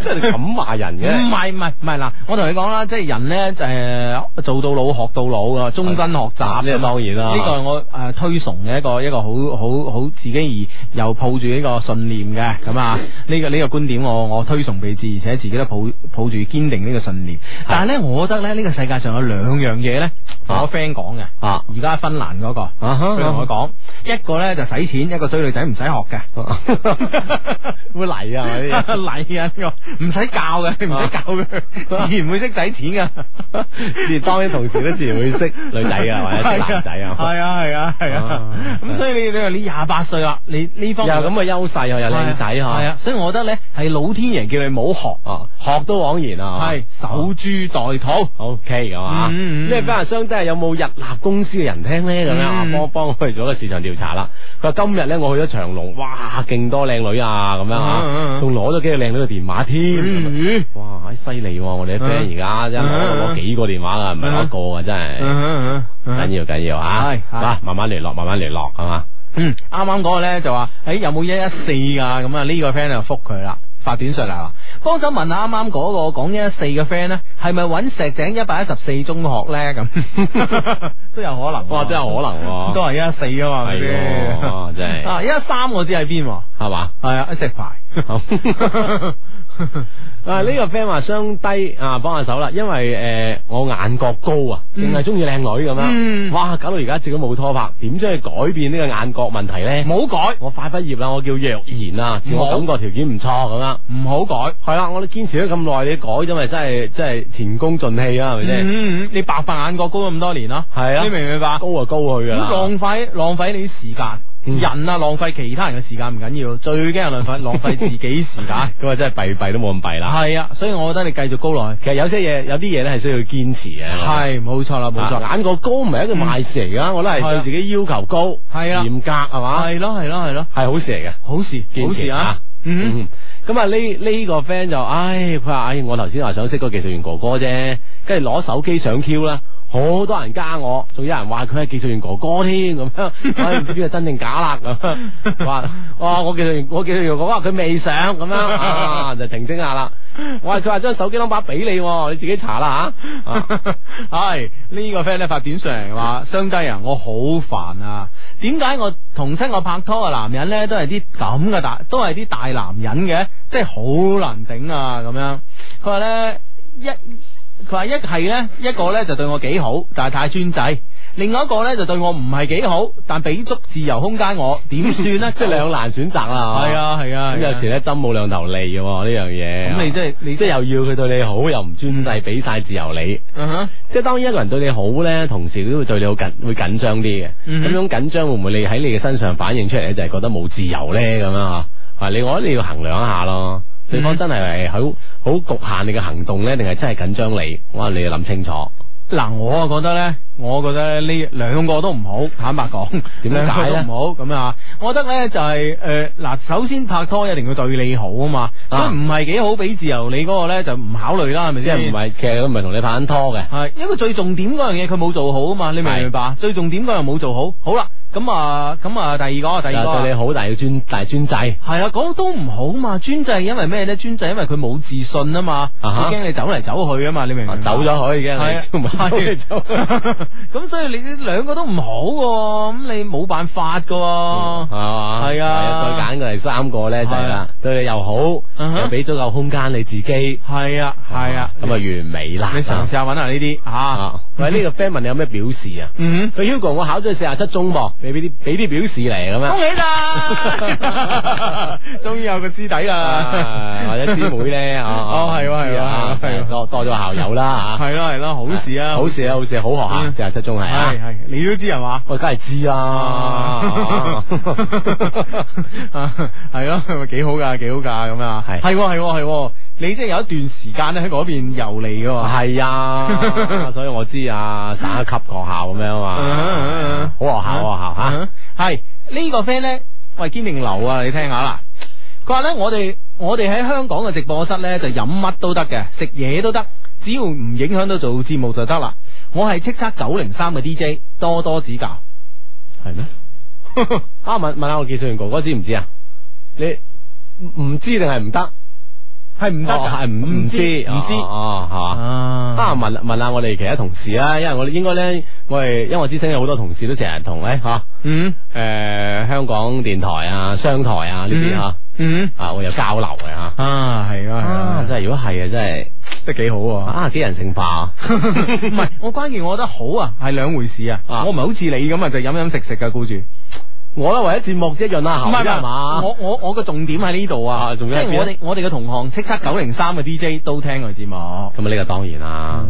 [SPEAKER 3] 真係咁話人
[SPEAKER 1] 唔
[SPEAKER 3] 嘅。
[SPEAKER 1] 係唔係唔係嗱，我同你講啦，即係人咧就誒做到老學到老啊，終身學習
[SPEAKER 3] 啊呢個當然啦
[SPEAKER 1] 呢個係我誒推崇嘅一個一個好好好自己而又抱住呢個信念嘅咁啊，
[SPEAKER 3] 嗯
[SPEAKER 1] 呢個呢個觀點我我推崇備至，而且自己都抱抱住堅定呢個信念。但係咧，我覺得咧呢個世界上有兩樣嘢咧，我 friend 講嘅
[SPEAKER 3] 啊
[SPEAKER 1] 而家芬蘭嗰個，
[SPEAKER 3] 啊哈
[SPEAKER 1] 佢同我講一個咧就使錢，一個追女仔唔使學嘅。
[SPEAKER 3] 會難泥 啊，嗰啲
[SPEAKER 1] 嚟啊！呢個唔使教 嘅，你唔使教佢，自然會識使錢噶。
[SPEAKER 3] 自然當然同時都自然會識女仔 啊，或者識男仔啊。
[SPEAKER 1] 係啊係啊係啊！咁所以你你話你廿八歲啦，你呢方
[SPEAKER 3] 又
[SPEAKER 1] 面
[SPEAKER 3] 有咁嘅優勢，又有靚仔嚇，
[SPEAKER 1] 係啊，所以我覺得咧係老天爺叫你唔好學
[SPEAKER 3] 啊，學都枉然啊，
[SPEAKER 1] 係守株待兔。
[SPEAKER 3] O K 咁啊，
[SPEAKER 1] 嗯嗯嗯
[SPEAKER 3] 呢位班人相低有冇日立公司嘅人聽咧？咁樣啊，
[SPEAKER 1] 嗯
[SPEAKER 3] 幫幫我去做一個市場調查啦。佢話今日咧我去咗長隆，哇，勁多靚女啊，咁
[SPEAKER 1] 嗯嗯
[SPEAKER 3] 樣啊，
[SPEAKER 1] 嗯
[SPEAKER 3] 仲攞咗幾個靚女嘅電話添。
[SPEAKER 1] 嗯
[SPEAKER 3] 哇，唉犀利喎！我哋啲 friend 而家真係攞攞幾個電話啦，唔係攞一個啊，真係
[SPEAKER 1] 嗯嗯
[SPEAKER 3] 緊要緊要啊
[SPEAKER 1] 係！係
[SPEAKER 3] 啊，慢慢聯絡，慢慢聯絡，係嘛？
[SPEAKER 1] 嗯， 啱啱嗰個咧就話，诶、有冇一一四噶？咁啊呢個 friend 就复佢啦，發短信嚟話，幫手問下啱啱嗰個講一一四嘅 friend 咧，係咪揾石井一百一十四中學咧？咁 都有可能
[SPEAKER 3] 哇，真係可能喎，
[SPEAKER 1] 係一一四噶嘛
[SPEAKER 3] 係喎，真係
[SPEAKER 1] 啊，一一三我知喺邊喎，
[SPEAKER 3] 係嘛？
[SPEAKER 1] 係啊，石牌。嗯
[SPEAKER 3] 啊！呢、個 friend 話相低啊，幫下手啦，因為诶、呃我眼角高啊，淨係中意靚女咁樣，
[SPEAKER 1] 嗯
[SPEAKER 3] 哇！搞到而家自己冇拖拍，點將佢改變呢個眼角問題咧？
[SPEAKER 1] 唔好改，
[SPEAKER 3] 我快畢業啦，我叫若然啊，自我感覺條件唔錯咁樣。
[SPEAKER 1] 唔好改，
[SPEAKER 3] 係啦，我哋堅持咗咁耐，你改咗咪真係真係前功盡棄啊？係咪先？
[SPEAKER 1] 嗯嗯，你白白眼角高咁多年啦，
[SPEAKER 3] 係啊
[SPEAKER 1] 你明唔明白？
[SPEAKER 3] 高啊高去噶啦，
[SPEAKER 1] 浪費浪費你啲時間，
[SPEAKER 3] 嗯
[SPEAKER 1] 人啊浪費其他人嘅時間唔緊要，最驚係浪費浪費自己時間。
[SPEAKER 3] 咁啊真係弊弊都冇咁弊啦。
[SPEAKER 1] 係啊，所以我覺得你繼續高落去。
[SPEAKER 3] 其實有些嘢有啲嘢咧係需要堅持嘅。
[SPEAKER 1] 係冇錯啦，冇錯。
[SPEAKER 3] 眼角高唔係一個壞事嚟噶，我覺得係對自己要求高，
[SPEAKER 1] 係啦
[SPEAKER 3] 嚴格係嘛，
[SPEAKER 1] 係咯係咯係咯，
[SPEAKER 3] 係好事嚟嘅。
[SPEAKER 1] 好事
[SPEAKER 3] 堅持
[SPEAKER 1] 好事啊
[SPEAKER 3] 啊！
[SPEAKER 1] 嗯，
[SPEAKER 3] 嗯，咁啊呢呢個 friend 就，唉，佢話，唉，哎我頭先話想識個技術員哥哥啫，跟住攞手機上 Q 啦，好多人加我，仲有人話佢係技術員哥哥添，咁樣，唉，唔知邊個真定假啦，咁樣，話，哇，我技術員，我技術員哥哥話佢未上，咁樣，啊，就澄清下啦， 我話佢話將手機 number 俾你喎，你自己查啦吓。 啊
[SPEAKER 1] 係呢個 friend 咧發短信嚟話，相低啊，我好煩啊！點解我同親我拍拖嘅男人咧，都係啲咁嘅大，都係啲大男人嘅，真係好難頂啊！咁樣，佢話咧一，佢話一係咧一個咧就對我幾好，但係太專制。另外一個咧就對我唔係幾好，但俾足自由空間我，點算 呢？
[SPEAKER 3] 即係兩難選擇啦，
[SPEAKER 1] 係啊係啊
[SPEAKER 3] 咁
[SPEAKER 1] 係啊
[SPEAKER 3] 有時咧針冇兩頭利嘅喎呢樣嘢，
[SPEAKER 1] 咁你真係嗯你
[SPEAKER 3] 即係又要佢對你好，又唔專制，俾晒自由你。
[SPEAKER 1] 嗯哼
[SPEAKER 3] 即係當然一個人對你好咧，同時都會對你好緊，會緊張啲嘅。
[SPEAKER 1] 嗯
[SPEAKER 3] 咁樣緊張會唔會你喺你嘅身上反映出嚟咧？就係覺得冇自由咧咁樣啊？啊，你我覺得你要衡量一下咯。對方真係係好好局限你嘅行動咧，定係真係緊張你？哇！你要諗清楚。
[SPEAKER 1] 嗱，我啊覺得咧，我覺得咧呢兩個都唔 好，坦白講，
[SPEAKER 3] 點解咧
[SPEAKER 1] 兩個都唔好咁啊！我覺得咧就係誒嗱，首先拍拖一定要對你好啊嘛，
[SPEAKER 3] 啊
[SPEAKER 1] 所以唔係幾好俾自由你嗰個咧就唔考慮啦，係咪
[SPEAKER 3] 即
[SPEAKER 1] 先？
[SPEAKER 3] 係唔係，其實佢唔係同你拍緊拖嘅。
[SPEAKER 1] 係因為最重點嗰樣嘢佢冇做好啊嘛，你明唔明白？最重點嗰樣冇做好，好啦，咁啊咁啊，第二個第
[SPEAKER 3] 就
[SPEAKER 1] 二個
[SPEAKER 3] 係對你
[SPEAKER 1] 啊。
[SPEAKER 3] 好，但係要專，但係專制。
[SPEAKER 1] 係啦，講都唔好嘛，專制係因為咩咧？專制因為佢冇自信啊嘛，
[SPEAKER 3] 啊哈
[SPEAKER 1] 佢驚你走嚟走去啊嘛，你明唔明
[SPEAKER 3] 啊
[SPEAKER 1] 白？
[SPEAKER 3] 走咗佢
[SPEAKER 1] 係啊
[SPEAKER 3] 嘅，你唔係走你走
[SPEAKER 1] 咁所以你呢兩個都唔好喎，咁你冇辦法噶喎。
[SPEAKER 3] 係嘛？
[SPEAKER 1] 係啊
[SPEAKER 3] 再揀過嚟三個咧就係
[SPEAKER 1] 係
[SPEAKER 3] 啦
[SPEAKER 1] 啊，
[SPEAKER 3] 對你又
[SPEAKER 1] 嗯
[SPEAKER 3] 好，
[SPEAKER 1] 哼
[SPEAKER 3] 又俾足夠空間你自己，
[SPEAKER 1] 係啊，係啊，
[SPEAKER 3] 咁啊完美啦。
[SPEAKER 1] 你嘗試下揾下呢啲吓
[SPEAKER 3] 啊。？喂，呢個 friend 問你有咩表示啊？
[SPEAKER 1] 嗯
[SPEAKER 3] 佢 Hugo，我考咗四十七中噃，你俾啲俾啲表示嚟咁啊
[SPEAKER 1] 哼，
[SPEAKER 3] 樣
[SPEAKER 1] 恭喜啦！終於有個師弟
[SPEAKER 3] 啊，
[SPEAKER 1] 啦，
[SPEAKER 3] 或者師妹咧，啊
[SPEAKER 1] 哦係喎
[SPEAKER 3] 唔知啊
[SPEAKER 1] 係喎係喎
[SPEAKER 3] 多多咗校友啦吓，
[SPEAKER 1] 係咯係咯，好事啊，
[SPEAKER 3] 好事啊，好事啊，好學校，
[SPEAKER 1] 嗯
[SPEAKER 3] 四十七中係啊
[SPEAKER 1] 係，係，你都知係嘛？
[SPEAKER 3] 我梗係知 啦。
[SPEAKER 1] 系啊咯，咪幾好噶，幾好噶咁啊！
[SPEAKER 3] 係
[SPEAKER 1] 係喎係喎係喎，你即係有一段時間咧喺嗰邊游嚟噶喎。
[SPEAKER 3] 系啊，所以我知啊，省一級學校咁 樣
[SPEAKER 1] 嗯嗯嗯
[SPEAKER 3] 啊，好學校好學校吓，
[SPEAKER 1] 吓，系呢個 friend 咧，喂堅定流啊，你聽下啦。佢話咧，我哋我哋喺香港嘅直播室咧，就飲乜都得嘅，食嘢都得，只要唔影響到做節目就得啦。我係叱咤九零三嘅 DJ，多多指教。
[SPEAKER 3] 係咩？ 啊，問問下我技術員哥哥知唔知啊？你唔唔知定係唔得？
[SPEAKER 1] 係唔
[SPEAKER 3] 哦係唔唔知
[SPEAKER 1] 唔知
[SPEAKER 3] 哦哦係嘛？
[SPEAKER 1] 啊
[SPEAKER 3] 啊，問問下我哋其他同事啦，因為我哋應該咧，我哋音樂之星有好多同事都成日同咧吓，
[SPEAKER 1] 嗯
[SPEAKER 3] 誒香港電台啊、商台啊呢啲吓，
[SPEAKER 1] 嗯
[SPEAKER 3] 啊會有交流嘅吓。
[SPEAKER 1] 啊係啊係
[SPEAKER 3] 啊
[SPEAKER 1] 啊，，
[SPEAKER 3] 真係如果係啊，真係
[SPEAKER 1] 真係幾好 喎。
[SPEAKER 3] 啊幾人性化啊！
[SPEAKER 1] 唔係，我關鍵我覺得好啊，係兩回事啊。
[SPEAKER 3] 啊
[SPEAKER 1] 我唔係好似你咁啊，就飲飲食食噶，顧住
[SPEAKER 3] 我咧為咗節目一樣啦，
[SPEAKER 1] 唔係唔
[SPEAKER 3] 啊係嘛？
[SPEAKER 1] 我我我個重點喺呢度啊，即
[SPEAKER 3] 重點喺
[SPEAKER 1] 係
[SPEAKER 3] 邊啊
[SPEAKER 1] 我哋我哋嘅同行叱咤九零三嘅 DJ 都聽佢節目。咁
[SPEAKER 3] 啊呢個當然啦。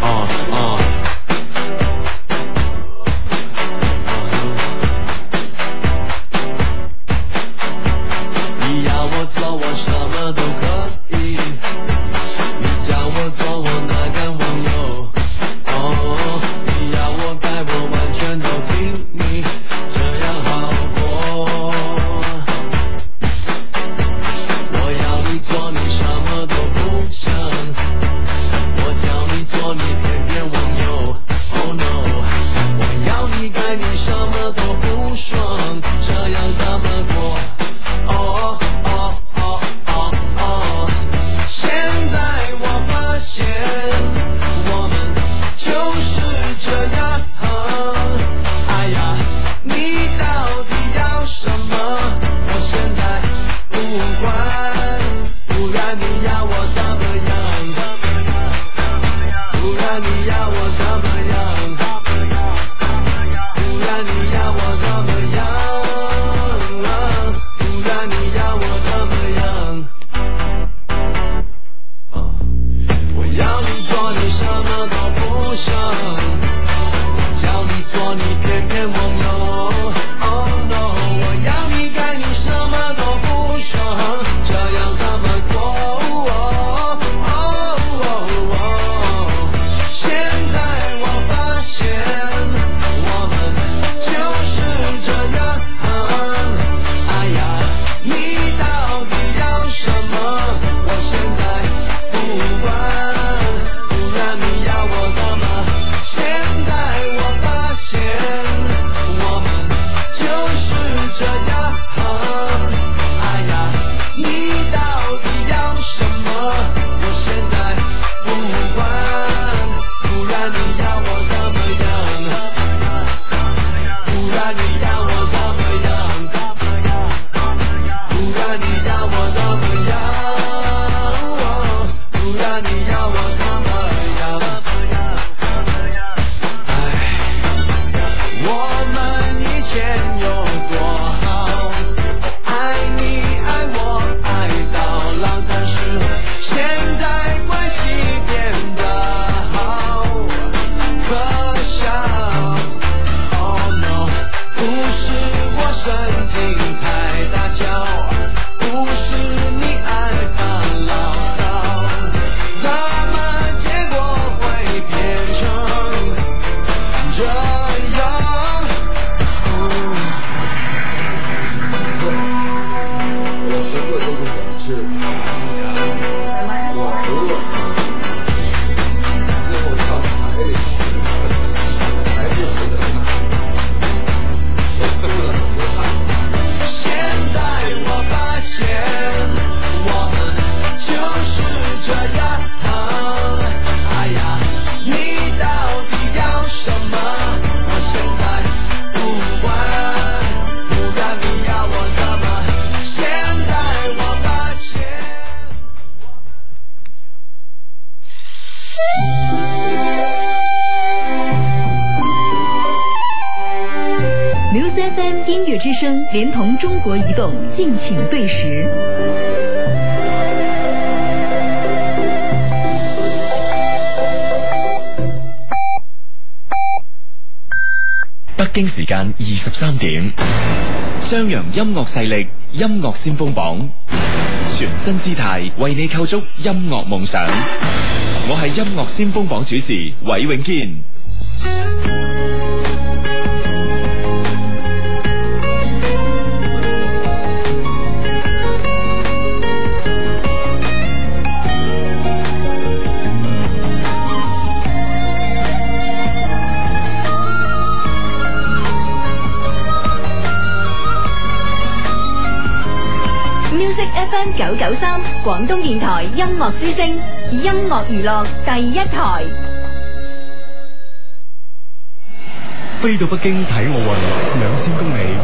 [SPEAKER 2] 哦哦。你要我做我什么都可以，你叫我做我哪敢忘忧？哦，你要我改我完全都听你，这样好过。我要你做你什么都不想。我叫你做你偏偏忘忧，Oh no！我要你改你什么都不说，这样怎么过？哦哦哦哦哦！现在我发现我们就是这样，哎呀，你到底要什么？我现在不管，不然你要我怎么样？不然你要我怎么样？不然你要我怎么样？不然你要我怎么样？啊我要你做你什么都不想，叫你做你偏偏忘忧。Oh no！我要你干你什么都不说，这样怎么过？哦哦哦哦现在我发现我们就是这样。哎呀，你到底要什么？我现在不管，不然你要我怎么？现在我发现我们就是这样。哎呀，你到底要什么？我现在不管，不然你要我怎么样？不然哎你要我怎么样？不然你要我怎么样？不然你要我怎么样？哎我们以前有多好，爱你爱我爱到老，但是现在关系变得好可笑。Oh no，不是我神经太大条，不是你爱他唠叨，怎么结果会变成？这样。我学会都是本事，我不饿，最后跳海里，还是回到那。现在我发现我们就是这样，哎呀，你到底要什么？我现在不管，不然你要我怎么？现在我发现。
[SPEAKER 14] Muse FM 音乐之声连同中国移动敬请对时。
[SPEAKER 6] 北京时间二十三点，张扬音乐势力音乐先锋榜，全新姿态为你构筑音乐梦想。我系音乐先锋榜主持韦永坚。
[SPEAKER 4] Music FM 九九三，广东电台音乐之声，音乐娱乐第一台。
[SPEAKER 1] 飛到北京睇奧運兩千公里。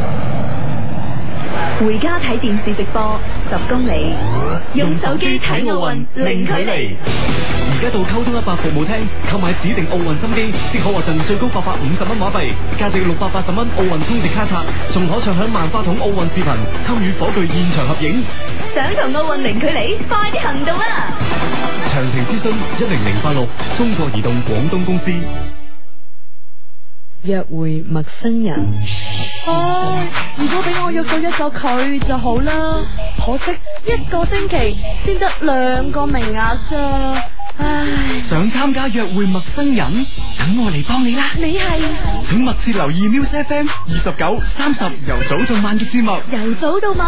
[SPEAKER 6] 回家睇電視直播十公里，用手機睇奧運零距離。
[SPEAKER 1] 而家到溝通一百服務廳購買指定奧運心機，即可獲贈最高八百五十蚊馬幣，價值六百八十蚊奧運充值卡刷，仲可暢享萬花筒奧運視頻，參與火炬現場合影。
[SPEAKER 6] 想同奧運零距離，快啲行動啊啦！
[SPEAKER 1] 詳情諮詢一零零八六中國移動廣東公司。
[SPEAKER 13] 約會陌生人，
[SPEAKER 4] 唉，如果俾我約到一個佢就好啦，可惜一個星期先得兩個名額咋，唉，
[SPEAKER 2] 想參加約會陌生人，等我嚟幫你啦。
[SPEAKER 4] 你係
[SPEAKER 2] 請密切留意 Music FM 二十九、三十由早到晚嘅節目。
[SPEAKER 4] 由早到晚。